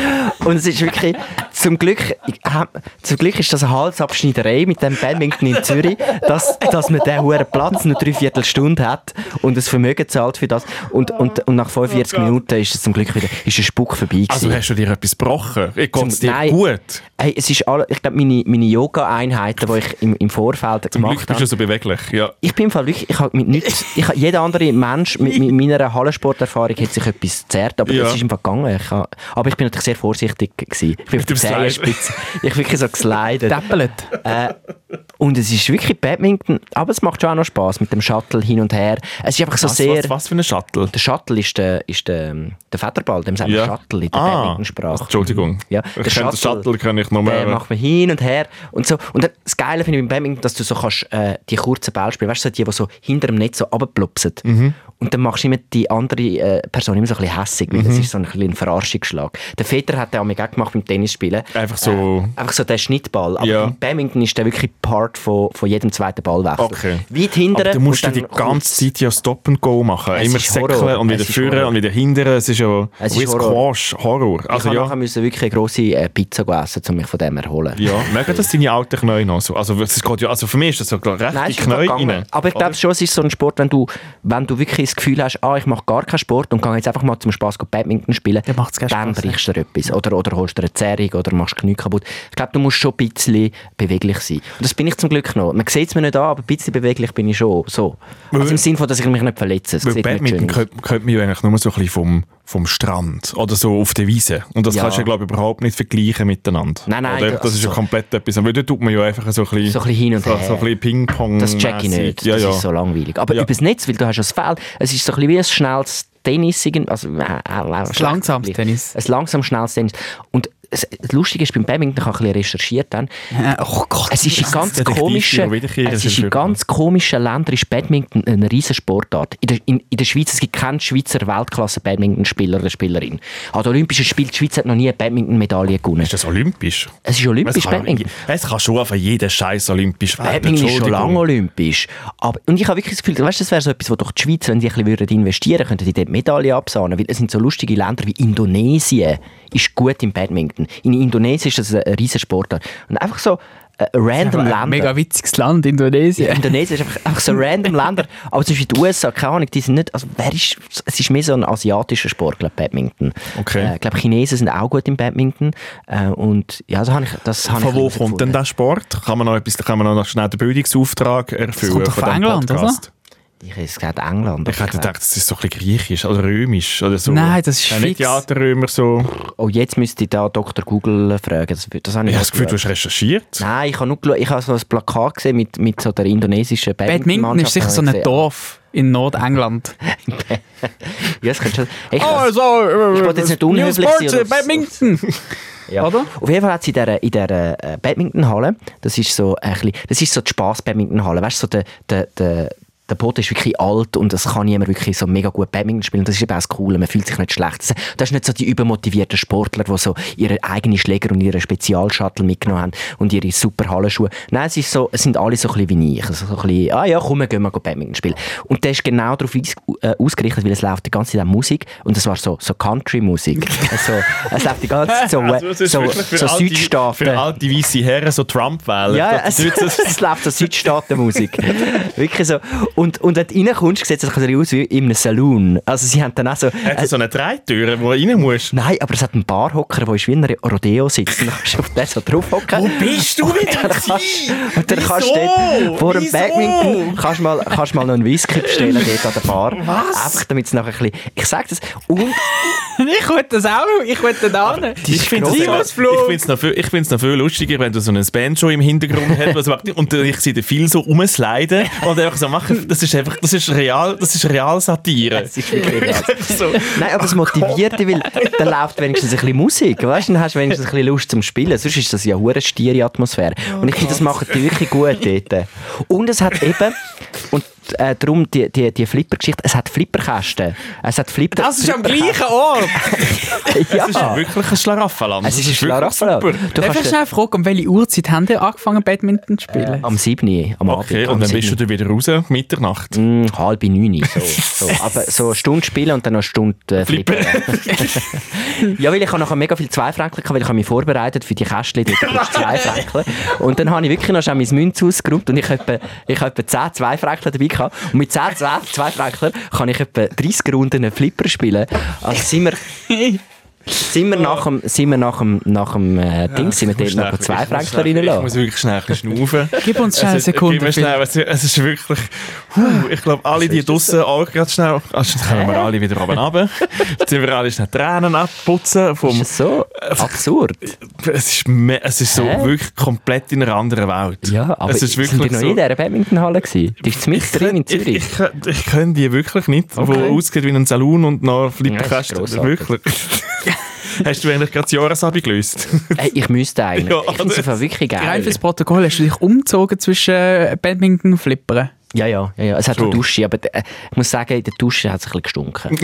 [SPEAKER 3] Und es ist wirklich... Zum Glück, äh, zum Glück ist das eine Halsabschneiderei mit dem Badminton in Zürich, dass, dass man diesen hohen Platz nur dreiviertel Stunde hat und das Vermögen zahlt für das. Und, und, und nach 45 Minuten ist es zum Glück wieder ist ein Spuck vorbei gewesen.
[SPEAKER 1] Oh Also hast du dir etwas gebrochen? Ich
[SPEAKER 3] Zum-
[SPEAKER 1] es dir
[SPEAKER 3] Nein.
[SPEAKER 1] gut.
[SPEAKER 3] hey, es ist alle, ich glaube, meine, meine Yoga-Einheiten, die ich im, im Vorfeld
[SPEAKER 1] Zum Glück
[SPEAKER 3] gemacht
[SPEAKER 1] bist du
[SPEAKER 3] habe,
[SPEAKER 1] so beweglich. Ja.
[SPEAKER 3] ich bin im Fall wirklich, ich habe mit nichts, ich habe, jeder andere Mensch mit, mit meiner Hallensporterfahrung hat sich etwas zerrt, aber
[SPEAKER 1] Ja.
[SPEAKER 3] das ist im Fall gegangen. Ich habe, aber ich bin natürlich sehr vorsichtig gewesen. Ich bin auf
[SPEAKER 1] dem
[SPEAKER 3] der Zehenspitze. Ich bin wirklich
[SPEAKER 1] [laughs]
[SPEAKER 3] so geslidet.
[SPEAKER 2] Deppelt.
[SPEAKER 3] Und es ist wirklich Badminton, aber es macht schon auch noch Spaß mit dem Shuttle hin und her. Es ist einfach so
[SPEAKER 1] Was,
[SPEAKER 3] sehr.
[SPEAKER 1] Also, was, was für ein Shuttle?
[SPEAKER 3] Der Shuttle ist der, ist der, der Federball, dem sagt man Shuttle in der
[SPEAKER 1] Ah.
[SPEAKER 3] Badmintonsprache.
[SPEAKER 1] Entschuldigung.
[SPEAKER 3] Ja,
[SPEAKER 1] ich
[SPEAKER 3] der
[SPEAKER 1] kenne den
[SPEAKER 3] Shuttle-
[SPEAKER 1] Shuttle kann ich noch
[SPEAKER 3] Den
[SPEAKER 1] mehr.
[SPEAKER 3] macht man Äh, hin und her und so. Und dann, das Geile finde ich beim Badminton, dass du so kannst, äh, die kurzen Bälle spielen, weißt du, so die, die so hinter dem Netz so runterplopsen.
[SPEAKER 1] Mhm.
[SPEAKER 3] Und dann machst du immer die andere äh, Person immer so ein bisschen hässig, weil das
[SPEAKER 1] Mhm.
[SPEAKER 3] ist so ein, bisschen ein Verarschungsschlag. Der Väter hat den auch auch gemacht beim Tennisspielen. Äh,
[SPEAKER 1] Einfach so.
[SPEAKER 3] Einfach so der Schnittball. Aber
[SPEAKER 1] Ja.
[SPEAKER 3] beim Badminton ist der wirklich Part von, von jedem zweiten Ballwechsel.
[SPEAKER 1] Okay.
[SPEAKER 3] also, Weit hinten
[SPEAKER 1] Aber du musst ja
[SPEAKER 3] und
[SPEAKER 1] die
[SPEAKER 3] dann
[SPEAKER 1] ganze
[SPEAKER 3] kurz.
[SPEAKER 1] Zeit ja Stop and Go machen.
[SPEAKER 3] Es
[SPEAKER 1] Immer
[SPEAKER 3] ist
[SPEAKER 1] säckeln
[SPEAKER 3] Horror.
[SPEAKER 1] und wieder
[SPEAKER 3] Es ist
[SPEAKER 1] führen
[SPEAKER 3] Horror.
[SPEAKER 1] und wieder hindern. Es ist ja
[SPEAKER 3] Es
[SPEAKER 1] wie
[SPEAKER 3] ist Horror.
[SPEAKER 1] Squash, Horror. Also
[SPEAKER 3] ich
[SPEAKER 1] ja,
[SPEAKER 3] musste nachher wirklich eine grosse äh, Pizza essen, um mich von dem zu erholen.
[SPEAKER 1] ja. Mögen das deine alten Knie noch so? Also, es geht ja, also für mich ist das so recht
[SPEAKER 3] Nein,
[SPEAKER 1] die
[SPEAKER 3] es ist voll
[SPEAKER 1] Knie
[SPEAKER 3] gegangen.
[SPEAKER 1] rein.
[SPEAKER 3] Aber ich glaube schon, es ist so ein Sport, wenn du, wenn du wirklich das Gefühl hast, ah, ich mache gar keinen Sport und gehe jetzt einfach mal zum Spass gehen Badminton spielen,
[SPEAKER 2] Dann macht's keinen
[SPEAKER 3] dann
[SPEAKER 2] Spass,
[SPEAKER 3] brichst du dir etwas. Oder, oder holst dir eine Zerrung oder machst Knie kaputt. Ich glaube, du musst schon ein bisschen beweglich sein. Und das bin ich zum Glück noch. Man sieht es mir nicht an, aber ein bisschen beweglich bin ich schon. So. Also im Sinne von, dass ich mich nicht verletze. Es
[SPEAKER 1] Weil
[SPEAKER 3] sieht nicht schön
[SPEAKER 1] Badminton
[SPEAKER 3] aus.
[SPEAKER 1] könnte, könnte man ja eigentlich nur so ein bisschen vom, vom Strand oder so auf der Wiese. Und das
[SPEAKER 3] Ja.
[SPEAKER 1] kannst du ja, glaube ich, überhaupt nicht vergleichen miteinander.
[SPEAKER 3] Nein, nein,
[SPEAKER 1] Oder,
[SPEAKER 3] du-
[SPEAKER 1] das
[SPEAKER 3] also
[SPEAKER 1] ist ja
[SPEAKER 3] so-
[SPEAKER 1] komplett etwas. Weil dort tut man ja einfach so ein bisschen,
[SPEAKER 3] So ein bisschen hin und
[SPEAKER 1] so,
[SPEAKER 3] her.
[SPEAKER 1] So ein bisschen Ping-Pong.
[SPEAKER 3] Das check ich nicht.
[SPEAKER 1] Mm, Ja,
[SPEAKER 3] das
[SPEAKER 1] ja.
[SPEAKER 3] ist so langweilig. Aber
[SPEAKER 1] Ja.
[SPEAKER 3] übers Netz, weil du hast ja das Feld, es ist so ein bisschen wie ein schnelles Tennis. irgend- Also, äh, äh, äh,
[SPEAKER 2] langsames
[SPEAKER 3] schlecht-
[SPEAKER 2] Tennis.
[SPEAKER 3] Ein langsam schnelles Tennis. Und es- das Lustige ist, beim Badminton habe ich ein bisschen recherchiert dann.
[SPEAKER 1] [laughs]
[SPEAKER 2] oh Gott.
[SPEAKER 3] Es ist in ganz
[SPEAKER 1] Detektiv,
[SPEAKER 3] komischen,
[SPEAKER 1] der wiederkehrt,
[SPEAKER 3] es
[SPEAKER 1] das
[SPEAKER 3] ist
[SPEAKER 1] ist
[SPEAKER 3] in
[SPEAKER 1] wirklich-
[SPEAKER 3] ganz komischen Ländern ist Badminton eine riesen Sportart. In der, in, in der Schweiz, es gibt keinen Schweizer Weltklasse-Badminton-Spieler oder Spielerin. An den Olympischen Spielen, die Schweiz hat noch nie eine Badminton-Medaille gewonnen.
[SPEAKER 1] Ist das olympisch?
[SPEAKER 3] Es ist olympisch
[SPEAKER 1] kann,
[SPEAKER 3] Badminton.
[SPEAKER 1] es kann schon einfach jeder Scheiß olympisch werden.
[SPEAKER 3] Badminton ist schon
[SPEAKER 1] Ah, Entschuldigung.
[SPEAKER 3] lange olympisch. Aber, und ich habe wirklich das Gefühl, weißt, du, das wäre so etwas, wo doch die Schweiz, wenn die ein bisschen würden investieren könnten die dort Medaillen absahnen. Weil es sind so lustige Länder wie Indonesien ist gut im Badminton. In Indonesien ist das ein riesen Sportart. Und einfach so äh, random Länder.
[SPEAKER 2] Mega witziges Land, [laughs] Indonesien.
[SPEAKER 3] Indonesien ist einfach, einfach so random Länder. Aber zum Beispiel die USA, keine Ahnung, die sind nicht, also wer ist, es ist mehr so ein asiatischer Sport, glaube Badminton.
[SPEAKER 1] Okay.
[SPEAKER 3] Äh, Ich glaube, Chinesen sind auch gut im Badminton. Äh, und ja, das habe ich, das habe
[SPEAKER 1] Von
[SPEAKER 3] ich
[SPEAKER 1] wo
[SPEAKER 3] herausgefunden.
[SPEAKER 1] kommt denn der Sport? Kann man noch, etwas, kann man noch schnell den Bildungsauftrag erfüllen?
[SPEAKER 2] kommt doch
[SPEAKER 1] von
[SPEAKER 2] von
[SPEAKER 1] diesem
[SPEAKER 2] England, oder?
[SPEAKER 1] Podcast?
[SPEAKER 3] Ich hätte gesagt England.
[SPEAKER 1] Ich hätte gedacht, das ist so ein bisschen griechisch oder römisch oder so.
[SPEAKER 2] Nein, das ist
[SPEAKER 1] ja, Nicht
[SPEAKER 2] fix.
[SPEAKER 1] die alten Römer so.
[SPEAKER 3] Oh, jetzt müsste ich da Dr. Google fragen. Das, das habe ich
[SPEAKER 1] Ich habe
[SPEAKER 3] nicht
[SPEAKER 1] das Gefühl, du
[SPEAKER 3] geschaut.
[SPEAKER 1] hast recherchiert.
[SPEAKER 3] Nein, ich habe nur geschaut, ich habe so ein Plakat gesehen mit, mit so der indonesischen
[SPEAKER 2] Badminton ist
[SPEAKER 3] Badminton-Mannschaft.
[SPEAKER 2] sicher so
[SPEAKER 3] Da
[SPEAKER 2] ein
[SPEAKER 3] habe ich
[SPEAKER 2] Dorf in Nordengland.
[SPEAKER 3] gesehen, Ja, das könnte schon... Ich,
[SPEAKER 2] Ah, Oh, also, ich
[SPEAKER 3] wollte jetzt nicht unhöflich sein
[SPEAKER 2] äh,
[SPEAKER 3] oder aufs-
[SPEAKER 2] Badminton.
[SPEAKER 3] ja.
[SPEAKER 2] oder?
[SPEAKER 3] Auf jeden Fall hat sie in dieser, in dieser äh, Badmintonhalle, das ist so ein bisschen, das ist so die Spass-Badmintonhalle, weißt du, so der, der, der, der Boden ist wirklich alt und es kann niemand wirklich so mega gut Badminton spielen. Das ist eben auch das Coole, man fühlt sich nicht schlecht. Das- Das ist nicht so die übermotivierten Sportler, die so ihre eigenen Schläger und ihre Spezialshuttle mitgenommen haben und ihre super Hallenschuhe. Nein, es, ist so, es sind alle so ein bisschen wie ich. Also so ein bisschen, ah ja, komm, wir gehen mal Badminton spielen. Und der ist genau darauf eis- äh, ausgerichtet, weil es läuft die ganze Zeit Musik und es war so, so Country-Musik. also, es läuft die ganze Zeit so
[SPEAKER 1] Also, es ist
[SPEAKER 3] so,
[SPEAKER 1] wirklich für
[SPEAKER 3] so
[SPEAKER 1] alte-
[SPEAKER 3] Südstaaten.
[SPEAKER 1] Für alte weiße Herren, so Trump-Wähler.
[SPEAKER 3] ja, also-
[SPEAKER 1] Das-
[SPEAKER 3] es,
[SPEAKER 1] das- das-
[SPEAKER 3] [laughs] es läuft so [laughs] Südstaatenmusik. Wirklich so. Und, und wenn du reinkommst, sieht es ein bisschen aus wie in einem Saloon. Also sie haben dann auch so...
[SPEAKER 1] Hat
[SPEAKER 3] äh,
[SPEAKER 1] so eine Dreitüre, wo du rein musst?
[SPEAKER 3] Nein, aber es hat einen Barhocker, der ist wie in einem Rodeo sitzt. Und dann kannst du auf den so draufhocken. Wo
[SPEAKER 1] bist du wieder
[SPEAKER 3] Und dann kannst,
[SPEAKER 1] gewesen?
[SPEAKER 3] und dann kannst du
[SPEAKER 1] Wieso?
[SPEAKER 3] dort vor dem
[SPEAKER 1] Wieso?
[SPEAKER 3] Badminton kannst mal, kannst mal noch einen Whisky bestellen dort an der Bar. Was? Einfach damit es nachher ein bisschen... Ich sag das. Und
[SPEAKER 2] Ich wollte das auch, ich wollte da hin.
[SPEAKER 1] Ich finde
[SPEAKER 2] gross.
[SPEAKER 1] es
[SPEAKER 2] Ausflug.
[SPEAKER 1] noch, viel- ich find's noch viel lustiger, wenn du so einen Banjo im Hintergrund hast was macht, und ich sehe den viel so rumsliden und einfach so machen. Das ist einfach, das ist real, das ist real Satire.
[SPEAKER 3] es ist wirklich krass.
[SPEAKER 1] [laughs] so.
[SPEAKER 3] Nein, aber es motiviert dich, weil dann läuft wenigstens ein bisschen Musik. Weißt du, dann hast du wenigstens ein bisschen Lust zum Spielen. Sonst ist das ja eine stiere Atmosphäre. Und ich finde, das machen die wirklich gut dort. Und es hat eben, und äh, darum die, die, die Flipper-Geschichte. Es hat Flipperkästen. Es hat Flipper
[SPEAKER 2] Das ist am
[SPEAKER 3] Flipperkästen.
[SPEAKER 2] gleichen Ort.
[SPEAKER 3] Ja.
[SPEAKER 1] Es ist wirklich ein Schlaraffenland.
[SPEAKER 3] Es ist ein
[SPEAKER 1] wirklich
[SPEAKER 3] Schlaraffenland.
[SPEAKER 1] super.
[SPEAKER 3] Du
[SPEAKER 2] Darf ich
[SPEAKER 3] kannst
[SPEAKER 2] schnell fragen, um welche Uhrzeit haben die angefangen Badminton zu spielen?
[SPEAKER 3] am 7. Uhr, am Abend.
[SPEAKER 1] Okay,
[SPEAKER 3] am
[SPEAKER 1] und dann bist du
[SPEAKER 3] 7.
[SPEAKER 1] dann wieder raus, Mitternacht.
[SPEAKER 3] Mm, halb neun, so,
[SPEAKER 1] [laughs]
[SPEAKER 3] so. Aber so eine Stunde spielen und dann noch eine Stunde äh, flippen. [laughs] ja, weil ich habe nachher mega viel Zweifränkli gehabt, weil ich habe mich vorbereitet für die Kästchen,
[SPEAKER 1] [laughs]
[SPEAKER 3] dort kriegst du Zweifränkli. Und dann habe ich wirklich noch schnell mein Münz ausgeräumt und ich habe etwa, ich habe etwa 10 Zweifränkli dabei gehabt. Und mit 10 Zwe- Zweifränkler kann ich etwa 30 Runden Flipper spielen. Also sind wir... Sind wir nach dem, sind wir nach dem, nach dem äh, Ding, sind wir dort noch
[SPEAKER 1] Ich muss
[SPEAKER 3] zwei
[SPEAKER 1] schnell-
[SPEAKER 3] Fränkler
[SPEAKER 1] Ich
[SPEAKER 3] reinlassen?
[SPEAKER 1] muss wirklich schnell ein bisschen schnaufen.
[SPEAKER 2] [laughs] Gib uns schnell eine
[SPEAKER 1] Es ist-
[SPEAKER 2] Sekunde.
[SPEAKER 1] gib mir schnell, es, es ist wirklich. Huh, ich glaube, alle, die draußen auch gerade schnell. Also, dann kommen wir alle wieder oben runter. Jetzt sind wir alle schnell Tränen abputzen. Vom,
[SPEAKER 3] Ist das so
[SPEAKER 1] Äh,
[SPEAKER 3] absurd?
[SPEAKER 1] es, ist me, es ist so
[SPEAKER 3] Hä?
[SPEAKER 1] wirklich komplett in einer anderen Welt.
[SPEAKER 3] Ja, aber
[SPEAKER 1] es ist
[SPEAKER 3] sind die
[SPEAKER 1] wirklich
[SPEAKER 3] noch
[SPEAKER 1] so.
[SPEAKER 3] nie in dieser Badmintonhalle gewesen? Die ist
[SPEAKER 1] Ich,
[SPEAKER 3] mitten drin in
[SPEAKER 1] ich, ich,
[SPEAKER 3] Zürich.
[SPEAKER 1] ich, ich kenne die wirklich nicht,
[SPEAKER 3] Okay.
[SPEAKER 1] wo ausgeht wie ein Saloon und noch Flipperkästen.
[SPEAKER 3] Ja, das ist grossartig.
[SPEAKER 1] wirklich. [laughs] Hast du eigentlich gerade das Jahresabi gelöst?
[SPEAKER 3] Hey,
[SPEAKER 1] [laughs]
[SPEAKER 3] ich müsste eigentlich.
[SPEAKER 1] Ja,
[SPEAKER 3] ich finde es
[SPEAKER 1] das-
[SPEAKER 3] einfach wirklich geil.
[SPEAKER 2] Rein fürs Protokoll, hast du dich umgezogen zwischen äh, Badminton und Flippern?
[SPEAKER 3] Ja, ja, ja, ja. Es hat
[SPEAKER 1] So.
[SPEAKER 3] eine Dusche, aber äh, ich muss sagen, in der Dusche hat es ein bisschen
[SPEAKER 1] [laughs]
[SPEAKER 3] gestunken.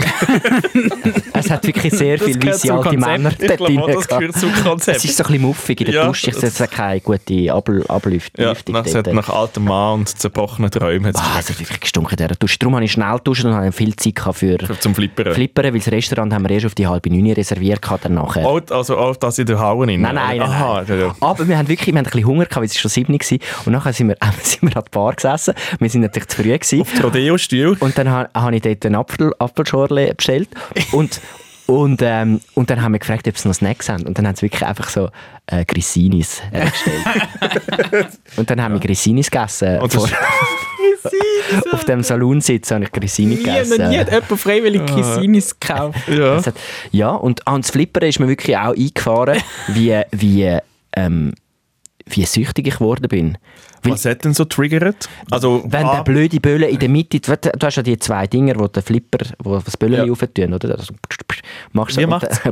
[SPEAKER 3] es hat wirklich sehr
[SPEAKER 1] Das
[SPEAKER 3] viele
[SPEAKER 1] gehört
[SPEAKER 3] weisse
[SPEAKER 1] zum
[SPEAKER 3] alte
[SPEAKER 1] Konzept.
[SPEAKER 3] Männer
[SPEAKER 1] Ich
[SPEAKER 3] dort
[SPEAKER 1] glaube, auch,
[SPEAKER 3] drin
[SPEAKER 1] das
[SPEAKER 3] gehabt.
[SPEAKER 1] gehört zum Konzept.
[SPEAKER 3] Es ist so ein bisschen muffig in der
[SPEAKER 1] Ja,
[SPEAKER 3] Dusche. Ich
[SPEAKER 1] das-
[SPEAKER 3] es hat keine gute Abl Ablüftung.
[SPEAKER 1] Ja, nach, es hat nach altem Mann und zerbrochenen Träumen hat's
[SPEAKER 3] Ah, es hat wirklich gestunken in dieser Dusche. Darum habe ich schnell geduscht und habe viel Zeit gehabt für
[SPEAKER 1] geschmeckt, zum Flippern.
[SPEAKER 3] Flippern, weil das Restaurant haben wir erst auf die halbe neun reserviert gehabt, dann nachher.
[SPEAKER 1] Auch, also auch das in der Hauen rein?
[SPEAKER 3] Nein, nein, nein.
[SPEAKER 1] Aha,
[SPEAKER 3] nein.
[SPEAKER 1] ja, ja.
[SPEAKER 3] Aber wir haben wirklich wir haben ein bisschen Hunger, gehabt, weil es ist schon 7 Uhr war. Und nachher sind wir, [laughs] sind wir an der Bar gesessen. Wir sind natürlich zu früh. Gewesen.
[SPEAKER 1] Die Rodeo-Stil.
[SPEAKER 3] Und dann ha- habe ich dort einen Apfel, Apfelschorle bestellt. Und, und, ähm, und dann haben wir gefragt, ob sie noch Snacks haben. Und dann haben sie wirklich einfach so äh, Grissinis äh, bestellt.
[SPEAKER 1] [laughs]
[SPEAKER 3] und dann haben wir Grissinis gegessen.
[SPEAKER 1] Und
[SPEAKER 3] Vor,
[SPEAKER 1] das-
[SPEAKER 3] auf dem Saloonsitz habe ich Grissini
[SPEAKER 2] Nie, noch
[SPEAKER 3] gegessen.
[SPEAKER 2] nie hat jemand freiwillig Kissinis gekauft.
[SPEAKER 1] [laughs] Ja.
[SPEAKER 3] Es hat, ja, und ans Flippern ist mir wirklich auch eingefahren, wie, wie, ähm, wie süchtig ich geworden bin. Weil,
[SPEAKER 1] Was hat denn so triggert? Also,
[SPEAKER 3] wenn der
[SPEAKER 1] ah,
[SPEAKER 3] blöde Böhle in der Mitte, du, du hast ja die zwei Dinger, wo der Flipper, wo das Böhle
[SPEAKER 1] Ja.
[SPEAKER 3] ja. tun, oder? Also, machst du
[SPEAKER 1] Wie
[SPEAKER 3] und-
[SPEAKER 1] macht's?
[SPEAKER 3] [laughs]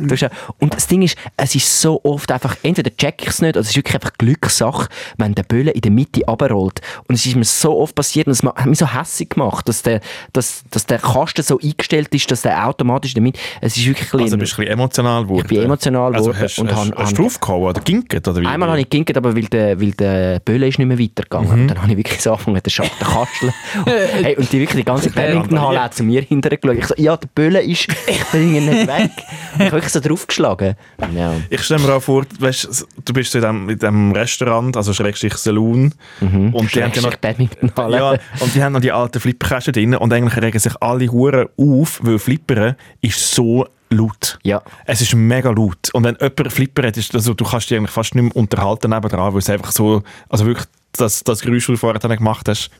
[SPEAKER 3] Du hast ja- und das Ding ist, es ist so oft einfach, entweder check ich es nicht, oder es ist wirklich einfach Glückssache, wenn der Böhle in der Mitte runterrollt. Und es ist mir so oft passiert, und es ma- hat mich so hässlich gemacht, dass der, dass, dass der Kasten so eingestellt ist, dass der automatisch damit, es ist wirklich ein-
[SPEAKER 1] also bist du ein bisschen emotional geworden?
[SPEAKER 3] Ich bin emotional
[SPEAKER 1] also,
[SPEAKER 3] geworden
[SPEAKER 1] Hast,
[SPEAKER 3] und
[SPEAKER 1] hast,
[SPEAKER 3] han-
[SPEAKER 1] hast
[SPEAKER 3] han-
[SPEAKER 1] du draufgehauen oder ginket? Oder wie?
[SPEAKER 3] Einmal habe ich gekinkt, aber weil der, weil der Böhle ist nicht mehr weitergegangen. Und dann habe ich wirklich so angefangen, den Schatten zu kasteln. Und, hey, und die wirklich die ganze Badmintonhalle hat zu mir hinterher geschaut. Ich so, ja, der Böhle [laughs] ist, ich bringe ihn nicht weg. Und ich habe wirklich so draufgeschlagen. Ja.
[SPEAKER 1] Ich stelle mir auch vor, weißt, du bist so in diesem in dem Restaurant, also Schrägstrich Saloon.
[SPEAKER 3] Mhm.
[SPEAKER 1] Und die haben ja noch
[SPEAKER 3] Schrägstrich Badmintonhalle.
[SPEAKER 1] Ja, und die haben noch die alten Flipperkästen drin und eigentlich regen sich alle Huren auf, weil Flippern ist so laut.
[SPEAKER 3] Ja.
[SPEAKER 1] Es ist mega laut. Und wenn jemand Flipper hat, ist, also, du kannst dich eigentlich fast nicht mehr unterhalten nebendran, weil es einfach so, also wirklich das, das Geräusch, das du vorher dann gemacht hast,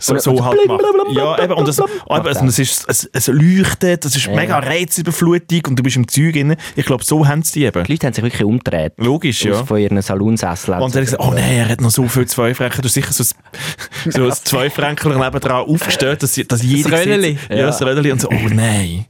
[SPEAKER 1] so,
[SPEAKER 3] Und-
[SPEAKER 1] so
[SPEAKER 3] und-
[SPEAKER 1] halt macht. Ja, eben, und es, eben, es, es, ist, es, es leuchtet, es ist mega Reizüberflutung und du bist im Zeug drin. Ich glaube, so haben sie die eben.
[SPEAKER 3] Die Leute haben sich wirklich umgedreht.
[SPEAKER 1] Logisch,
[SPEAKER 3] Aus
[SPEAKER 1] ja.
[SPEAKER 3] Von ihren Salonsesseln.
[SPEAKER 1] Und dann hat er gesagt, oh nein, er hat noch so viel Zweifränkler. Du hast sicher so ein, so ein Zweifränkler nebendran aufgestellt, dass, dass jeder
[SPEAKER 2] Rödeli.
[SPEAKER 1] sieht- Ja, das Rödeli. Und so, oh nein.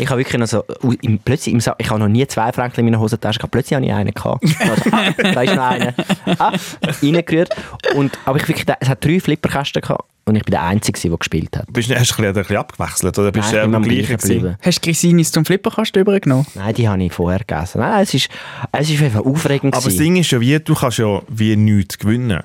[SPEAKER 3] Ich habe wirklich noch so, im, plötzlich im Sa ich habe noch nie zwei Franken in meiner Hosentasche gehabt, plötzlich habe ich einen gehabt. Also, ah, da ist noch einer. Ah, reingerührt. Und, aber ich wirklich, es hat drei Flipperkästen gehabt und ich bin der Einzige, gewesen, der gespielt hat.
[SPEAKER 1] Bist, du- hast du ein bisschen- ein bisschen abgewechselt oder bist du
[SPEAKER 3] bin
[SPEAKER 1] immer
[SPEAKER 3] am
[SPEAKER 1] gleich
[SPEAKER 3] gleichen
[SPEAKER 1] geblieben?
[SPEAKER 2] Hast du Grissinis zum Flipperkasten übergenommen?
[SPEAKER 3] Nein, die habe ich vorher gegessen. Nein, es ist, es ist einfach aufregend
[SPEAKER 1] Aber das
[SPEAKER 3] gewesen.
[SPEAKER 1] Ding ist ja, wie, du kannst ja wie nichts gewinnen.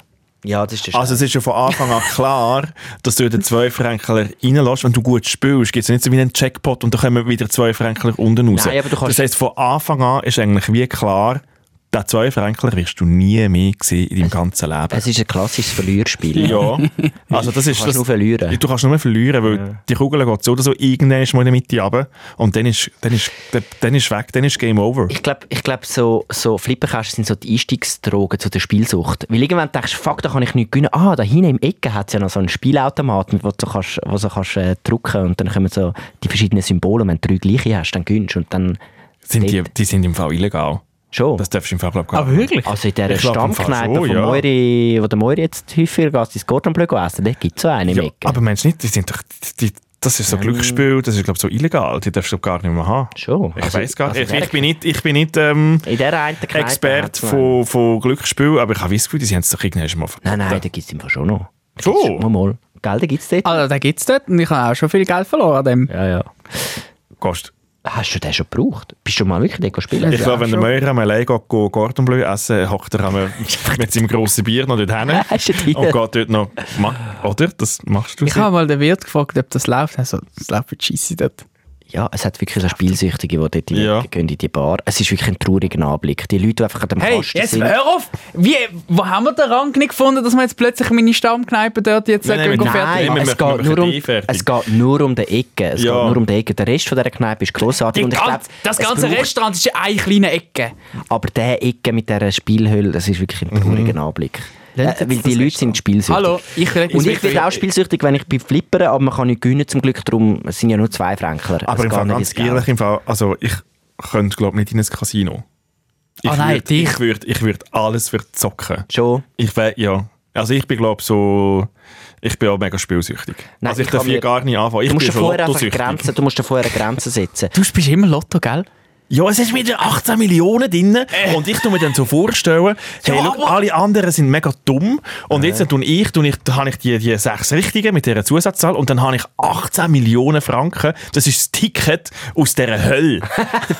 [SPEAKER 3] Ja, das ist der
[SPEAKER 1] Also es ist ja von Anfang an klar, dass du den Zweifränkler reinlässt. Wenn du gut spielst, gibt es nicht so wie einen Jackpot und dann kommen wieder zwei Fränkler unten raus.
[SPEAKER 3] Nein, aber du kannst-
[SPEAKER 1] das heisst, von Anfang an ist eigentlich wie klar, den Zweifränkler wirst du nie mehr sehen in deinem ganzen Leben.
[SPEAKER 3] es ist ein klassisches Verlierspiel. [laughs]
[SPEAKER 1] Ja, also das ist
[SPEAKER 3] Also, kannst
[SPEAKER 1] das,
[SPEAKER 3] nur verlieren.
[SPEAKER 1] Du kannst nur verlieren, weil die Kugel geht so oder so irgendwann ist mal in der Mitte runter und dann ist, dann ist, dann, dann ist weg, dann ist Game Over.
[SPEAKER 3] Ich glaube, ich glaub, so, so Flipperkästen sind so die Einstiegsdrogen zu der Spielsucht. Weil irgendwann denkst du, fuck, da kann ich nichts gewinnen. Ah, da hinten im Ecke hat es ja noch so einen Spielautomat, mit wo du so kannst, wo so kannst, äh, drücken und dann kommen so die verschiedenen Symbole. Und wenn du drei gleiche hast, dann gewinnst du. Und dann
[SPEAKER 1] Sind die,
[SPEAKER 3] dort-
[SPEAKER 1] die sind im Fall illegal.
[SPEAKER 3] schon.
[SPEAKER 1] Das darfst du im Fall glaub, gar
[SPEAKER 2] Ah,
[SPEAKER 1] nicht.
[SPEAKER 2] wirklich?
[SPEAKER 3] also in dieser
[SPEAKER 1] Ich glaub, im Fall
[SPEAKER 3] Stammkneipe
[SPEAKER 1] schon,
[SPEAKER 3] von
[SPEAKER 1] ja.
[SPEAKER 3] Moiri, wo der Moiri jetzt häufiger geht, ins Gordon Bleu essen, da gibt es so eine im
[SPEAKER 1] Ja,
[SPEAKER 3] Ecke.
[SPEAKER 1] aber meinst du nicht, die sind doch, die, die- das ist so Glücksspiel, das ist glaube so illegal, die darfst du glaub, gar nicht mehr haben.
[SPEAKER 3] Schon.
[SPEAKER 1] Ich
[SPEAKER 3] Also-
[SPEAKER 1] weiß gar
[SPEAKER 3] also
[SPEAKER 1] nicht, ich,
[SPEAKER 3] wer-
[SPEAKER 1] ich bin nicht, ich bin nicht ähm,
[SPEAKER 3] in dieser einen Kneipe
[SPEAKER 1] Expert
[SPEAKER 3] hat's noch
[SPEAKER 1] von, von Glücksspiel, aber ich habe das Gefühl, die haben es doch irgendwann schon mal
[SPEAKER 3] einen. Nein, nein, da gibt es im Fall schon noch.
[SPEAKER 1] Schon?
[SPEAKER 3] Mal, mal. Gell, da gibt's dort.
[SPEAKER 2] Also, den gibt es dort und ich habe auch schon viel Geld verloren an dem.
[SPEAKER 3] Ja, ja.
[SPEAKER 1] Gast.
[SPEAKER 3] Hast du den schon gebraucht? Bist du mal wirklich dort gespielt?
[SPEAKER 1] Ich
[SPEAKER 2] Ja,
[SPEAKER 1] glaube, wenn der
[SPEAKER 2] schon.
[SPEAKER 1] Meurer einmal allein geht, geht Gordon Bleu essen, hockt er
[SPEAKER 3] [laughs]
[SPEAKER 1] einmal mit seinem grossen Bier noch dort hin
[SPEAKER 3] Hast du die?
[SPEAKER 1] und geht dort noch... Ma oder? Das machst du
[SPEAKER 2] Ich habe mal den Wirt gefragt, ob das läuft. Also, das läuft für Scheisse dort.
[SPEAKER 3] Ja, es hat wirklich so Spielsüchtige, die dort
[SPEAKER 1] Ja.
[SPEAKER 3] gehen in die Bar. Es ist wirklich ein trauriger Anblick. Die Leute, die einfach an dem
[SPEAKER 2] Hey,
[SPEAKER 3] Kasten
[SPEAKER 2] jetzt
[SPEAKER 3] sind.
[SPEAKER 2] hör auf! Wie, wo haben wir den Rang nicht gefunden, dass wir jetzt plötzlich meine Stammkneipe dort jetzt
[SPEAKER 1] Nein, nein,
[SPEAKER 2] nein, nein,
[SPEAKER 1] nein.
[SPEAKER 2] fertig
[SPEAKER 1] Nein,
[SPEAKER 2] machen?
[SPEAKER 1] wir
[SPEAKER 3] es
[SPEAKER 1] machen- wir
[SPEAKER 3] geht, nur
[SPEAKER 1] machen
[SPEAKER 3] um,
[SPEAKER 1] die fertig.
[SPEAKER 3] es geht nur um die Ecke. Es
[SPEAKER 1] Ja.
[SPEAKER 3] geht nur um die Ecke. Der Rest von dieser Kneipe ist grossartig.
[SPEAKER 2] Die
[SPEAKER 3] und ich
[SPEAKER 2] ganz-
[SPEAKER 3] glaub,
[SPEAKER 2] das
[SPEAKER 3] es
[SPEAKER 2] ganze
[SPEAKER 3] braucht-
[SPEAKER 2] Restaurant ist eine kleine Ecke.
[SPEAKER 3] Aber diese Ecke mit dieser Spielhölle, das ist wirklich
[SPEAKER 1] Mhm.
[SPEAKER 3] ein trauriger Anblick. Äh,
[SPEAKER 2] Lasst jetzt
[SPEAKER 3] weil
[SPEAKER 2] das
[SPEAKER 3] die Leute sind spielsüchtig.
[SPEAKER 2] Hallo, ich rede
[SPEAKER 3] Und ich bin auch spielsüchtig, wenn ich bin flippern, aber man kann nicht gewinnen zum Glück. Darum es sind ja nur zwei Fränkler. Es
[SPEAKER 1] Aber im
[SPEAKER 3] geht
[SPEAKER 1] Fall
[SPEAKER 3] nicht
[SPEAKER 1] ganz
[SPEAKER 3] ins Geld.
[SPEAKER 1] ehrlich, im Fall, also ich könnte glaube nicht in ein Casino. Ich
[SPEAKER 2] Ah, nein,
[SPEAKER 1] würd,
[SPEAKER 2] dich.
[SPEAKER 1] Ich würde ich würd alles für zocken.
[SPEAKER 3] Schon.
[SPEAKER 1] Ich wär, ja. Also ich bin glaube so, ich bin auch mega spielsüchtig.
[SPEAKER 3] Nein,
[SPEAKER 1] also ich,
[SPEAKER 3] ich
[SPEAKER 1] darf
[SPEAKER 3] kann
[SPEAKER 1] hier
[SPEAKER 3] mir-
[SPEAKER 1] gar nicht anfangen. Ich
[SPEAKER 3] Du musst,
[SPEAKER 1] bin
[SPEAKER 3] ja
[SPEAKER 1] schon
[SPEAKER 3] vorher einfach
[SPEAKER 1] lottosüchtig.
[SPEAKER 3] Grenzen, du musst ja vorher Grenzen setzen.
[SPEAKER 2] Du spielst immer Lotto, gell?
[SPEAKER 1] Ja, es ist wieder 18 Millionen drin
[SPEAKER 3] Äh.
[SPEAKER 1] und ich tu mir dann so vorstellen, hey,
[SPEAKER 2] Ja,
[SPEAKER 1] look,
[SPEAKER 2] aber-
[SPEAKER 1] alle anderen sind mega dumm und
[SPEAKER 3] Äh.
[SPEAKER 1] jetzt tun ich, tun ich, habe ich die, die sechs Richtigen mit dieser Zusatzzahl und dann habe ich 18 Millionen Franken. Das ist das Ticket aus dieser
[SPEAKER 3] [laughs]
[SPEAKER 1] Hölle.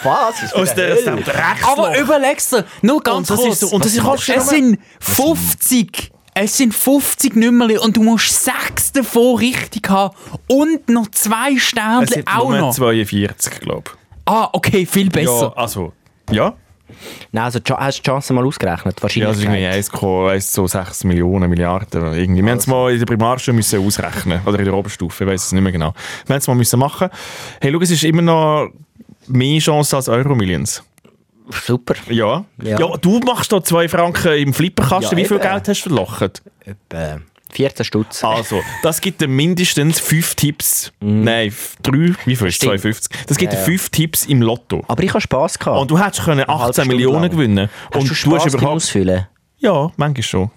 [SPEAKER 3] Was? Ist
[SPEAKER 1] aus der, aus dem Drecksloch.
[SPEAKER 2] Aber überlegst du, nur ganz
[SPEAKER 1] das
[SPEAKER 2] kurz.
[SPEAKER 1] ist so- und das ist
[SPEAKER 2] Was
[SPEAKER 1] halt schon
[SPEAKER 2] es
[SPEAKER 1] mal-
[SPEAKER 2] sind 50. Es sind 50 Nummerli und du musst sechs davon richtig haben und noch zwei
[SPEAKER 1] es
[SPEAKER 2] Sternchen
[SPEAKER 1] sind
[SPEAKER 2] auch
[SPEAKER 1] nur
[SPEAKER 2] noch.
[SPEAKER 1] 42, glaube
[SPEAKER 2] Ah, okay, viel
[SPEAKER 1] ich. Ja,
[SPEAKER 2] besser.
[SPEAKER 1] also, ja.
[SPEAKER 3] Nein, also die Cha- hast du die Chance mal ausgerechnet?
[SPEAKER 1] Ja,
[SPEAKER 3] Wahrscheinlich.
[SPEAKER 1] das ist irgendwie 1,6 Millionen, Milliarden. oder Irgendwie. Wir haben es
[SPEAKER 3] Also.
[SPEAKER 1] mal in der Primarschule müssen ausrechnen oder in der Oberstufe, ich weiß es nicht mehr genau. Wir haben es mal müssen machen. Hey, schau, es ist immer noch mehr Chance als Euro-Millions.
[SPEAKER 3] Super.
[SPEAKER 1] Ja. ja.
[SPEAKER 3] Ja.
[SPEAKER 1] du machst da 2 Franken im Flipperkasten.
[SPEAKER 3] Ja,
[SPEAKER 1] Wie viel
[SPEAKER 3] eben.
[SPEAKER 1] Geld hast du verlocht? äh,
[SPEAKER 3] Etwa 14 Stutz.
[SPEAKER 1] Also, das gibt dir mindestens 5 Tipps. Nein, 3, wie viel ist
[SPEAKER 3] Mhm. Stimmt.
[SPEAKER 1] 52? Das gibt dir
[SPEAKER 3] ja.
[SPEAKER 1] 5 Tipps im Lotto.
[SPEAKER 3] Aber ich habe Spass gehabt.
[SPEAKER 1] Und du hättest können 18
[SPEAKER 3] halbe Stunde
[SPEAKER 1] Millionen
[SPEAKER 3] lang.
[SPEAKER 1] gewinnen
[SPEAKER 3] hast
[SPEAKER 1] und
[SPEAKER 3] du Spass beim
[SPEAKER 1] überhaupt
[SPEAKER 3] Ausfüllen?
[SPEAKER 1] Ja, manchmal schon.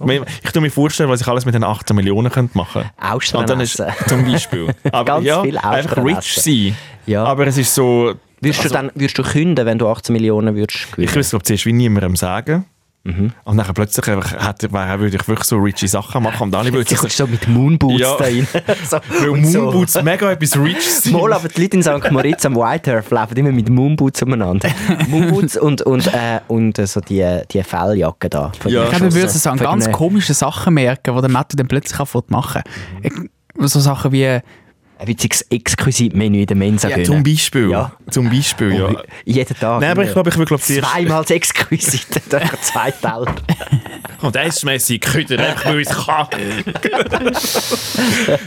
[SPEAKER 1] Ich tu mir vorstellen, was ich alles mit den 18 Millionen könnte machen
[SPEAKER 3] Austern
[SPEAKER 1] Und dann ist
[SPEAKER 3] essen. [laughs]
[SPEAKER 1] zum Beispiel. Aber
[SPEAKER 3] Ganz
[SPEAKER 1] ja,
[SPEAKER 3] viel Austern
[SPEAKER 1] einfach rich
[SPEAKER 3] essen.
[SPEAKER 1] sein.
[SPEAKER 3] Ja.
[SPEAKER 1] Aber es ist so,
[SPEAKER 3] Würdest
[SPEAKER 1] Also-
[SPEAKER 3] du dann würdest du künden, wenn du 18 Millionen würdest
[SPEAKER 1] ich
[SPEAKER 3] gewinnen?
[SPEAKER 1] will es glaube zuerst wie niemandem sagen.
[SPEAKER 3] Mhm.
[SPEAKER 1] Und dann plötzlich einfach, hätte, wäre- würde ich wirklich so richie Sachen machen und alle würden
[SPEAKER 3] Du
[SPEAKER 1] sagen,
[SPEAKER 3] kommst so mit Moonboots
[SPEAKER 1] Ja. [laughs]
[SPEAKER 3] da rein. [laughs] so,
[SPEAKER 1] weil
[SPEAKER 3] [laughs] und so.
[SPEAKER 1] Moonboots mega etwas rich sind.
[SPEAKER 3] Mal, aber die Leute in St. Moritz am Whitehurf laufen immer mit Moonboots
[SPEAKER 1] [laughs]
[SPEAKER 3] umeinander. Moonboots und, und, äh, und äh, so die, die Felljacken da. Von
[SPEAKER 1] Ja.
[SPEAKER 3] den
[SPEAKER 2] Ich glaube, wir würden
[SPEAKER 3] Schossen.
[SPEAKER 2] so an
[SPEAKER 3] Von
[SPEAKER 2] ganz
[SPEAKER 3] den-
[SPEAKER 2] komische Sachen merken, die der Matto dann plötzlich anfängt zu machen. Ich- So Sachen wie...
[SPEAKER 3] Ein witziges Exquisite-Menü in der Mensa
[SPEAKER 1] ja,
[SPEAKER 3] gönnen.
[SPEAKER 1] zum Beispiel.
[SPEAKER 3] Ja.
[SPEAKER 1] Zum Beispiel, ja.
[SPEAKER 3] Jeden Tag.
[SPEAKER 1] Nein, aber ich
[SPEAKER 3] immer.
[SPEAKER 1] glaube, ich würde glaube zuerst...
[SPEAKER 3] Zweimal das Exquisite,
[SPEAKER 1] [laughs]
[SPEAKER 3] dann zwei Teller.
[SPEAKER 1] Und essmässig Köder, einfach weil ich es kann.
[SPEAKER 3] [laughs]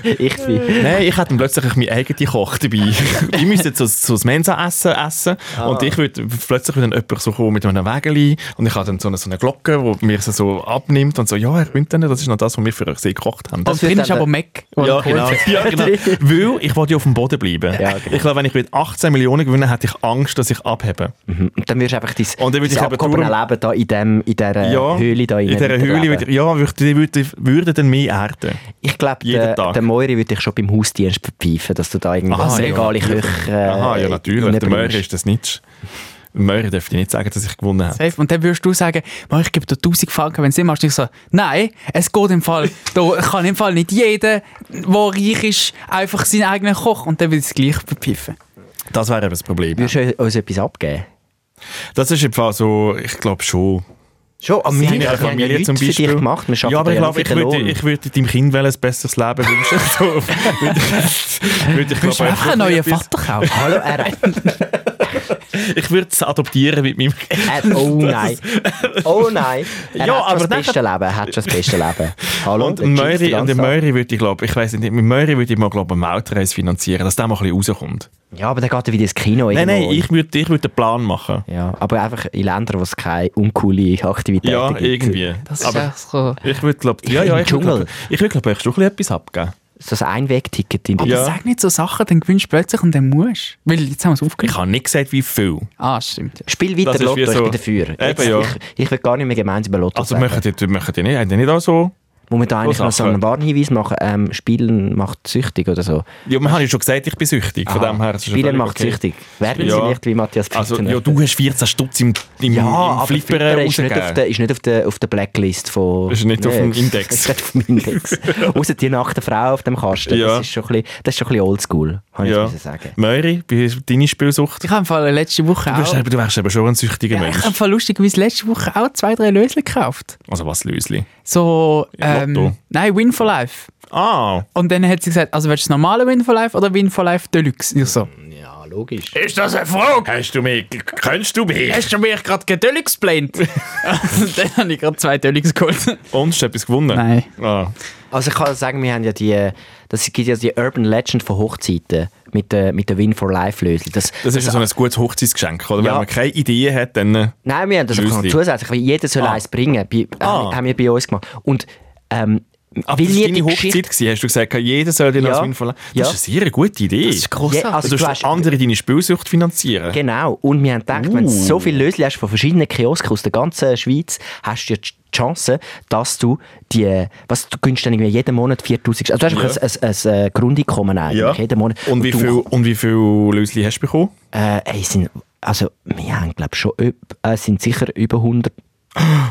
[SPEAKER 3] Ich bin...
[SPEAKER 1] Nein, ich hätte dann plötzlich meine eigene Koch
[SPEAKER 3] [laughs]
[SPEAKER 1] dabei. ich müsste jetzt so, so das Mensa-Essen essen
[SPEAKER 3] Ah.
[SPEAKER 1] und ich würde plötzlich würde dann jemand so kommen mit einem Wägeli und ich habe dann so eine, so eine Glocke, die mir so, so abnimmt und so, ja, ich bin dann, das ist noch das, was wir für euch sehr gekocht haben.
[SPEAKER 2] Und
[SPEAKER 3] wird
[SPEAKER 2] drin ist
[SPEAKER 3] dann
[SPEAKER 2] aber
[SPEAKER 3] der-
[SPEAKER 2] Mac.
[SPEAKER 3] Oh,
[SPEAKER 1] ja, genau.
[SPEAKER 3] [laughs]
[SPEAKER 1] ja, genau. [laughs] Weil ich wollte ja auf dem Boden bleiben.
[SPEAKER 3] Ja, genau.
[SPEAKER 1] Ich glaube, wenn ich mit 18 Millionen gewinnen, hätte ich Angst, dass ich abhebe.
[SPEAKER 3] Mhm. Und dann wirst du einfach dein,
[SPEAKER 1] Und dann würde ich
[SPEAKER 3] dein
[SPEAKER 1] eben
[SPEAKER 3] abgehobene
[SPEAKER 1] darum-
[SPEAKER 3] Leben da in, dem, in dieser Höhle da
[SPEAKER 1] in dieser Höhle,
[SPEAKER 3] weiterleben.
[SPEAKER 1] würde ich- ja, würde, die würde, würde dann mehr erden.
[SPEAKER 3] Ich glaube,
[SPEAKER 1] Jeden
[SPEAKER 3] der,
[SPEAKER 1] Tag.
[SPEAKER 3] der Moiri würde dich schon beim Hausdienst verpfeifen, dass du da irgendwie
[SPEAKER 1] Aha, ja.
[SPEAKER 3] legale Küche äh,
[SPEAKER 1] Aha, ja, natürlich. Der
[SPEAKER 3] reinbringst.
[SPEAKER 1] Möhrer ist das nicht. Möhrer dürfte ich nicht sagen, dass ich gewonnen habe.
[SPEAKER 2] Safe. Und dann würdest du sagen, «Mann, ich gebe dir 1000 Franken, wenn du es nicht machst. Ich so, nein, es geht im Fall, da kann im Fall nicht jeder, der reich ist, einfach seinen eigenen Koch. Und dann will ich es gleich verpiffen.
[SPEAKER 1] Das wäre eben das Problem.
[SPEAKER 3] Würdest du uns etwas abgeben?
[SPEAKER 1] Das ist im Fall so, ich glaube schon.
[SPEAKER 3] Schon, aber wir
[SPEAKER 1] Deine
[SPEAKER 3] wir haben ja nichts für dich gemacht. Wir
[SPEAKER 1] ja, aber ich glaube,
[SPEAKER 3] arbeiten
[SPEAKER 1] ich
[SPEAKER 3] ja nur
[SPEAKER 1] würde,
[SPEAKER 3] für den Lohn.
[SPEAKER 1] ich würde deinem Kind wollen ein besseres Leben wünschen. [laughs] so, würde ich, würde
[SPEAKER 3] [laughs]
[SPEAKER 1] ich,
[SPEAKER 2] Willst du
[SPEAKER 1] glaube,
[SPEAKER 2] einfach einen
[SPEAKER 1] wirklich
[SPEAKER 2] neuen
[SPEAKER 1] etwas-
[SPEAKER 2] Vater kaufen?
[SPEAKER 3] Hallo, er,
[SPEAKER 1] Ich würde es adoptieren mit meinem Kind. [laughs]
[SPEAKER 3] er, oh nein. Oh nein. Er
[SPEAKER 1] Ja,
[SPEAKER 3] hat schon
[SPEAKER 1] aber
[SPEAKER 3] das beste Leben. Er hat schon das
[SPEAKER 1] [laughs]
[SPEAKER 3] beste Leben. Hallo,
[SPEAKER 1] Und
[SPEAKER 3] der
[SPEAKER 1] den
[SPEAKER 3] Jinx
[SPEAKER 1] Möri, und den
[SPEAKER 3] Lanza.
[SPEAKER 1] Möri würde ich, glaube ich, weiß nicht, mit Möri würde ich mal, glaube ich, eine Mautreise finanzieren, dass der mal ein bisschen rauskommt.
[SPEAKER 3] Ja, aber dann geht er wieder ins Kino.
[SPEAKER 1] Nein,
[SPEAKER 3] irgendwo.
[SPEAKER 1] nein, ich würde ich würd einen Plan machen.
[SPEAKER 3] Ja, aber einfach in Ländern, wo es keine uncoole Aktivitäten
[SPEAKER 1] Ja,
[SPEAKER 3] gibt.
[SPEAKER 1] irgendwie.
[SPEAKER 2] Das ist
[SPEAKER 1] aber
[SPEAKER 2] echt so.
[SPEAKER 1] ich würde, glaube ja,
[SPEAKER 3] will
[SPEAKER 1] ja,
[SPEAKER 3] in den
[SPEAKER 1] ich würde,
[SPEAKER 3] Dschungel.
[SPEAKER 1] glaub, ich, würd, glaub, ich schon ein bisschen etwas abgeben.
[SPEAKER 3] So ein Einwegticket in
[SPEAKER 2] Aber
[SPEAKER 1] Ja.
[SPEAKER 2] sag nicht so Sachen, dann gewinnst du plötzlich und dann musst du. Weil jetzt haben wir es
[SPEAKER 1] Ich
[SPEAKER 2] aufgegeben.
[SPEAKER 1] habe nicht gesagt, wie viel.
[SPEAKER 2] Ah, stimmt. ja.
[SPEAKER 3] Spiel
[SPEAKER 1] Das
[SPEAKER 3] weiter
[SPEAKER 1] ist wie
[SPEAKER 3] Lotto,
[SPEAKER 1] so-
[SPEAKER 3] ich bin dafür.
[SPEAKER 1] Eben, ja.
[SPEAKER 3] ich, ich will gar nicht mehr gemeinsam über Lotto
[SPEAKER 1] Also,
[SPEAKER 3] reden.
[SPEAKER 1] möchtet ihr, möchtet ihr nicht, habt ihr nicht auch so
[SPEAKER 3] Wo wir da eigentlich
[SPEAKER 1] Sachen.
[SPEAKER 3] noch so einen Warnhinweis machen, ähm, Spielen macht süchtig oder so.
[SPEAKER 1] Ja, man hat ja schon gesagt, ich bin süchtig. Von
[SPEAKER 3] Aha.
[SPEAKER 1] dem her ist es schon
[SPEAKER 3] Ah, Spielen
[SPEAKER 1] völlig
[SPEAKER 3] macht
[SPEAKER 1] okay.
[SPEAKER 3] süchtig. Werden
[SPEAKER 1] Ja.
[SPEAKER 3] Sie nicht wie Matthias
[SPEAKER 1] Also,
[SPEAKER 3] Pfiffner.
[SPEAKER 1] ja, du hast 14 Stutz im, im,
[SPEAKER 3] Ja,
[SPEAKER 1] im
[SPEAKER 3] aber
[SPEAKER 1] Flipper
[SPEAKER 3] Flipper ist nicht,
[SPEAKER 1] rausgegeben.
[SPEAKER 3] auf der, ist nicht auf der, auf der Blacklist von...
[SPEAKER 1] Ist nicht auf
[SPEAKER 3] [laughs]
[SPEAKER 1] dem Index.
[SPEAKER 3] ist nicht auf dem
[SPEAKER 1] [laughs]
[SPEAKER 3] Index. Außer die nackte Frau auf dem Kasten.
[SPEAKER 1] Ja.
[SPEAKER 3] Das ist schon ein bisschen, das ist schon ein bisschen oldschool, kann ich
[SPEAKER 1] Ja.
[SPEAKER 3] jetzt sagen.
[SPEAKER 1] Möri, wie ist deine Spielsucht?
[SPEAKER 2] Ich habe im Fall letzte Woche
[SPEAKER 1] Du
[SPEAKER 2] auch...
[SPEAKER 1] wärst, eben, du wärst eben schon ein süchtiger
[SPEAKER 2] Ja, ich
[SPEAKER 1] Mensch.
[SPEAKER 2] habe im Fall lustigerweise letzte Woche auch zwei, drei Lösli gekauft.
[SPEAKER 1] Also was, Lösli?
[SPEAKER 2] So,
[SPEAKER 1] Ja,
[SPEAKER 2] ähm,
[SPEAKER 1] Lotto.
[SPEAKER 2] nein, Win for Life.
[SPEAKER 1] Ah,
[SPEAKER 2] Und dann hat sie gesagt, also willst du das normale Win for Life oder Win for Life Deluxe? Ich so,
[SPEAKER 3] Ja, logisch.
[SPEAKER 2] ist das eine Frage?
[SPEAKER 1] hast du mich? Kennst du mich?
[SPEAKER 2] Hast du mich gerade gedeluxe geplant? [laughs] Also, dann habe ich gerade zwei Deluxe geholt.
[SPEAKER 1] Und, hast du etwas gewonnen?
[SPEAKER 2] Nein.
[SPEAKER 1] Ah.
[SPEAKER 3] Also ich kann sagen, wir haben ja die... Das gibt ja die Urban Legend von Hochzeiten mit der, mit der Win for Life Lösung. Das,
[SPEAKER 1] Das ist ja so ein gutes Hochzeitsgeschenk, oder?
[SPEAKER 3] Also, Ja.
[SPEAKER 1] Wenn man keine Idee hat, dann... äh,
[SPEAKER 3] Nein, wir haben das einfach
[SPEAKER 1] Lösli.
[SPEAKER 3] noch zusätzlich. weil Jeder soll eins bringen. Bei, äh,
[SPEAKER 1] Ah.
[SPEAKER 3] Haben wir bei uns gemacht. Und ähm,
[SPEAKER 1] Aber Ah, das
[SPEAKER 3] wir
[SPEAKER 1] war deine
[SPEAKER 3] Geschichte-
[SPEAKER 1] Hochzeit, gewesen, hast du gesagt, jeder soll dir
[SPEAKER 3] Ja.
[SPEAKER 1] ja. Das
[SPEAKER 3] Ja.
[SPEAKER 1] ist eine sehr gute Idee. Das ist
[SPEAKER 2] grossartig.
[SPEAKER 3] Ja, also
[SPEAKER 1] du
[SPEAKER 3] du
[SPEAKER 1] hast
[SPEAKER 3] hast-
[SPEAKER 1] andere deine Spielsucht finanzieren.
[SPEAKER 3] Genau. Und wir haben gedacht, wenn du
[SPEAKER 1] Uh.
[SPEAKER 3] so viele Lösli hast von verschiedenen Kiosken aus der ganzen Schweiz, hast du ja die Chance, dass du die, was du gönnst dann irgendwie jeden Monat 4000, also du hast einfach ein, ein, ein, äh, Grundeinkommen eigentlich,
[SPEAKER 1] Ja.
[SPEAKER 3] jeden Monat.
[SPEAKER 1] Und wie
[SPEAKER 3] du-
[SPEAKER 1] viel, und wie viel Lösli hast du bekommen?
[SPEAKER 3] Äh, ey, sind, also wir haben glaube schon, öb- äh, sind sicher über 100,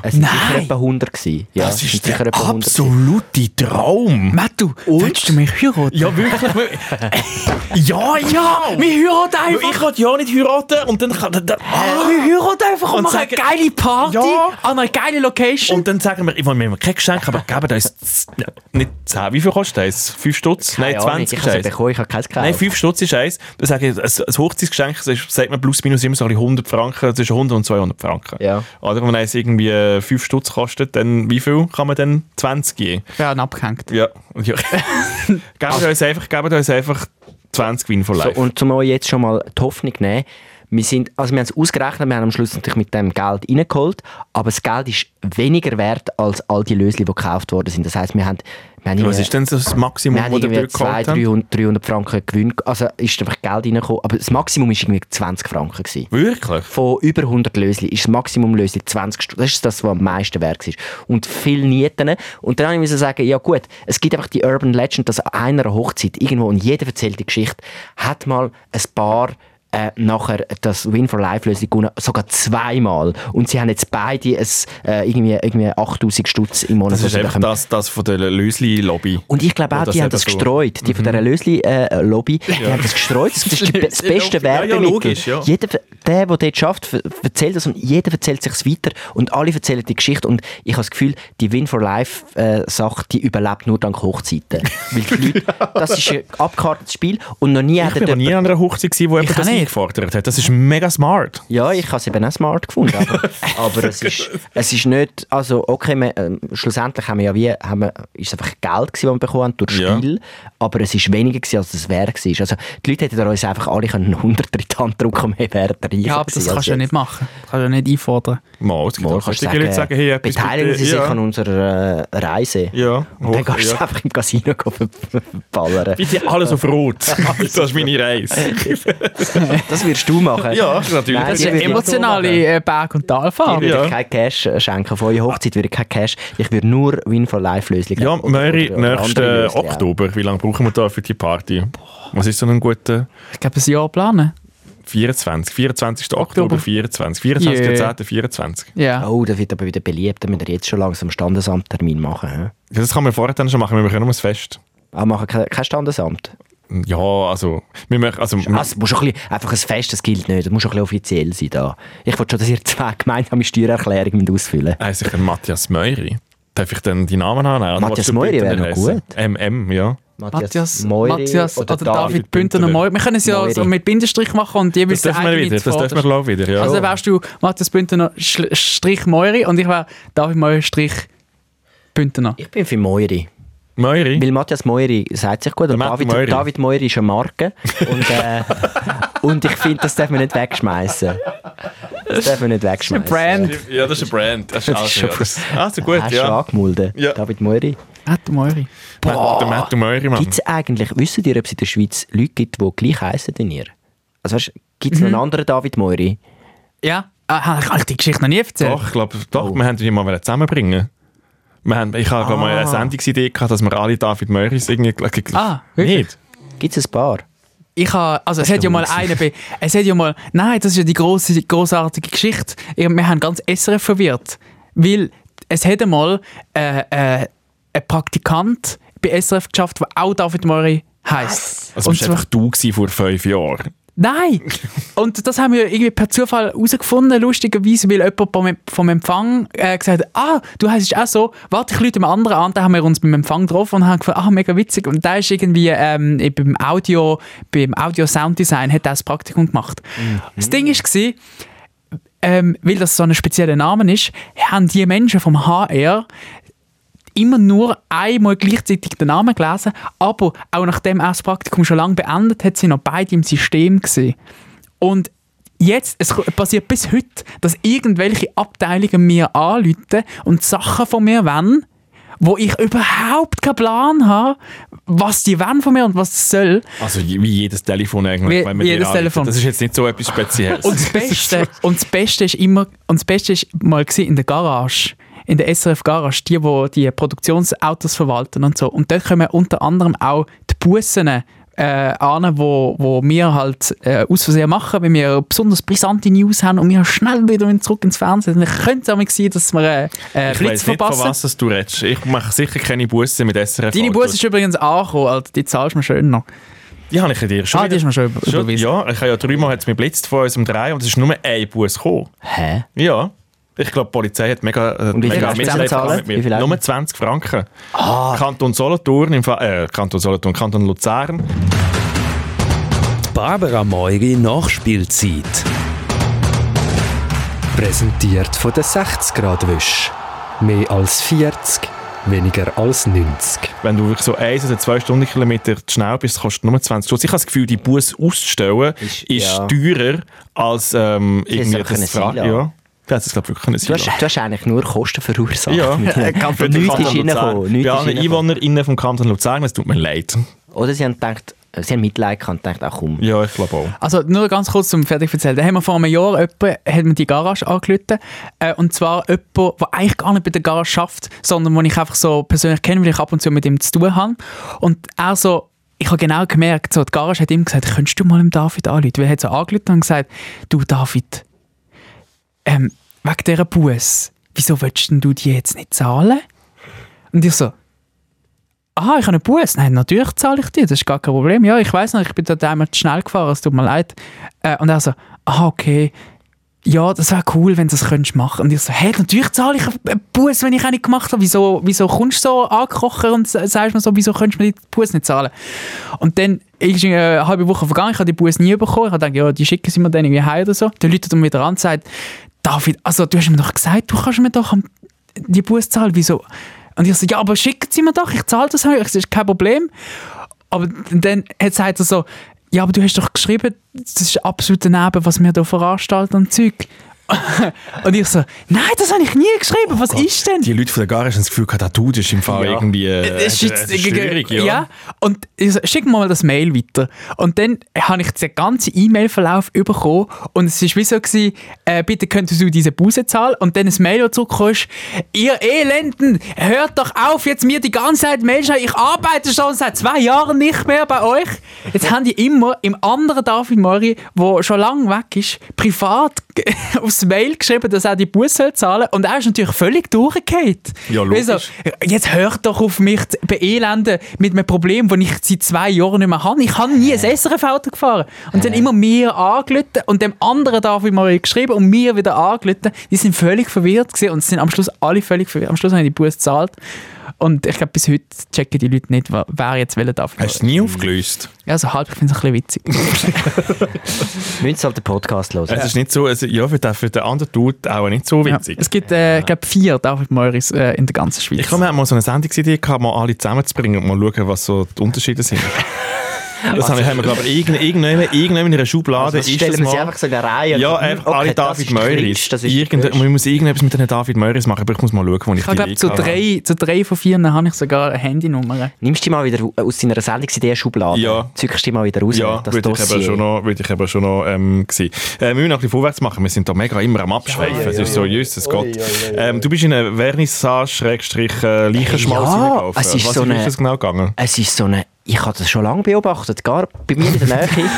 [SPEAKER 3] es sind sicher etwa 100 gewesen. Ja, es sind sicher etwa 100 gewesen.
[SPEAKER 1] absolute Traum.
[SPEAKER 2] Mattu, willst du mich heiraten?
[SPEAKER 1] Ja, wirklich. wirklich. [laughs] ja, ja.
[SPEAKER 2] Wir heiraten einfach!
[SPEAKER 1] Ich wollte ja nicht heiraten und dann... kann- dann- dann- Ah.
[SPEAKER 2] wir heiraten einfach und,
[SPEAKER 1] Und
[SPEAKER 2] machen eine
[SPEAKER 1] sagen-
[SPEAKER 2] geile Party
[SPEAKER 1] Ja.
[SPEAKER 2] an einer geilen Location.
[SPEAKER 1] Und dann sagen wir, ich will mir kein Geschenk, aber geben uns z- nicht 10. Wie viel kostet eins? 5 Stutz? Nein,
[SPEAKER 3] Keine Ahnung,
[SPEAKER 1] 20 ist
[SPEAKER 3] Ich habe es
[SPEAKER 1] eins.
[SPEAKER 3] also, bekommen, ich habe keins gekauft.
[SPEAKER 1] Nein, 5 Stutz ist eins. Dann sage ich, ein, ein Hochzeitsgeschenk, das ist, sagt man plus minus immer so ein bisschen 100 Franken, zwischen 100 und 200 Franken.
[SPEAKER 3] Ja.
[SPEAKER 1] Oder wenn eins irgendwie äh, 5 Stutz kostet, dann wie viel kann man dann 20 geben?
[SPEAKER 2] Ja, und abgehängt.
[SPEAKER 1] Ja.
[SPEAKER 3] [laughs]
[SPEAKER 1] ja. gebt uns einfach, gebt uns einfach 20 Win for
[SPEAKER 3] Also- So,
[SPEAKER 1] Life.
[SPEAKER 3] und zum euch jetzt schon mal die Hoffnung nehmen, wir, sind, also wir haben es ausgerechnet, wir haben am Schluss natürlich mit dem Geld reingeholt, aber das Geld ist weniger wert als all die Lösli, die gekauft worden sind. Das heisst, wir haben, wir haben
[SPEAKER 1] Was
[SPEAKER 3] irgendwie-
[SPEAKER 1] ist denn so das
[SPEAKER 3] wir
[SPEAKER 1] Maximum,
[SPEAKER 3] haben
[SPEAKER 1] das ihr
[SPEAKER 3] irgendwie 200,
[SPEAKER 1] durchgeholt habt?
[SPEAKER 3] 300, 300 Franken Gewinn, also ist einfach Geld reingekommen, aber das Maximum war irgendwie 20 Franken. Gewesen.
[SPEAKER 1] Wirklich?
[SPEAKER 3] Von über 100 Lösli ist das Maximum Lösli 20 Stunden. Das ist das, was am meisten wert war. Und viel Nieten. Und dann musste ich sagen, ja gut, es gibt einfach die Urban Legend, dass an einer Hochzeit irgendwo, und jeder erzählt die Geschichte, hat mal ein Paar äh, nachher das Win for Life Lösli gewonnen, sogar zweimal. Und sie haben jetzt beide ein, äh, irgendwie, irgendwie 8000 Stutz im Monat.
[SPEAKER 1] Das ist
[SPEAKER 3] was sie
[SPEAKER 1] einfach
[SPEAKER 3] bekommen.
[SPEAKER 1] das, das von der Lösli-Lobby.
[SPEAKER 3] Und ich glaube
[SPEAKER 1] Ja,
[SPEAKER 3] auch,
[SPEAKER 1] das
[SPEAKER 3] die haben
[SPEAKER 1] eben
[SPEAKER 3] das
[SPEAKER 1] so.
[SPEAKER 3] gestreut. Die von dieser Lösli-Lobby, die haben das gestreut. Das
[SPEAKER 1] [laughs]
[SPEAKER 3] ist die, be- das
[SPEAKER 1] Lösli-Lobby.
[SPEAKER 3] beste
[SPEAKER 1] Ja, ja,
[SPEAKER 3] Werbemittel.
[SPEAKER 1] logisch, ja.
[SPEAKER 3] Jeder, der, der dort schafft, ver- erzählt das und jeder erzählt sich weiter und alle erzählen die Geschichte. Und ich habe das Gefühl, die Win-for-Life-Sache, äh, die überlebt nur dank Hochzeiten.
[SPEAKER 1] [laughs]
[SPEAKER 3] Weil die Leute, das ist ein abgekartetes Spiel und noch nie hat
[SPEAKER 1] Ich war noch nie an einer Hochzeit, gewesen, wo
[SPEAKER 2] Ich
[SPEAKER 1] jemand das
[SPEAKER 2] auch nicht.
[SPEAKER 1] eingefordert hat. Das ist mega smart.
[SPEAKER 3] Ja, ich habe es eben auch smart gefunden,
[SPEAKER 1] [laughs]
[SPEAKER 3] aber, aber es, ist, es ist nicht, also okay, wir, ähm, schlussendlich haben wir ja wie, haben wir, ist es einfach Geld gewesen, das wir bekommen haben durch
[SPEAKER 1] Ja.
[SPEAKER 3] Spiel, aber es ist weniger gewesen, als es wäre gewesen. Also die Leute hätten da uns einfach alle können 100 in die Hand um drücken und wir wären reich
[SPEAKER 2] Ja, aber das kannst du ja nicht machen. Das kannst du ja nicht einfordern.
[SPEAKER 1] Mal, es gibt
[SPEAKER 3] Mal
[SPEAKER 1] auch
[SPEAKER 3] kannst du
[SPEAKER 1] solche Leute,
[SPEAKER 3] sagen,
[SPEAKER 1] die sagen, hey, etwas
[SPEAKER 3] beteiligen
[SPEAKER 1] bitte.
[SPEAKER 3] Sie sich
[SPEAKER 1] ja.
[SPEAKER 3] an unserer äh, Reise.
[SPEAKER 1] Ja,
[SPEAKER 3] Und dann
[SPEAKER 1] hoch-
[SPEAKER 3] kannst du
[SPEAKER 1] ja.
[SPEAKER 3] einfach im Casino ballern.
[SPEAKER 1] Bitte alles auf
[SPEAKER 3] [laughs]
[SPEAKER 1] Rot. das ist meine Reise.
[SPEAKER 3] Das wirst du machen.
[SPEAKER 1] Ja, natürlich.
[SPEAKER 3] Nein,
[SPEAKER 1] Das
[SPEAKER 2] Das
[SPEAKER 1] ist
[SPEAKER 3] die
[SPEAKER 2] ist eine
[SPEAKER 3] würde ich so
[SPEAKER 2] emotionale äh, Berg- und
[SPEAKER 3] Ich
[SPEAKER 2] Talfahrt.
[SPEAKER 3] würde
[SPEAKER 1] Ah, Ja.
[SPEAKER 3] kein Cash äh, schenken. Von eurer Hochzeit würde ich kein Cash. Ich würde nur Win for Life Lösli
[SPEAKER 1] Ja,
[SPEAKER 3] geben. Oder-
[SPEAKER 1] Möri,
[SPEAKER 3] oder andere
[SPEAKER 1] nächsten
[SPEAKER 3] Lösli auch.
[SPEAKER 1] Oktober. Wie lange brauchen wir da für die Party? Was ist so ein guter
[SPEAKER 2] Ich glaube, ein Jahr planen.
[SPEAKER 1] 24? 24. Oktober,
[SPEAKER 2] Oktober.
[SPEAKER 1] 24. 24.
[SPEAKER 2] Yeah.
[SPEAKER 1] 10. 24.
[SPEAKER 2] Ja.
[SPEAKER 3] Oh, das wird aber wieder beliebt. Dann müssen wir jetzt schon langsam einen Standesamttermin machen. He?
[SPEAKER 1] Ja, das kann man vorher dann schon machen. Wir machen nur ein Fest.
[SPEAKER 3] Ah, machen kein, kein Standesamt.
[SPEAKER 1] Ja, also... Wir machen, also,
[SPEAKER 3] Ah, es muss schon ein bisschen, einfach ein Fest, das gilt nicht. Es muss schon ein bisschen offiziell sein da. Ich wollte schon, dass ihr zwei gemeinsame Steuererklärungen mit ausfüllen
[SPEAKER 1] heisse ich dann äh, Matthias Möri. Darf ich dann die Namen annehmen? Oder
[SPEAKER 3] Matthias
[SPEAKER 1] willst du
[SPEAKER 3] Möri
[SPEAKER 1] bitte
[SPEAKER 3] wäre
[SPEAKER 1] nicht
[SPEAKER 3] noch
[SPEAKER 1] heissen? MM, ja.
[SPEAKER 2] Matthias, Matthias oder, David Bündner
[SPEAKER 1] Bündner.
[SPEAKER 2] Moiri. Wir können es ja
[SPEAKER 3] Moiri.
[SPEAKER 2] so mit Bindestrich machen und die
[SPEAKER 1] Das
[SPEAKER 2] wissen
[SPEAKER 1] dürfen wir wieder. Das dürfen wir, glaube ich, wieder. Ja.
[SPEAKER 2] Also dann wärst du Matthias Bündner Schl- Strich Moiri und ich wäre David Moiri Strich Bündner.
[SPEAKER 3] Ich bin für Moiri.
[SPEAKER 1] Möri?
[SPEAKER 3] Weil Matthias Moiri sagt sich gut und
[SPEAKER 1] Matt
[SPEAKER 3] David
[SPEAKER 1] Moiri.
[SPEAKER 3] Moiri. David Moiri ist eine Marke.
[SPEAKER 1] [laughs]
[SPEAKER 3] Und, äh, und ich finde, das darf man nicht wegschmeißen. Das darf man nicht wegschmeißen.
[SPEAKER 2] Brand.
[SPEAKER 1] Ja, das ist ein Brand. Das ist
[SPEAKER 3] Das ist
[SPEAKER 1] also,
[SPEAKER 3] ein
[SPEAKER 1] ja, das, also gut,
[SPEAKER 3] Hast du
[SPEAKER 1] ja.
[SPEAKER 3] angemulden?
[SPEAKER 1] Ja.
[SPEAKER 3] David Moiri.
[SPEAKER 2] Matt Moiri.
[SPEAKER 1] Matt- Der Matt und Möri, Mann.
[SPEAKER 3] Gibt es eigentlich, wisst ihr, ob es in der Schweiz Leute gibt, die gleich heissen wie ihr? Also weißt, gibt es noch
[SPEAKER 1] Mhm.
[SPEAKER 3] einen anderen David Moiri?
[SPEAKER 2] Ja. Ah, habe ich die Geschichte noch nie erzählt?
[SPEAKER 1] Doch, ich glaube, doch, wir haben die mal wollen zusammenbringen. Wir haben, ich habe glaub mal eine Sendungsidee gehabt, dass wir alle David Möris irgendwie...
[SPEAKER 2] Ah, wirklich?
[SPEAKER 1] nicht.
[SPEAKER 3] Gibt es ein paar?
[SPEAKER 2] Ich habe, also es hat ja mal einen, bei- es hat ja mal, nein, das ist ja die große, großartige Geschichte. Ich- Wir haben ganz SRF verwirrt, weil es hat einmal äh, äh, ein Praktikant bei SRF geschafft, der auch David Murray heißt.
[SPEAKER 1] Also bist einfach du gewesen vor fünf Jahren.
[SPEAKER 2] Nein! Und das haben wir irgendwie per Zufall herausgefunden, lustigerweise, weil jemand vom, vom Empfang äh, gesagt hat, ah, du heisst auch so, warte, ich lüte einem anderen an, dann haben wir uns beim Empfang getroffen und haben gefunden, ah, mega witzig. Und da ist irgendwie ähm, beim Audio, beim Audio Sound Design hat er das Praktikum gemacht. Das Ding war, ähm, weil das so ein spezieller Name ist, haben die Menschen vom HR immer nur einmal gleichzeitig den Namen gelesen, aber auch nachdem er das Praktikum schon lange beendet hat, sind noch beide im System gesehen. Und jetzt, es ko- passiert bis heute, dass irgendwelche Abteilungen mir anrufen und Sachen von mir wollen, wo ich überhaupt keinen Plan habe, was die wollen von mir und was das soll.
[SPEAKER 1] Also je- wie jedes Telefon eigentlich.
[SPEAKER 2] Wie-
[SPEAKER 1] wenn man
[SPEAKER 2] wie
[SPEAKER 1] dir
[SPEAKER 2] jedes
[SPEAKER 1] anruft.
[SPEAKER 2] Telefon.
[SPEAKER 1] Das ist jetzt nicht so etwas Spezielles.
[SPEAKER 2] Und
[SPEAKER 1] [laughs]
[SPEAKER 2] das Beste, äh, und das Beste ist immer, und das Beste ist mal gewesen in der Garage, in der SRF Garage, die, wo die Produktionsautos verwalten und so. Und dort kommen unter anderem auch die Bussen äh, an, wo, wo wir halt äh, aus Versehen machen, wenn wir besonders brisante News haben und wir schnell wieder müssen zurück ins Fernsehen. Dann könnte es auch mal sein, dass wir äh, äh,
[SPEAKER 1] ich weiss
[SPEAKER 2] Blitz
[SPEAKER 1] nicht, von
[SPEAKER 2] verpassen.
[SPEAKER 1] was Oh, das du redest. Ich mache sicher keine Busse mit SRF.
[SPEAKER 2] Deine
[SPEAKER 1] Autos.
[SPEAKER 2] Busse ist übrigens angekommen, Alter, die zahlst du mir schön noch.
[SPEAKER 1] Die habe ich dir schon.
[SPEAKER 2] Ah, die
[SPEAKER 1] wieder-
[SPEAKER 2] ist mir schon über- überwiesen.
[SPEAKER 1] Ja, ich habe ja dreimal hat's mich blitzt von unserem Drei und es ist nur ein Bus gekommen.
[SPEAKER 3] Hä?
[SPEAKER 1] Ja. Ich glaube, die Polizei hat mega, äh,
[SPEAKER 3] Und wie viel
[SPEAKER 1] mega
[SPEAKER 3] hast du
[SPEAKER 1] Mitleid
[SPEAKER 3] bezahlt?
[SPEAKER 1] gehabt mit mir.
[SPEAKER 3] Wie viel Ah. hast du?
[SPEAKER 1] Nur 20 Franken. Kanton Solothurn, im Fall, äh, Kanton Solothurn, Kanton Luzern.
[SPEAKER 5] Barbara Meuri Nachspielzeit. Präsentiert von der 60 Grad Wisch. Mehr als 40, weniger als 90.
[SPEAKER 1] Wenn du wirklich so 1 oder 2 Stundenkilometer zu schnell bist, kostet nur 20 Stutz. Ich habe das Gefühl, die Bus auszustellen ist,
[SPEAKER 3] Ist- ja.
[SPEAKER 1] teurer als ähm, irgendwie
[SPEAKER 3] hätten es
[SPEAKER 1] das
[SPEAKER 3] können
[SPEAKER 1] Fra-
[SPEAKER 3] sein lassen.
[SPEAKER 1] Ja, das ist glaube ich wirklich können
[SPEAKER 3] Du
[SPEAKER 1] sein [laughs]
[SPEAKER 3] hast, du hast eigentlich nur Kosten verursacht.
[SPEAKER 1] Ja,
[SPEAKER 3] mit
[SPEAKER 1] Äh,
[SPEAKER 3] dem-
[SPEAKER 1] Kanton
[SPEAKER 3] [laughs] Nichts
[SPEAKER 1] Kanton
[SPEAKER 3] ist reingekommen,
[SPEAKER 1] Luzern.
[SPEAKER 3] nichts
[SPEAKER 1] Ja,
[SPEAKER 3] ist
[SPEAKER 1] alle
[SPEAKER 3] reingekommen.
[SPEAKER 1] EinwohnerInnen vom Kanton Luzern, es tut mir leid.
[SPEAKER 3] Oder sie haben gedacht, äh, sie haben Mitleid gehabt und gedacht, ach komm.
[SPEAKER 1] Ja, ich glaube auch.
[SPEAKER 2] Also nur ganz kurz zum fertig erzählen. Da haben wir vor einem Jahr jemanden, hat mir die Garage angerufen. Äh, und zwar jemand, der eigentlich gar nicht bei der Garage schafft, sondern den ich einfach so persönlich kenne, weil ich ab und zu mit ihm zu tun habe. Und er so, ich habe genau gemerkt, so, die Garage hat ihm gesagt, könntest du mal dem David anrufen? Weil er hat so angerufen und gesagt, du David, ähm, wegen dieser Buß, wieso willst denn du die jetzt nicht zahlen? Und ich so, aha, ich habe einen Bus. Nein, natürlich zahle ich dir, das ist gar kein Problem. Ja, ich weiß noch, ich bin dort einmal zu schnell gefahren, es tut mir leid. Äh, und er so, aha, okay. Ja, das wäre cool, wenn du das könntest machen Und ich so, hey, natürlich zahle ich einen Bus, wenn ich einen gemacht habe. Wieso, wieso kommst du so angekochen und s- sagst mir so, wieso könntest du mir den Bus nicht zahlen? Und dann ist eine halbe Woche vergangen, ich habe die Bus nie bekommen. Ich habe gedacht, ja, die schicken sie mir dann irgendwie heim oder so. Dann läutet er mir wieder an und sagt, David, also du hast mir doch gesagt, du kannst mir doch am- die Bus zahlen, wieso? Und ich so, ja, aber schicken sie mir doch, ich zahle das, euch, das ist kein Problem. Aber dann hat sagt er so, ja, aber du hast doch geschrieben, das ist absolut daneben, was wir hier veranstalten und Zeug. [laughs] und ich so, nein, das habe ich nie geschrieben, was ist denn?
[SPEAKER 1] Die Leute von der Garage haben das Gefühl, gehabt, der Dude ist im Fall
[SPEAKER 3] Ja.
[SPEAKER 1] irgendwie äh,
[SPEAKER 2] Das ist jetzt-
[SPEAKER 1] eine Störung,
[SPEAKER 2] ja. Und ich so, schick mir mal das Mail weiter. Und dann habe ich den ganzen E-Mail-Verlauf bekommen und es war wie so, gewesen, äh, bitte könntest du diese Buße zahlen und dann ein Mail, das zurückgekommen ist, ihr Elenden, hört doch auf, jetzt mir die ganze Zeit Mail schreiben, ich arbeite schon seit zwei Jahren nicht mehr bei euch. Jetzt haben die immer im anderen David Mori, der schon lange weg ist, privat [laughs] aufs Mail geschrieben, dass er die Buße zahlen soll. und er ist natürlich völlig durchgefallen.
[SPEAKER 1] Ja,
[SPEAKER 2] Weißt du,
[SPEAKER 1] logisch.
[SPEAKER 2] Jetzt hört doch auf mich zu beelenden mit einem Problem, das ich seit zwei Jahren nicht mehr habe. Ich habe nie
[SPEAKER 1] Äh.
[SPEAKER 2] ein SRF-Auto gefahren. Und dann immer mir angelötet und dem anderen darf ich mal geschrieben und mir wieder angelötet. Die sind völlig verwirrt gewesen und sind am Schluss alle völlig verwirrt. Am Schluss haben die Buße gezahlt. Und ich glaube, bis heute checken die Leute nicht, wa- wer jetzt welchen darf.
[SPEAKER 1] Hast du es nie aufgelöst?
[SPEAKER 2] Also halb, ich finde es ein bisschen witzig.
[SPEAKER 3] Müssen sie halt den Podcast hören.
[SPEAKER 1] Es ist nicht so, also, ja, für den, für den anderen Dude auch nicht so
[SPEAKER 2] Ja.
[SPEAKER 1] witzig.
[SPEAKER 2] Es gibt, äh, ich glaube, vier David Meuris äh, in der ganzen Schweiz.
[SPEAKER 1] um Ich glaube, wir hatten mal so eine Sendungsidee gehabt, mal alle zusammenzubringen und mal schauen, was so die Unterschiede sind. Das haben wir, haben wir glaube ich, irgend- irgendjemand irgendjemand in einer Schublade.
[SPEAKER 3] Also, das
[SPEAKER 1] ist
[SPEAKER 3] stellen
[SPEAKER 1] das
[SPEAKER 3] wir
[SPEAKER 1] mal.
[SPEAKER 3] sie einfach so in eine Reihe.
[SPEAKER 1] Ja,
[SPEAKER 3] Und-
[SPEAKER 1] einfach
[SPEAKER 3] okay,
[SPEAKER 1] alle
[SPEAKER 3] das
[SPEAKER 1] David
[SPEAKER 3] ist der
[SPEAKER 1] Meuris.
[SPEAKER 3] Cringe, das ist der
[SPEAKER 1] Irgend-
[SPEAKER 3] Cringe.
[SPEAKER 1] Man muss irgendetwas mit einem David Meuris machen, aber ich muss mal schauen, wo ich,
[SPEAKER 2] Ich glaube,
[SPEAKER 1] Link
[SPEAKER 2] zu
[SPEAKER 1] habe.
[SPEAKER 2] drei, zu drei von vier habe ich sogar eine Handynummer.
[SPEAKER 3] Nimmst du die mal wieder aus deiner Sendungsidee-Schublade?
[SPEAKER 1] Ja.
[SPEAKER 3] Zückst du die mal wieder raus?
[SPEAKER 1] Ja,
[SPEAKER 3] das
[SPEAKER 1] würde ich, eben
[SPEAKER 3] Dossier.
[SPEAKER 1] schon noch, würde ich eben schon noch ähm, sehen. Äh, wir müssen noch ein bisschen vorwärts machen, wir sind da mega immer am Abschweifen. es ist so, Jesus Gott. Ähm, du bist in einer Vernissage-Leichenschmalz
[SPEAKER 3] Ja,
[SPEAKER 1] rumgelaufen.
[SPEAKER 3] es ist
[SPEAKER 1] äh, Was
[SPEAKER 3] so
[SPEAKER 1] ist
[SPEAKER 3] eine-
[SPEAKER 1] das genau gegangen?
[SPEAKER 3] Es ist so eine... Ich habe das schon lange beobachtet, gar bei mir in der
[SPEAKER 2] [laughs]
[SPEAKER 3] Nähe.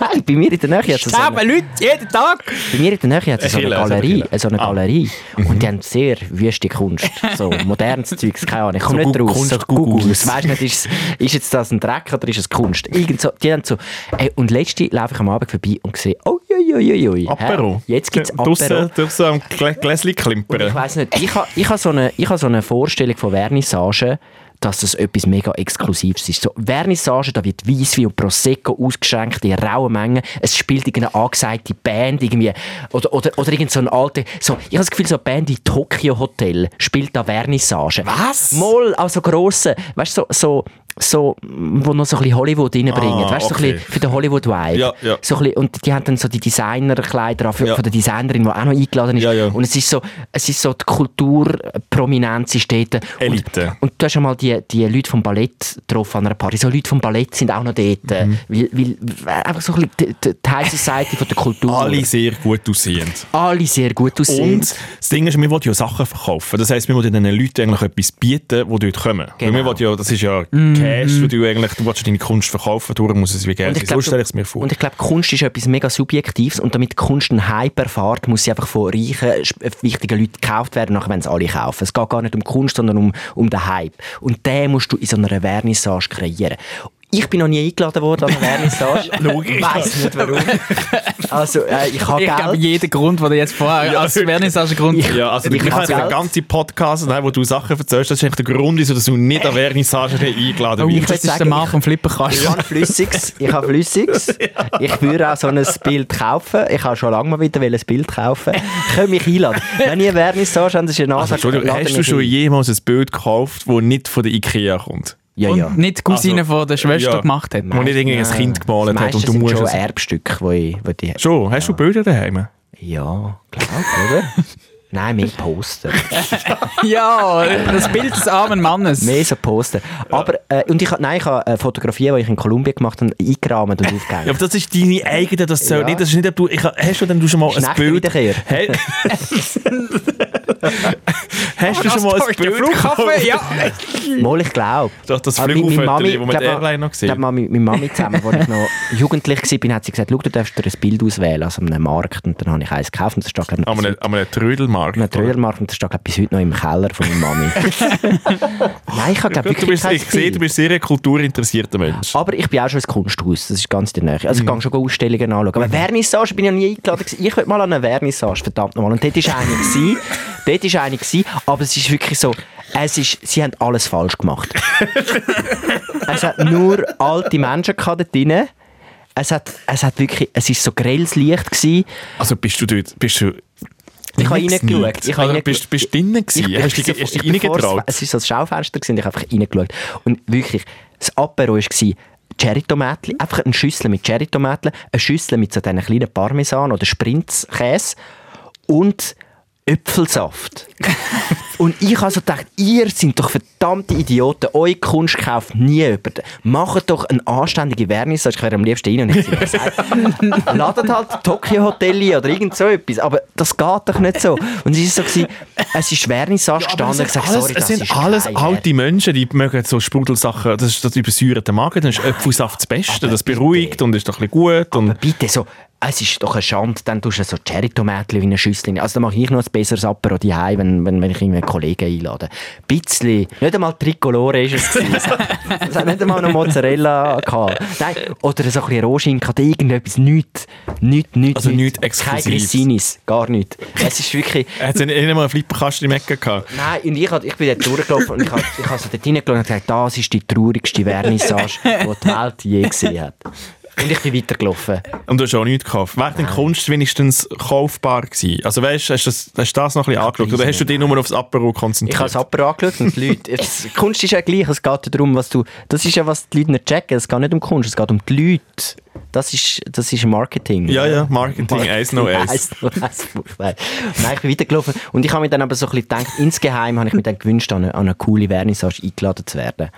[SPEAKER 3] Nein, bei mir in der Nähe hat es so eine...
[SPEAKER 2] Leute, jeden Tag!
[SPEAKER 3] Bei mir in der Nähe hat es so
[SPEAKER 1] Eine
[SPEAKER 3] eine
[SPEAKER 1] Kirche, also eine
[SPEAKER 3] Galerie.
[SPEAKER 1] Kirche.
[SPEAKER 3] äh, So eine
[SPEAKER 1] Ah.
[SPEAKER 3] Galerie. Und die haben sehr wüste Kunst. So modernes Zeugs, keine Ahnung. Ich komme
[SPEAKER 1] So
[SPEAKER 3] nicht
[SPEAKER 1] Gu-
[SPEAKER 3] raus.
[SPEAKER 1] Kunst
[SPEAKER 3] so
[SPEAKER 1] Gugus.
[SPEAKER 3] Gugus. Weisst nicht, ist, ist jetzt das ein Dreck oder ist es Kunst? Irgend so, die haben so... Ey, und letzte laufe ich am Abend vorbei und sehe... Oh, joi, joi, joi, joi.
[SPEAKER 1] Apero.
[SPEAKER 3] Hä? Jetzt gibt es Apero.
[SPEAKER 1] Draussen, draussen am Glä- Gläschen
[SPEAKER 3] Und ich
[SPEAKER 1] klimpern.
[SPEAKER 3] weiss nicht, ich habe ich ha so, eine- ich ha so eine Vorstellung von Vernissage, dass das etwas mega Exklusives ist. So, Vernissage, da wird Weisswein und Prosecco ausgeschenkt in rauen Mengen. Es spielt irgendeine angesagte Band irgendwie. Oder, oder, oder irgend so ein alte... So, ich habe das Gefühl, so eine Band wie Tokyo Hotel spielt da Vernissage. Was? Moll, also grosse. Weißt du, so... so so, wo noch so ein bisschen Hollywood reinbringen.
[SPEAKER 1] Ah,
[SPEAKER 3] weißt du, so ein
[SPEAKER 1] okay.
[SPEAKER 3] bisschen für den Hollywood-Vibe.
[SPEAKER 1] Ja, ja.
[SPEAKER 3] So ein bisschen, und die haben dann so die Designerkleider an, für-
[SPEAKER 1] Ja.
[SPEAKER 3] von der Designerin, die auch noch eingeladen ist.
[SPEAKER 1] Ja, ja.
[SPEAKER 3] Und und es ist so, es ist so die Kulturprominenz ist dort.
[SPEAKER 1] Elite.
[SPEAKER 3] Und, und du hast schon mal die, die Leute vom Ballett getroffen an einer Party. So Leute vom Ballett sind auch noch dort.
[SPEAKER 1] Mhm.
[SPEAKER 3] Weil, weil, einfach so ein bisschen die, die die High Society von der Kultur.
[SPEAKER 1] Alle sehr gut aussehend.
[SPEAKER 3] Alle sehr gut aussehen.
[SPEAKER 1] Und das Ding ist, wir wollen ja Sachen verkaufen. Das heisst, wir wollen den Leuten eigentlich etwas bieten, die dort kommen. Weil wir
[SPEAKER 3] Genau.
[SPEAKER 1] wollen ja, das ist ja Cash, wo du eigentlich, du willst ja deine Kunst verkaufen, darum muss es wie Geld
[SPEAKER 3] Und
[SPEAKER 1] sein.
[SPEAKER 3] glaub,
[SPEAKER 1] So stelle ich es mir
[SPEAKER 3] du-
[SPEAKER 1] vor.
[SPEAKER 3] Und ich glaube, Kunst ist etwas mega Subjektives und damit Kunst einen Hype erfährt, muss sie einfach von reichen, sp- äh, wichtigen Leuten gekauft werden, nachher wenn es alle kaufen. Es geht gar nicht um Kunst, sondern um, um den Hype. Und den musst du in so einer Vernissage kreieren. Ich bin noch nie eingeladen worden an eine Vernissage.
[SPEAKER 1] [laughs]
[SPEAKER 3] ich weiss nicht warum. Also, äh, ich habe
[SPEAKER 2] Ich glaube,
[SPEAKER 3] Geld.
[SPEAKER 2] jeden Grund, den du
[SPEAKER 1] [laughs]
[SPEAKER 2] jetzt vorher ja, als Vernissage-Grund
[SPEAKER 1] Ja, also
[SPEAKER 3] Ich
[SPEAKER 1] ich
[SPEAKER 3] hab
[SPEAKER 1] habe den
[SPEAKER 3] Geld.
[SPEAKER 1] ganzen Podcast, nein, wo du Sachen erzählst, das ist eigentlich der Grund, wieso dass du nicht an Vernissage eingeladen
[SPEAKER 2] Oh,
[SPEAKER 1] wirst.
[SPEAKER 2] das ist der
[SPEAKER 3] sagen,
[SPEAKER 2] Mann
[SPEAKER 3] ich-
[SPEAKER 2] vom Flipperkasten.
[SPEAKER 3] Ich habe Flüssiges. Ich habe
[SPEAKER 1] [laughs]
[SPEAKER 3] Flüssiges. Ich würde auch so ein Bild kaufen. Ich habe schon lange mal wieder ein Bild kaufen. Könnt mich einladen. Wenn ihr eine Vernissage habt, das ist eine Ansage.
[SPEAKER 1] Also, Entschuldigung,
[SPEAKER 3] ladet
[SPEAKER 1] hast du
[SPEAKER 3] mich
[SPEAKER 1] schon
[SPEAKER 3] ein.
[SPEAKER 1] jemals ein Bild gekauft, das nicht von der Ikea kommt?
[SPEAKER 3] Ja,
[SPEAKER 2] Und
[SPEAKER 3] ja.
[SPEAKER 2] nicht die Cousine
[SPEAKER 1] Also,
[SPEAKER 2] von der Schwester
[SPEAKER 1] ja.
[SPEAKER 2] gemacht hat.
[SPEAKER 1] Wo nicht irgendein
[SPEAKER 3] Nein.
[SPEAKER 1] Kind gemalt hat
[SPEAKER 3] Ah. Meistens
[SPEAKER 1] und du
[SPEAKER 3] sind
[SPEAKER 1] musst
[SPEAKER 3] schon
[SPEAKER 1] es...
[SPEAKER 3] Erbstücke, wo ich, wo die...
[SPEAKER 1] Schon? Hast du Bilder daheim?
[SPEAKER 3] Ja, glaub, oder? Nein, mehr Poster.
[SPEAKER 2] Ja, das Bild des armen Mannes.
[SPEAKER 3] Mehr so Poster. Aber, äh, und ich habe, nein, ich habe äh, Fotografien, die ich in Kolumbien gemacht habe,
[SPEAKER 1] [laughs]
[SPEAKER 3] eingerahmt und
[SPEAKER 1] Ja,
[SPEAKER 3] aufgehängt.
[SPEAKER 1] aber das ist deine eigene, das soll
[SPEAKER 3] Ja.
[SPEAKER 1] nicht, das ist nicht, ob du, ich, hast du denn du schon mal ein
[SPEAKER 3] Schlechte
[SPEAKER 1] Bild...
[SPEAKER 3] Wiederkehr.
[SPEAKER 1] Hä? hast du schon mal ein Bild gekauft?
[SPEAKER 2] ja.
[SPEAKER 1] [laughs]
[SPEAKER 3] Mal, ich glaube.
[SPEAKER 1] Doch, das
[SPEAKER 3] Aber mit- mit
[SPEAKER 1] Flügelfoto,
[SPEAKER 3] Mami-
[SPEAKER 1] das man die
[SPEAKER 3] glaub mal-
[SPEAKER 1] Airline noch
[SPEAKER 3] glaub
[SPEAKER 1] sieht.
[SPEAKER 3] mal mit mit Mami zusammen, als
[SPEAKER 1] [laughs]
[SPEAKER 3] ich noch jugendlich war, bin, hat sie gesagt, «Schau, du darfst dir ein Bild auswählen aus einem Markt. Und dann habe ich eins gekauft und das steht, glaub,
[SPEAKER 1] An einem- an einem Trödelmarkt.
[SPEAKER 3] einem Trödelmarkt und das steht glaub, bis heute noch im Keller von
[SPEAKER 1] [laughs]
[SPEAKER 3] meiner Mami. nein, ich habe glaub,
[SPEAKER 1] Du
[SPEAKER 3] wirklich
[SPEAKER 1] bist,
[SPEAKER 3] kein
[SPEAKER 1] ich sehe,
[SPEAKER 3] Bild.
[SPEAKER 1] du bist sehr ein kulturinteressierter Mensch.
[SPEAKER 3] Aber ich bin auch schon ins Kunsthaus, das ist ganz in der Nähe. Also ich gehe schon Ausstellungen anschauen. Aber Vernissage bin ich noch nie eingeladen. gewesen. Ich will mal an eine Vernissage, verdammt nochmal. Und dort war eine. Gewesen, dort war eine, gewesen, aber es ist wirklich so, es ist, sie haben alles falsch gemacht. es hat nur alte Menschen gehabt dort drin. Es hat, es hat wirklich, es war so grelles Licht. Gewesen.
[SPEAKER 1] Also bist du dort, bist du...
[SPEAKER 3] Ich habe
[SPEAKER 1] Nichts
[SPEAKER 3] reingeschaut.
[SPEAKER 1] nicht.
[SPEAKER 3] Ich habe
[SPEAKER 1] Also
[SPEAKER 3] reingeschaut.
[SPEAKER 1] bist- bist du drinnen gewesen?
[SPEAKER 3] Ich- ich-
[SPEAKER 1] Hast du dich-
[SPEAKER 3] ich-
[SPEAKER 1] hast du dich
[SPEAKER 3] ich- bevor es-
[SPEAKER 1] reingetraut?
[SPEAKER 3] Es war so ein Schaufenster gewesen, ich habe einfach reingeschaut. Und wirklich, das Apero war Cherrytomatli, einfach eine Schüssel mit Cherrytomatli, eine Schüssel mit so diesen kleinen Parmesan oder Sprinzkäse und Äpfelsaft. Und ich habe so gedacht, ihr seid doch verdammte Idioten. Eure Kunst kauft nie jemand. Macht doch eine anständige Vernissage. Ich wäre am liebsten rein und hätte sie
[SPEAKER 1] [laughs]
[SPEAKER 3] gesagt. Ladet halt Tokyo Hotel ein oder irgend so etwas. Aber das geht doch nicht so. Und es war so, gewesen, es ist Vernissage gestanden. Ich sage, sorry,
[SPEAKER 1] es
[SPEAKER 3] das
[SPEAKER 1] sind
[SPEAKER 3] ist
[SPEAKER 1] alles
[SPEAKER 3] kein
[SPEAKER 1] alte Menschen, die mögen so Sprudelsachen, das ist das übersäuerte Magen, dann ist Apfelsaft das Beste, das beruhigt und ist doch ein bisschen gut. Und
[SPEAKER 3] Aber bitte, so, es ist doch eine Schande, dann tust du so Cherrytomaten in eine Schüssel. rein. Also, dann mache ich noch ein besseres Apero die wenn, wenn, wenn ich irgendeinen Kollegen einlade. Ein bisschen, nicht einmal Tricolore ist
[SPEAKER 1] [laughs]
[SPEAKER 3] es. gewesen. es hat nicht einmal noch Mozzarella gehabt. Nein, oder so ein bisschen Rohschinken, irgendetwas, nichts. Nichts, nichts.
[SPEAKER 1] Also nichts
[SPEAKER 3] Kein
[SPEAKER 1] Exklusives.
[SPEAKER 3] Grissinis, gar nichts. Es ist wirklich.
[SPEAKER 1] er hat nicht einmal einen Flipperkasten im Ecken gehabt.
[SPEAKER 3] Nein, und ich, hab- ich bin dort durchgelaufen und ich habe ich hab so dort hineingelaufen und gesagt, das ist die traurigste Vernissage, die die Welt je gesehen hat. Und ich bin weitergelaufen.
[SPEAKER 1] Und du hast auch nichts gekauft. Wäre denn Kunst wenigstens kaufbar gewesen? Also weißt du, hast du das, hast du das noch ein bisschen angeschaut oder hast du dich nur aufs Apero
[SPEAKER 3] Ich
[SPEAKER 1] konzentriert?
[SPEAKER 3] habe es aber angeschaut und die Leute. Jetzt, Kunst ist ja gleich, es geht ja darum, was du. Das ist ja, was die Leute nicht checken. Es geht nicht um Kunst, es geht um die Leute. Das ist, das ist Marketing.
[SPEAKER 1] Ja, ja, Marketing, eins noch eins.
[SPEAKER 3] Eins noch eins. Nein, ich bin weitergelaufen und ich habe mir dann aber so ein bisschen gedacht, insgeheim habe ich mir dann gewünscht, an eine, an eine coole Vernissage eingeladen zu werden.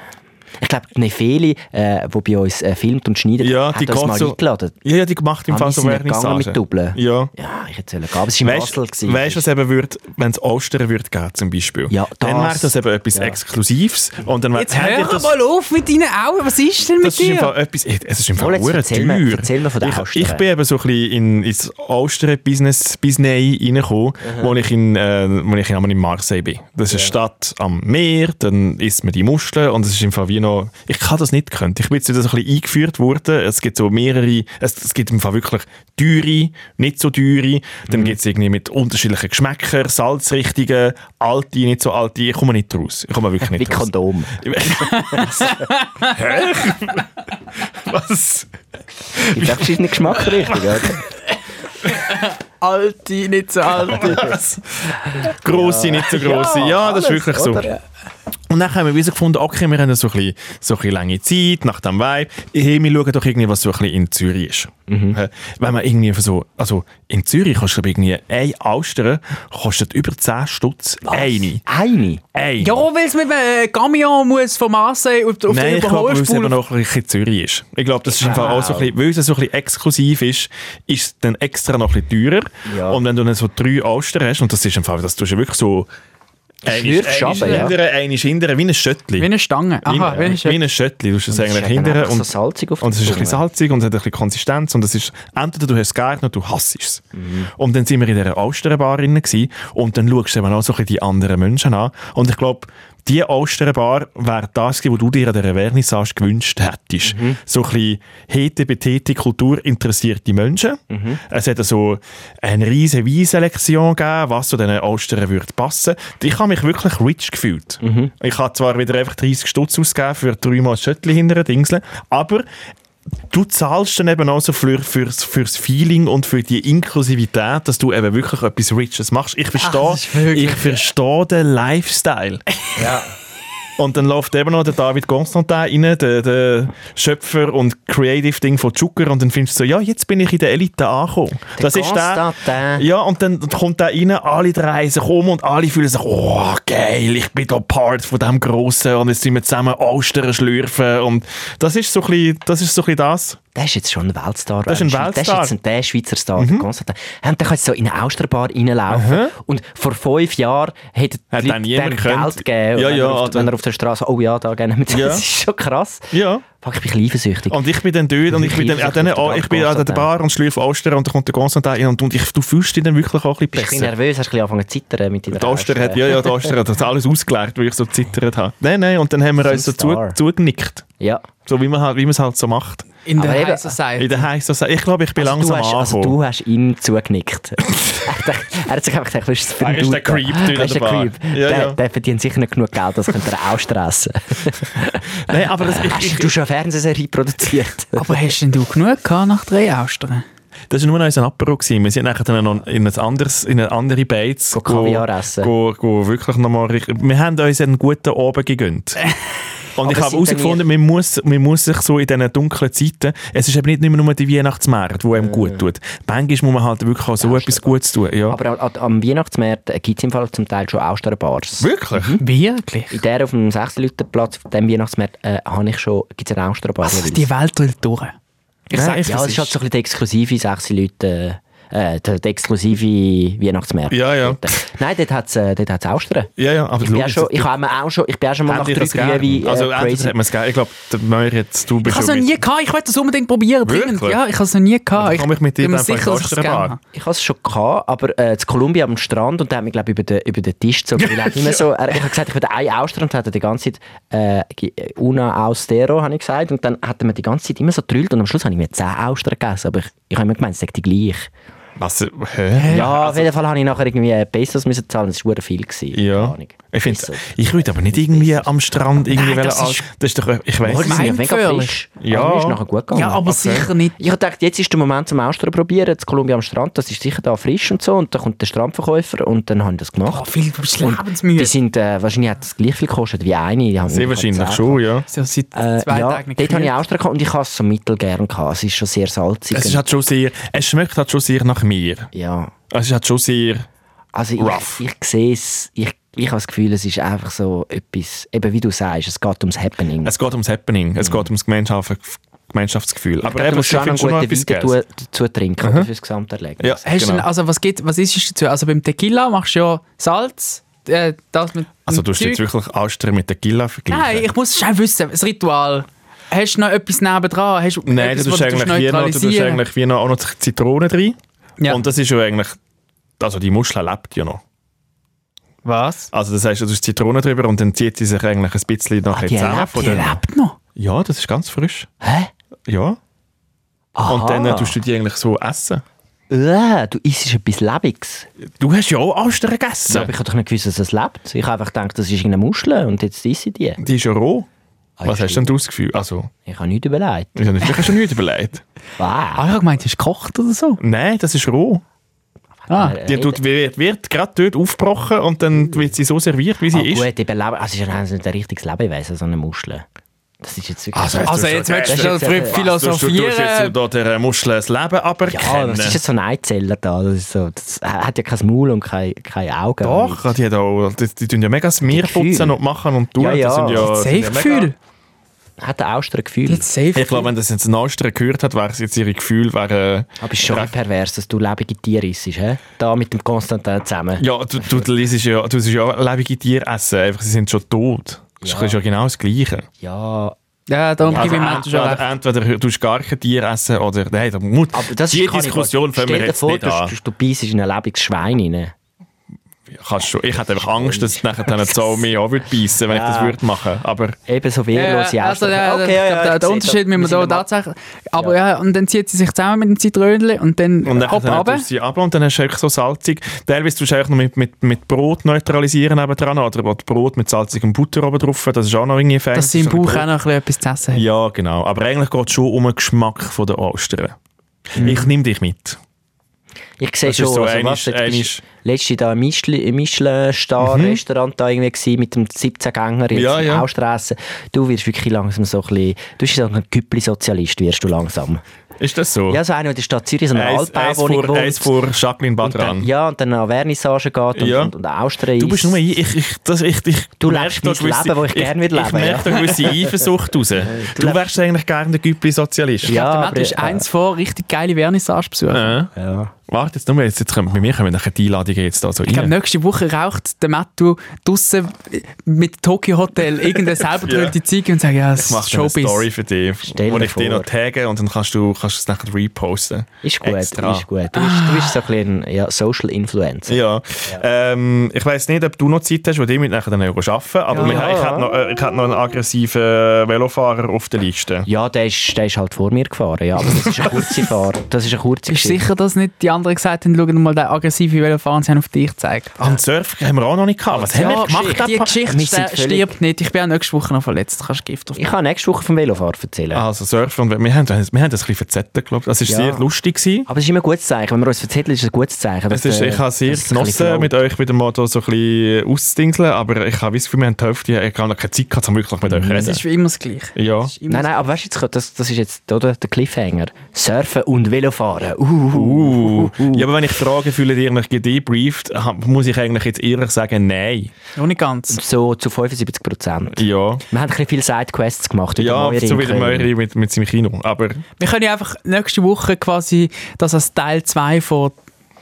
[SPEAKER 3] Ich glaube, die Nefeli, äh, die bei uns äh, filmt und schneidet,
[SPEAKER 1] Ja,
[SPEAKER 3] hat
[SPEAKER 1] die
[SPEAKER 3] uns
[SPEAKER 1] geht
[SPEAKER 3] mal
[SPEAKER 1] so-
[SPEAKER 3] eingeladen.
[SPEAKER 1] Ja, ja, die gemacht im
[SPEAKER 3] Ah,
[SPEAKER 1] Fall
[SPEAKER 3] wir
[SPEAKER 1] so
[SPEAKER 3] sind nicht gegangen
[SPEAKER 1] Vernissage.
[SPEAKER 3] mit Double.
[SPEAKER 1] Ja.
[SPEAKER 3] Ja, ich hätte es gehen, aber es war im
[SPEAKER 1] Weißt
[SPEAKER 3] Basel.
[SPEAKER 1] du,
[SPEAKER 3] gewesen.
[SPEAKER 1] was eben würde, wenn es Ostern würde geben, zum Beispiel?
[SPEAKER 3] Ja,
[SPEAKER 1] Dann wäre
[SPEAKER 3] das-
[SPEAKER 1] das eben etwas
[SPEAKER 3] ja.
[SPEAKER 1] Exklusives. Und dann wär-
[SPEAKER 2] Jetzt
[SPEAKER 1] Habt ihr
[SPEAKER 2] hör mal auf mit deinen Augen, was ist denn mit
[SPEAKER 1] Das ist
[SPEAKER 2] dir?
[SPEAKER 1] im Fall etwas, äh, es ist im
[SPEAKER 3] Mal,
[SPEAKER 1] Fall
[SPEAKER 3] jetzt
[SPEAKER 1] hure
[SPEAKER 3] erzähl mir-
[SPEAKER 1] teuer.
[SPEAKER 3] erzähl mir von den
[SPEAKER 1] ich,
[SPEAKER 3] Austern.
[SPEAKER 1] ich bin eben so ein bisschen in, ins Austern-Business, Business reingekommen, wo ich, in, äh, wo ich einmal in Marseille bin. Das ist eine Stadt am Meer, dann isst man die Muscheln und es ist im Fall wie noch, ich kann das nicht können. Ich bin jetzt wieder so ein bisschen eingeführt worden. Es gibt so mehrere, es, es gibt im Fall wirklich teure, nicht so teure, dann
[SPEAKER 3] Mhm.
[SPEAKER 1] gibt es irgendwie mit unterschiedlichen Geschmäckern, Salzrichtungen, alte, nicht so alte. Ich komme nicht raus. Ich komme wirklich
[SPEAKER 3] Wie
[SPEAKER 1] nicht raus.
[SPEAKER 3] Kondom.
[SPEAKER 1] Was?
[SPEAKER 3] Gibt auch verschiedene
[SPEAKER 1] [laughs]
[SPEAKER 3] Geschmacksrichtungen, oder?
[SPEAKER 2] Alte, nicht so alte.
[SPEAKER 1] Grosse, nicht so grosse. Ja, das ist wirklich so. Und dann haben wir wie so gefunden, okay, wir haben so ein bisschen, so ein bisschen lange Zeit nach dem Vibe. Hey, wir schauen doch irgendwie, was so ein bisschen in Zürich ist. Äh, Wenn man irgendwie für so, also in Zürich kostet glaub ich, irgendwie ein Austern, kostet über 10 Stutz. Eine.
[SPEAKER 3] Eine?
[SPEAKER 1] Eine.
[SPEAKER 2] ja, weil es mit einem Gamion muss vom Marseille auf, auf
[SPEAKER 1] Nein,
[SPEAKER 2] den
[SPEAKER 1] ich glaube, weil es eben
[SPEAKER 2] Überholspur...
[SPEAKER 1] noch ein bisschen Zürich ist. Ich glaube, das ist im Fall auch so ein bisschen, weil es so ein bisschen exklusiv ist, ist es dann extra noch ein bisschen teurer.
[SPEAKER 3] Ja.
[SPEAKER 1] Und wenn du dann so drei Austern hast, und das ist im Fall, das tust du wirklich so
[SPEAKER 3] Schlürfst
[SPEAKER 1] Einmal
[SPEAKER 3] runter,
[SPEAKER 1] hindern,
[SPEAKER 3] ja.
[SPEAKER 1] einmal hindern, wie ein Schöttli.
[SPEAKER 2] Wie eine Stange. Aha, wie eine
[SPEAKER 1] wie
[SPEAKER 2] Stange.
[SPEAKER 1] ein Schöttli. Du hast es
[SPEAKER 3] Und es ist
[SPEAKER 1] eigentlich
[SPEAKER 3] eben
[SPEAKER 1] hindern
[SPEAKER 3] einfach so
[SPEAKER 1] und,
[SPEAKER 3] salzig auf
[SPEAKER 1] und es
[SPEAKER 3] der
[SPEAKER 1] ist ein bisschen
[SPEAKER 3] Zunge.
[SPEAKER 1] salzig und es hat ein bisschen Konsistenz und es ist, entweder du hast es gerne oder du hasst es. Und dann sind wir in dieser Austernbar drin gewesen und dann schaust du eben auch so ein bisschen die anderen Menschen an und ich glaube, die Austernbar wäre das gewesen, was du dir an dieser Vernissage gewünscht hättest. So ein bisschen hete, betete, kulturinteressierte Menschen. Es hat so eine riesige Weinselektion gegeben, was zu diesen Austern würde passen. Ich habe mich wirklich rich gefühlt. Ich habe zwar wieder einfach 30 Stutz ausgegeben für dreimal Schöttli hinter Dingseln, aber du zahlst dann eben auch so für, fürs, fürs Feeling und für die Inklusivität, dass du eben wirklich etwas Riches machst. Ich verstehe,
[SPEAKER 2] das ist wirklich-
[SPEAKER 1] ich verstehe den Lifestyle. Und dann läuft eben noch der David Constantin rein, der, der Schöpfer und Creative Ding von Zucker und dann findest du so, ja, jetzt bin ich in der Elite angekommen. das ist der.
[SPEAKER 3] Constantin.
[SPEAKER 1] Ja, und dann kommt der rein, alle drei sich um und alle fühlen sich, oh, geil, ich bin da Part von dem Grossen und jetzt sind wir zusammen Austern schlürfen und das ist so ein bisschen, das ist so ein bisschen das.
[SPEAKER 3] Der ist jetzt schon ein Weltstar. Äh,
[SPEAKER 1] Das ist ein
[SPEAKER 3] Der
[SPEAKER 1] Weltstar.
[SPEAKER 3] jetzt ein der Schweizer Star. Mhm. Konstantin. Und der kann jetzt so in eine Austerbar reinlaufen. Und vor fünf Jahren hätte
[SPEAKER 1] Hat
[SPEAKER 3] die
[SPEAKER 1] dann
[SPEAKER 3] Leute
[SPEAKER 1] niemand
[SPEAKER 3] dem
[SPEAKER 1] gekannt.
[SPEAKER 3] Geld gegeben,
[SPEAKER 1] Ja,
[SPEAKER 3] wenn,
[SPEAKER 1] ja,
[SPEAKER 3] er auf,
[SPEAKER 1] oder-
[SPEAKER 3] wenn er auf der Straße «Oh ja, da gerne mit
[SPEAKER 1] Ja.
[SPEAKER 3] Das ist schon krass.
[SPEAKER 1] Ja.
[SPEAKER 3] Fuck, ich bin ein bisschen eifersüchtig.
[SPEAKER 1] Und ich bin dann dort und ich bin dann an, den, ich bin an der Bar und schlürfe Austern und dann kommt der Constantin rein und, und ich, du fühlst dich dann wirklich auch ein
[SPEAKER 3] bist du ein
[SPEAKER 1] bisschen
[SPEAKER 3] bisschen
[SPEAKER 1] besser.
[SPEAKER 3] nervös, hast ein bisschen angefangen zu zittern mit deiner
[SPEAKER 1] Die Oster hat,
[SPEAKER 3] Auster.
[SPEAKER 1] ja, ja, die Oster hat das alles ausgelegt, weil ich so zittert habe. Nein, nein, und dann haben wir uns so zu,
[SPEAKER 3] Star.
[SPEAKER 1] zugenickt.
[SPEAKER 3] Ja.
[SPEAKER 1] So wie man halt, wie man es halt so macht.
[SPEAKER 2] In der
[SPEAKER 3] Aber eben-
[SPEAKER 2] High Society.
[SPEAKER 1] In der High Society. Ich glaube, ich bin
[SPEAKER 3] Äh, Also du,
[SPEAKER 1] langsam
[SPEAKER 3] hast, also
[SPEAKER 1] angekommen.
[SPEAKER 3] du hast ihm
[SPEAKER 1] [laughs]
[SPEAKER 3] zugenickt. er, dachte, er hat sich einfach gedacht, was ist das für ein
[SPEAKER 1] Er ist der
[SPEAKER 3] Dude?
[SPEAKER 1] Creep dort
[SPEAKER 3] Er
[SPEAKER 1] an
[SPEAKER 3] ist
[SPEAKER 1] der
[SPEAKER 3] der
[SPEAKER 1] Bar.
[SPEAKER 3] Creep.
[SPEAKER 1] Ja,
[SPEAKER 3] der,
[SPEAKER 1] ja.
[SPEAKER 3] der verdient sicher nicht genug Geld, das könnte er
[SPEAKER 1] [laughs]
[SPEAKER 3] auch stressen.
[SPEAKER 1] Nein, aber das,
[SPEAKER 3] [laughs] Hast
[SPEAKER 1] ich, ich,
[SPEAKER 3] du schon eine
[SPEAKER 1] [laughs]
[SPEAKER 3] Fernsehserie produziert?
[SPEAKER 2] Aber hast denn du genug gehabt nach drei Austern?
[SPEAKER 1] das war nur noch unser Apero. gewesen. Wir sind nachher dann noch in, ein anderes, in eine andere Beiz.
[SPEAKER 3] Go Kaviar essen.
[SPEAKER 1] Go, go wirklich noch mal richtig, wir haben uns einen guten Abend [laughs] gegönnt. Und ich
[SPEAKER 3] Aber
[SPEAKER 1] habe
[SPEAKER 3] sind denn
[SPEAKER 1] herausgefunden, man muss, man muss sich so in diesen dunklen Zeiten, es ist eben nicht immer nur die Weihnachtsmärkte, die einem gut tut. Manchmal muss man halt wirklich auch so etwas Gutes tun. Eh. Ja.
[SPEAKER 3] Aber an- an- am Weihnachtsmarkt gibt es im Fall zum Teil schon Austernbars.
[SPEAKER 1] wirklich?
[SPEAKER 3] Hm?
[SPEAKER 2] Wirklich?
[SPEAKER 3] In der auf dem 6-Leuten-Platz, auf dem Weihnachtsmarkt, äh, habe ich schon, gibt es eine Austernbar.
[SPEAKER 2] Also, die Welt will durch. Ich
[SPEAKER 1] Nein,
[SPEAKER 2] sag
[SPEAKER 1] ich-
[SPEAKER 2] ja.
[SPEAKER 3] ja, es ist halt so ein bisschen der exklusive 6 Leute, äh, der, der exklusive Weihnachtsmarkt.
[SPEAKER 1] Ja, ja.
[SPEAKER 3] Nein, dort hat es äh, dort hat's Austern.
[SPEAKER 1] Ja, ja, aber
[SPEAKER 3] Ich bin, auch schon, ich, habe mir auch schon, ich bin auch schon mal
[SPEAKER 1] Habt
[SPEAKER 3] nach drei
[SPEAKER 1] ihr das
[SPEAKER 3] Grünen
[SPEAKER 1] gern?
[SPEAKER 3] äh,
[SPEAKER 1] Also, entweder
[SPEAKER 3] crazy.
[SPEAKER 1] hat man es gegeben. Ich glaube, der Möhr jetzt, du
[SPEAKER 2] Ich
[SPEAKER 1] bist
[SPEAKER 2] habe es noch
[SPEAKER 1] schon
[SPEAKER 2] nie gehabt, ich wollte das unbedingt probieren.
[SPEAKER 1] Wirklich?
[SPEAKER 2] dringend. Ja, ich habe es noch nie gehabt.
[SPEAKER 1] Dann komm ich mit dir
[SPEAKER 2] bin mir
[SPEAKER 1] einfach in
[SPEAKER 2] sicher, dass ich's
[SPEAKER 1] Ostern
[SPEAKER 2] gerne
[SPEAKER 1] Bar.
[SPEAKER 2] habe.
[SPEAKER 3] Ich habe es schon gehabt, aber äh, zu Kolumbien am Strand und der hat mich, glaube ich, über den, über den Tisch gezogen. Weil
[SPEAKER 1] [laughs]
[SPEAKER 3] er hat immer so, er, ich habe gesagt, ich will einen Austern und hat er die ganze Zeit äh, ge- äh, «una austero», habe ich gesagt. Und dann hat er mir die ganze Zeit immer so getrüllt und am Schluss habe ich mir 10 Austern gegessen. Aber ich, ich habe immer gemeint, es sei die gleich.
[SPEAKER 1] Was? Hä?
[SPEAKER 3] Ja, auf jeden Fall habe ich nachher irgendwie äh, Pesos müssen zahlen, das war verdammt viel. Gewesen,
[SPEAKER 1] also Ja.
[SPEAKER 3] Keine Ahnung.
[SPEAKER 1] Ich, Oh, find's,
[SPEAKER 3] Ist so.
[SPEAKER 1] ich würde aber nicht irgendwie am Strand irgendwie
[SPEAKER 2] Nein, das
[SPEAKER 1] wollen-
[SPEAKER 2] ist-
[SPEAKER 1] das ist doch, äh, ich weiß
[SPEAKER 3] Mal,
[SPEAKER 1] es
[SPEAKER 3] die
[SPEAKER 1] nicht.
[SPEAKER 3] sind ja mega
[SPEAKER 2] Feuerlich.
[SPEAKER 3] frisch.
[SPEAKER 1] Ja.
[SPEAKER 3] Also, mir ist nachher gut gegangen.
[SPEAKER 2] Ja, aber sicher nicht.
[SPEAKER 3] Ich hab gedacht, jetzt ist der Moment zum Austern probieren, zu Kolumbien am Strand, das ist sicher da frisch und so. Und dann kommt der Strandverkäufer und dann haben die das
[SPEAKER 2] Oh,
[SPEAKER 3] gemacht.
[SPEAKER 2] viel Lebensmühe.
[SPEAKER 3] die sind, äh, wahrscheinlich hat das gleich viel gekostet wie eine. Die haben
[SPEAKER 1] Sehr wahrscheinlich schon, ja.
[SPEAKER 2] So seit
[SPEAKER 3] Äh,
[SPEAKER 2] zwei
[SPEAKER 3] ja,
[SPEAKER 2] Tagen nicht
[SPEAKER 3] dort habe ich
[SPEAKER 2] gefühlt.
[SPEAKER 3] Austern gehabt und ich habe es so mittelgern gehabt. Es ist schon sehr salzig.
[SPEAKER 1] Es, ist
[SPEAKER 3] und-
[SPEAKER 1] halt schon sehr, es schmeckt halt schon sehr nach Meer.
[SPEAKER 3] ja.
[SPEAKER 1] Es ist halt schon sehr...
[SPEAKER 3] Also
[SPEAKER 1] Rough.
[SPEAKER 3] ich, ich sehe es, ich, ich habe das Gefühl, es ist einfach so etwas, eben wie du sagst, es geht ums Happening.
[SPEAKER 1] Es geht ums Happening,
[SPEAKER 2] Mhm.
[SPEAKER 1] es geht ums Gemeinschaft, Gemeinschaftsgefühl.
[SPEAKER 3] ich
[SPEAKER 1] aber
[SPEAKER 3] glaube, du
[SPEAKER 1] eben,
[SPEAKER 3] musst
[SPEAKER 1] ich
[SPEAKER 3] schon einen
[SPEAKER 1] finde schon noch
[SPEAKER 3] guten
[SPEAKER 1] etwas
[SPEAKER 3] Wein
[SPEAKER 1] Geiles.
[SPEAKER 3] dazu, dazu trinken oder fürs Gesamterlebnis.
[SPEAKER 1] Ja,
[SPEAKER 2] Hast du denn,
[SPEAKER 1] genau.
[SPEAKER 2] also was, geht, was ist dazu? Also beim Tequila machst du ja Salz, äh, das mit
[SPEAKER 1] Also
[SPEAKER 2] mit
[SPEAKER 1] du hast jetzt
[SPEAKER 2] Zeug.
[SPEAKER 1] wirklich Austria mit Tequila vergleichen?
[SPEAKER 2] Nein, ich muss es schon wissen, das Ritual. Hast du noch etwas nebendran? Hast du
[SPEAKER 1] Nein, du
[SPEAKER 2] etwas,
[SPEAKER 1] tust
[SPEAKER 2] wo
[SPEAKER 1] eigentlich, wie noch, du tust
[SPEAKER 2] neutralisieren?
[SPEAKER 1] eigentlich wie noch auch noch Zitronen drin.
[SPEAKER 2] Ja.
[SPEAKER 1] Und das ist ja eigentlich... Also die Muschel lebt ja noch.
[SPEAKER 2] Was?
[SPEAKER 1] Also das heißt, du tust Zitronen drüber und dann zieht sie sich eigentlich ein bisschen nachher
[SPEAKER 3] die
[SPEAKER 1] zusammen.
[SPEAKER 3] lebt,
[SPEAKER 1] Von
[SPEAKER 2] Ah, Die
[SPEAKER 1] den,
[SPEAKER 2] lebt noch.
[SPEAKER 1] ja, das ist ganz frisch.
[SPEAKER 3] Hä?
[SPEAKER 1] Ja.
[SPEAKER 3] Aha.
[SPEAKER 1] Und dann äh, tust du die eigentlich so essen.
[SPEAKER 3] Äh, du isst etwas Lebendiges.
[SPEAKER 1] Du hast ja auch Austern gegessen.
[SPEAKER 3] Aber ich habe doch nicht gewusst, dass es lebt. Ich habe einfach gedacht, das ist eine Muschel und jetzt isse ich die.
[SPEAKER 1] Die ist ja roh. Was
[SPEAKER 3] Ah, ja,
[SPEAKER 1] hast du denn du das Gefühl? Also,
[SPEAKER 3] Ich habe nichts überlegt.
[SPEAKER 1] ich habe mir schon nichts überlegt.
[SPEAKER 3] Wow.
[SPEAKER 2] Ah, ich habe gemeint, hast du gekocht oder so?
[SPEAKER 1] Nein, das ist roh.
[SPEAKER 2] Ah,
[SPEAKER 3] Äh,
[SPEAKER 1] Die tut, wird, wird gerade dort aufgebrochen und dann wird sie so serviert, wie sie
[SPEAKER 3] Mm. Ah,
[SPEAKER 1] ist.
[SPEAKER 3] gut, eben Leben. Also, es ist nicht ein richtiges Lebewesen, so eine Muschel. Das ist jetzt wirklich... Ah,
[SPEAKER 2] also jetzt möchtest du
[SPEAKER 3] Das
[SPEAKER 2] schon
[SPEAKER 3] ist jetzt,
[SPEAKER 2] früh
[SPEAKER 3] äh,
[SPEAKER 1] Was, du- Du tust jetzt so
[SPEAKER 2] philosophieren.
[SPEAKER 1] da der äh, Muschel das Leben
[SPEAKER 3] ja,
[SPEAKER 1] aberkennen.
[SPEAKER 3] das ist jetzt so ein Einzeller da. Das, ist so, das hat ja kein Maul und keine kein Augen.
[SPEAKER 1] Doch, ah, die, hat auch, die, die tun ja mega das Meer
[SPEAKER 3] Gefühl.
[SPEAKER 1] putzen und machen und tun.
[SPEAKER 3] Ja, ja.
[SPEAKER 1] Das sind ja,
[SPEAKER 2] Das
[SPEAKER 1] sind ja mega-
[SPEAKER 2] Safe-Gefühl.
[SPEAKER 3] Hat ein Austern Gefühl.
[SPEAKER 2] Das Safe
[SPEAKER 1] Ich glaube, wenn das jetzt ein Austria gehört hat, wäre es jetzt ihre Gefühle, wäre... äh,
[SPEAKER 3] Aber es ist schon pervers, dass du lebende Tiere isst, hä? Da mit dem Konstantin zusammen.
[SPEAKER 1] Ja, du, du, liest ja, du siehst ja auch lebende Tiere essen, einfach sie sind schon tot. Das
[SPEAKER 3] Ja.
[SPEAKER 1] ist ja genau das Gleiche.
[SPEAKER 3] Ja,
[SPEAKER 2] ja, darum
[SPEAKER 1] Also
[SPEAKER 2] gebe ich mir schon recht.
[SPEAKER 1] entweder, entweder du gar kein Tier essen oder nein, da muss,
[SPEAKER 3] aber das
[SPEAKER 1] die
[SPEAKER 3] ist Kannibal.
[SPEAKER 1] Diskussion fangen wir
[SPEAKER 3] Stell dir
[SPEAKER 1] jetzt
[SPEAKER 3] vor,
[SPEAKER 1] nicht
[SPEAKER 3] du,
[SPEAKER 1] an.
[SPEAKER 3] du beißt in ein lebendes Schwein rein.
[SPEAKER 1] Kannst schon, ich hätte einfach Angst, dass nachher dann
[SPEAKER 3] [laughs]
[SPEAKER 1] eine Zahl mich auch würde beißen, wenn ich das
[SPEAKER 3] Ja.
[SPEAKER 1] würde machen. Aber
[SPEAKER 3] Ebenso wehrlose
[SPEAKER 2] Ja, also, ja,
[SPEAKER 3] Austern.
[SPEAKER 2] okay, der, der Unterschied müssen wir da tatsächlich. Aber ja. und dann zieht sie sich zusammen mit dem Zitrönchen und dann
[SPEAKER 1] und
[SPEAKER 2] hopp
[SPEAKER 1] dann
[SPEAKER 2] runter.
[SPEAKER 1] tust du sie ab und dann hast du einfach so salzig. Teilweise tust du auch noch mit, mit, mit Brot neutralisieren dran oder mit Brot mit salzigem Butter oben drauf. Das ist auch noch irgendwie fein.
[SPEAKER 2] Dass sie im
[SPEAKER 1] Das ist
[SPEAKER 2] Bauch
[SPEAKER 1] so
[SPEAKER 2] auch
[SPEAKER 1] ein
[SPEAKER 2] noch ein bisschen etwas zu essen
[SPEAKER 1] Brot.
[SPEAKER 2] haben.
[SPEAKER 1] Ja, genau. Aber eigentlich geht es schon um den Geschmack von der Austern.
[SPEAKER 3] Mhm.
[SPEAKER 1] Ich nehme dich mit.
[SPEAKER 3] Ich sehe
[SPEAKER 1] Das
[SPEAKER 3] schon,
[SPEAKER 1] ist so
[SPEAKER 3] also,
[SPEAKER 1] einisch-
[SPEAKER 3] was, jetzt
[SPEAKER 1] einisch-
[SPEAKER 3] bist du letztens da im Michelin- im Michelin-Star-Restaurant da irgendwie gewesen, mit dem 17-Gänger jetzt
[SPEAKER 1] Mhm. Ja, ja.
[SPEAKER 3] auch stressen. Du wirst wirklich langsam so ein bisschen, du bist so ein Güppli-Sozialist, wirst du langsam.
[SPEAKER 1] Ist das so?
[SPEAKER 3] Ja, so einer, der in der Stadt Zürich, so einer
[SPEAKER 1] Oh. Eins, eins,
[SPEAKER 3] Altbauwohnung
[SPEAKER 1] vor, eins
[SPEAKER 3] wohnt.
[SPEAKER 1] vor Jacqueline
[SPEAKER 3] Und dann,
[SPEAKER 1] Badran.
[SPEAKER 3] ja, und dann an Vernissage geht und,
[SPEAKER 1] Ja.
[SPEAKER 3] und, und Austria
[SPEAKER 1] Du bist nur ich, ich, ich, das, ich, ich
[SPEAKER 3] Du
[SPEAKER 1] merke
[SPEAKER 3] lebst
[SPEAKER 1] da
[SPEAKER 3] mein Leben, wo ich gerne will
[SPEAKER 1] Ich
[SPEAKER 3] leben,
[SPEAKER 1] merke da
[SPEAKER 3] [laughs]
[SPEAKER 1] gewisse Eifersucht raus. Du wärst eigentlich gerne der Güppli-Sozialist.
[SPEAKER 3] Ja,
[SPEAKER 2] Ja,
[SPEAKER 3] aber,
[SPEAKER 2] Matt ist
[SPEAKER 3] äh,
[SPEAKER 2] eins vor, richtig geile Vernissage besuchen.
[SPEAKER 1] Äh,
[SPEAKER 3] Ja.
[SPEAKER 1] warte jetzt nur, jetzt, jetzt kommen, bei mir kommen nachher die Einladungen jetzt da so
[SPEAKER 2] Ich glaube,
[SPEAKER 1] rein.
[SPEAKER 2] nächste Woche raucht der Mattu draussen mit Tokyo Hotel irgendeine selber
[SPEAKER 1] Ja.
[SPEAKER 2] gerührte Ziege und sagt, ja,
[SPEAKER 1] Ich
[SPEAKER 2] es
[SPEAKER 1] mache
[SPEAKER 2] ist
[SPEAKER 1] dann eine
[SPEAKER 2] Showbiz.
[SPEAKER 1] Story für dich,
[SPEAKER 3] Stell
[SPEAKER 1] wo
[SPEAKER 3] dir
[SPEAKER 1] ich dich
[SPEAKER 3] vor.
[SPEAKER 1] noch tagge und dann kannst du, kannst du es nachher reposten.
[SPEAKER 3] Ist gut,
[SPEAKER 1] Extra.
[SPEAKER 3] ist gut. Du bist, du bist so ein bisschen ein, ja, Social Influencer.
[SPEAKER 1] Ja. Ähm, ich weiss nicht, ob du noch Zeit hast, weil du mit nachher dann auch arbeiten aber
[SPEAKER 2] Ja.
[SPEAKER 1] wir- ich habe noch, äh, ich hätte noch einen aggressiven äh, Velofahrer auf der Liste.
[SPEAKER 3] Ja, der ist, der ist halt vor mir gefahren, ja. Aber das ist eine kurze Fahrt. Das ist eine kurze
[SPEAKER 2] Bist du
[SPEAKER 3] Geschichte.
[SPEAKER 2] sicher, dass nicht die anderen gesagt haben, schau dir mal den aggressiven Velofahren, sie haben auf dich gezeigt?
[SPEAKER 1] Ah, und Surf haben wir auch noch nicht gehabt. Was haben wir gemacht?
[SPEAKER 2] die Geschichte
[SPEAKER 3] Wir sind
[SPEAKER 2] ste-
[SPEAKER 3] völlig-
[SPEAKER 2] stirbt nicht. Ich bin auch nächste Woche noch verletzt. Kannst Gift auf
[SPEAKER 3] Ich kann nächste Woche vom Velofahren erzählen.
[SPEAKER 1] Also Surfen, und wir haben, wir haben das ein bisschen verzettelt, glaube ich. Es war
[SPEAKER 3] Ja.
[SPEAKER 1] sehr lustig. Gewesen.
[SPEAKER 3] Aber es ist immer ein gutes Zeichen. Wenn wir uns erzählen, ist es ein gutes Zeichen.
[SPEAKER 1] Es
[SPEAKER 3] dass,
[SPEAKER 1] ist,
[SPEAKER 3] äh,
[SPEAKER 1] ich habe sehr
[SPEAKER 3] dass es ein bisschen
[SPEAKER 1] genossen, mit euch wieder mal da so ein bisschen auszudingseln, aber ich habe das Gefühl, wir haben die Hälfte, ich habe noch keine Zeit gehabt, um wirklich mit euch zu
[SPEAKER 2] Es
[SPEAKER 1] reden.
[SPEAKER 2] ist wie immer das Gleiche.
[SPEAKER 1] Ja.
[SPEAKER 2] Es ist
[SPEAKER 3] float.
[SPEAKER 2] immer
[SPEAKER 3] Nein, nein, aber weißt du, jetzt kommt- das, das ist jetzt oder, der Cliffhanger. Surfen und Velofahren. Uh,
[SPEAKER 1] Uh. Ja, aber wenn ich Fragen fühle, die eigentlich gedebrieft, ha- muss ich eigentlich jetzt ehrlich sagen, nein.
[SPEAKER 2] Noch nicht ganz.
[SPEAKER 3] So zu 75 Prozent.
[SPEAKER 1] Ja.
[SPEAKER 3] Wir haben ein bisschen viele Sidequests gemacht. über
[SPEAKER 1] Ja,
[SPEAKER 3] Moiring
[SPEAKER 1] so wie der
[SPEAKER 3] Köln.
[SPEAKER 1] Möri mit, mit seinem Kino. Aber
[SPEAKER 2] Wir können ja einfach nächste Woche quasi das als Teil 2 von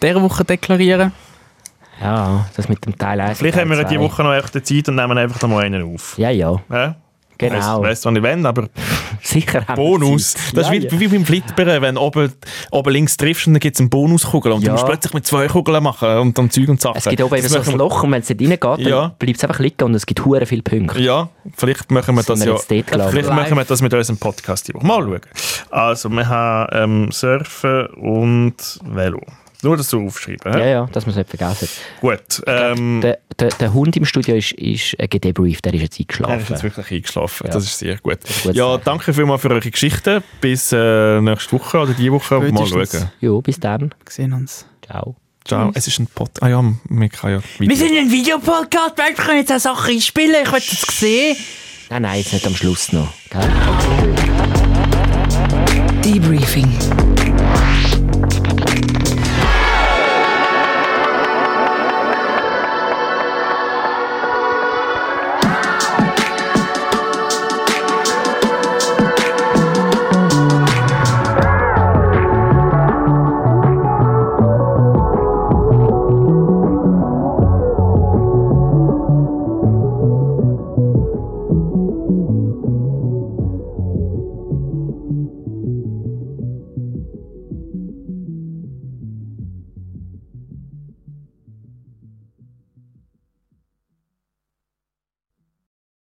[SPEAKER 2] dieser Woche deklarieren.
[SPEAKER 3] Ja, das mit dem Teil 1.
[SPEAKER 1] vielleicht haben wir ja diese Woche noch echt die Zeit und nehmen einfach noch mal einen auf.
[SPEAKER 3] Ja, ja,
[SPEAKER 1] Ja?
[SPEAKER 3] genau.
[SPEAKER 1] Ich weiss, wann ich will, aber
[SPEAKER 3] Sicher haben wir
[SPEAKER 1] Bonus.
[SPEAKER 3] Zeit.
[SPEAKER 1] Das
[SPEAKER 3] ja,
[SPEAKER 1] ist wie,
[SPEAKER 3] ja.
[SPEAKER 1] wie beim Flitberen, wenn oben, oben links triffst und dann gibt es eine Bonuskugel und
[SPEAKER 3] Ja.
[SPEAKER 1] du musst plötzlich mit zwei Kugeln machen und dann Zeug und Sachen.
[SPEAKER 3] Es gibt oben eben
[SPEAKER 1] Das
[SPEAKER 3] so ein
[SPEAKER 1] machen
[SPEAKER 3] Loch und wenn es nicht reingeht,
[SPEAKER 1] Ja.
[SPEAKER 3] dann bleibt es einfach liegen und es gibt hure viele Punkte.
[SPEAKER 1] wir- Ja, vielleicht machen wir
[SPEAKER 3] Das
[SPEAKER 1] das,
[SPEAKER 3] sind wir
[SPEAKER 1] ja.
[SPEAKER 3] jetzt dort, glaube ich.
[SPEAKER 1] Vielleicht machen wir das mit unserem Podcast die Woche. Mal schauen. Also, wir haben ähm, Surfen und Velo. Nur das so aufschreiben.
[SPEAKER 3] Ja,
[SPEAKER 1] hä?
[SPEAKER 3] ja, das muss man nicht vergessen.
[SPEAKER 1] Gut. Ähm,
[SPEAKER 3] Der, der, der Hund im Studio ist, ist äh, gedebrieft, der ist jetzt
[SPEAKER 1] er ist
[SPEAKER 3] eingeschlafen.
[SPEAKER 1] jetzt wirklich eingeschlafen.
[SPEAKER 3] Ja.
[SPEAKER 1] Das ist sehr gut.
[SPEAKER 3] gutes
[SPEAKER 1] Ja,
[SPEAKER 3] Zeichen.
[SPEAKER 1] danke vielmals für eure Geschichten. Bis äh, nächste Woche oder die Woche. Mal
[SPEAKER 2] Spätestens.
[SPEAKER 1] schauen.
[SPEAKER 3] Jo, bis dann.
[SPEAKER 2] Wir sehen uns.
[SPEAKER 3] Ciao.
[SPEAKER 1] Ciao. Es ist ein Pod. Ah ja, wir kann ja
[SPEAKER 2] Wir
[SPEAKER 1] Video-
[SPEAKER 2] sind ein Videopodcast, wir können jetzt auch Sachen einspielen, ich will das sehen.
[SPEAKER 3] Nein, nein, jetzt nicht am Schluss noch. Gell?
[SPEAKER 4] Debriefing.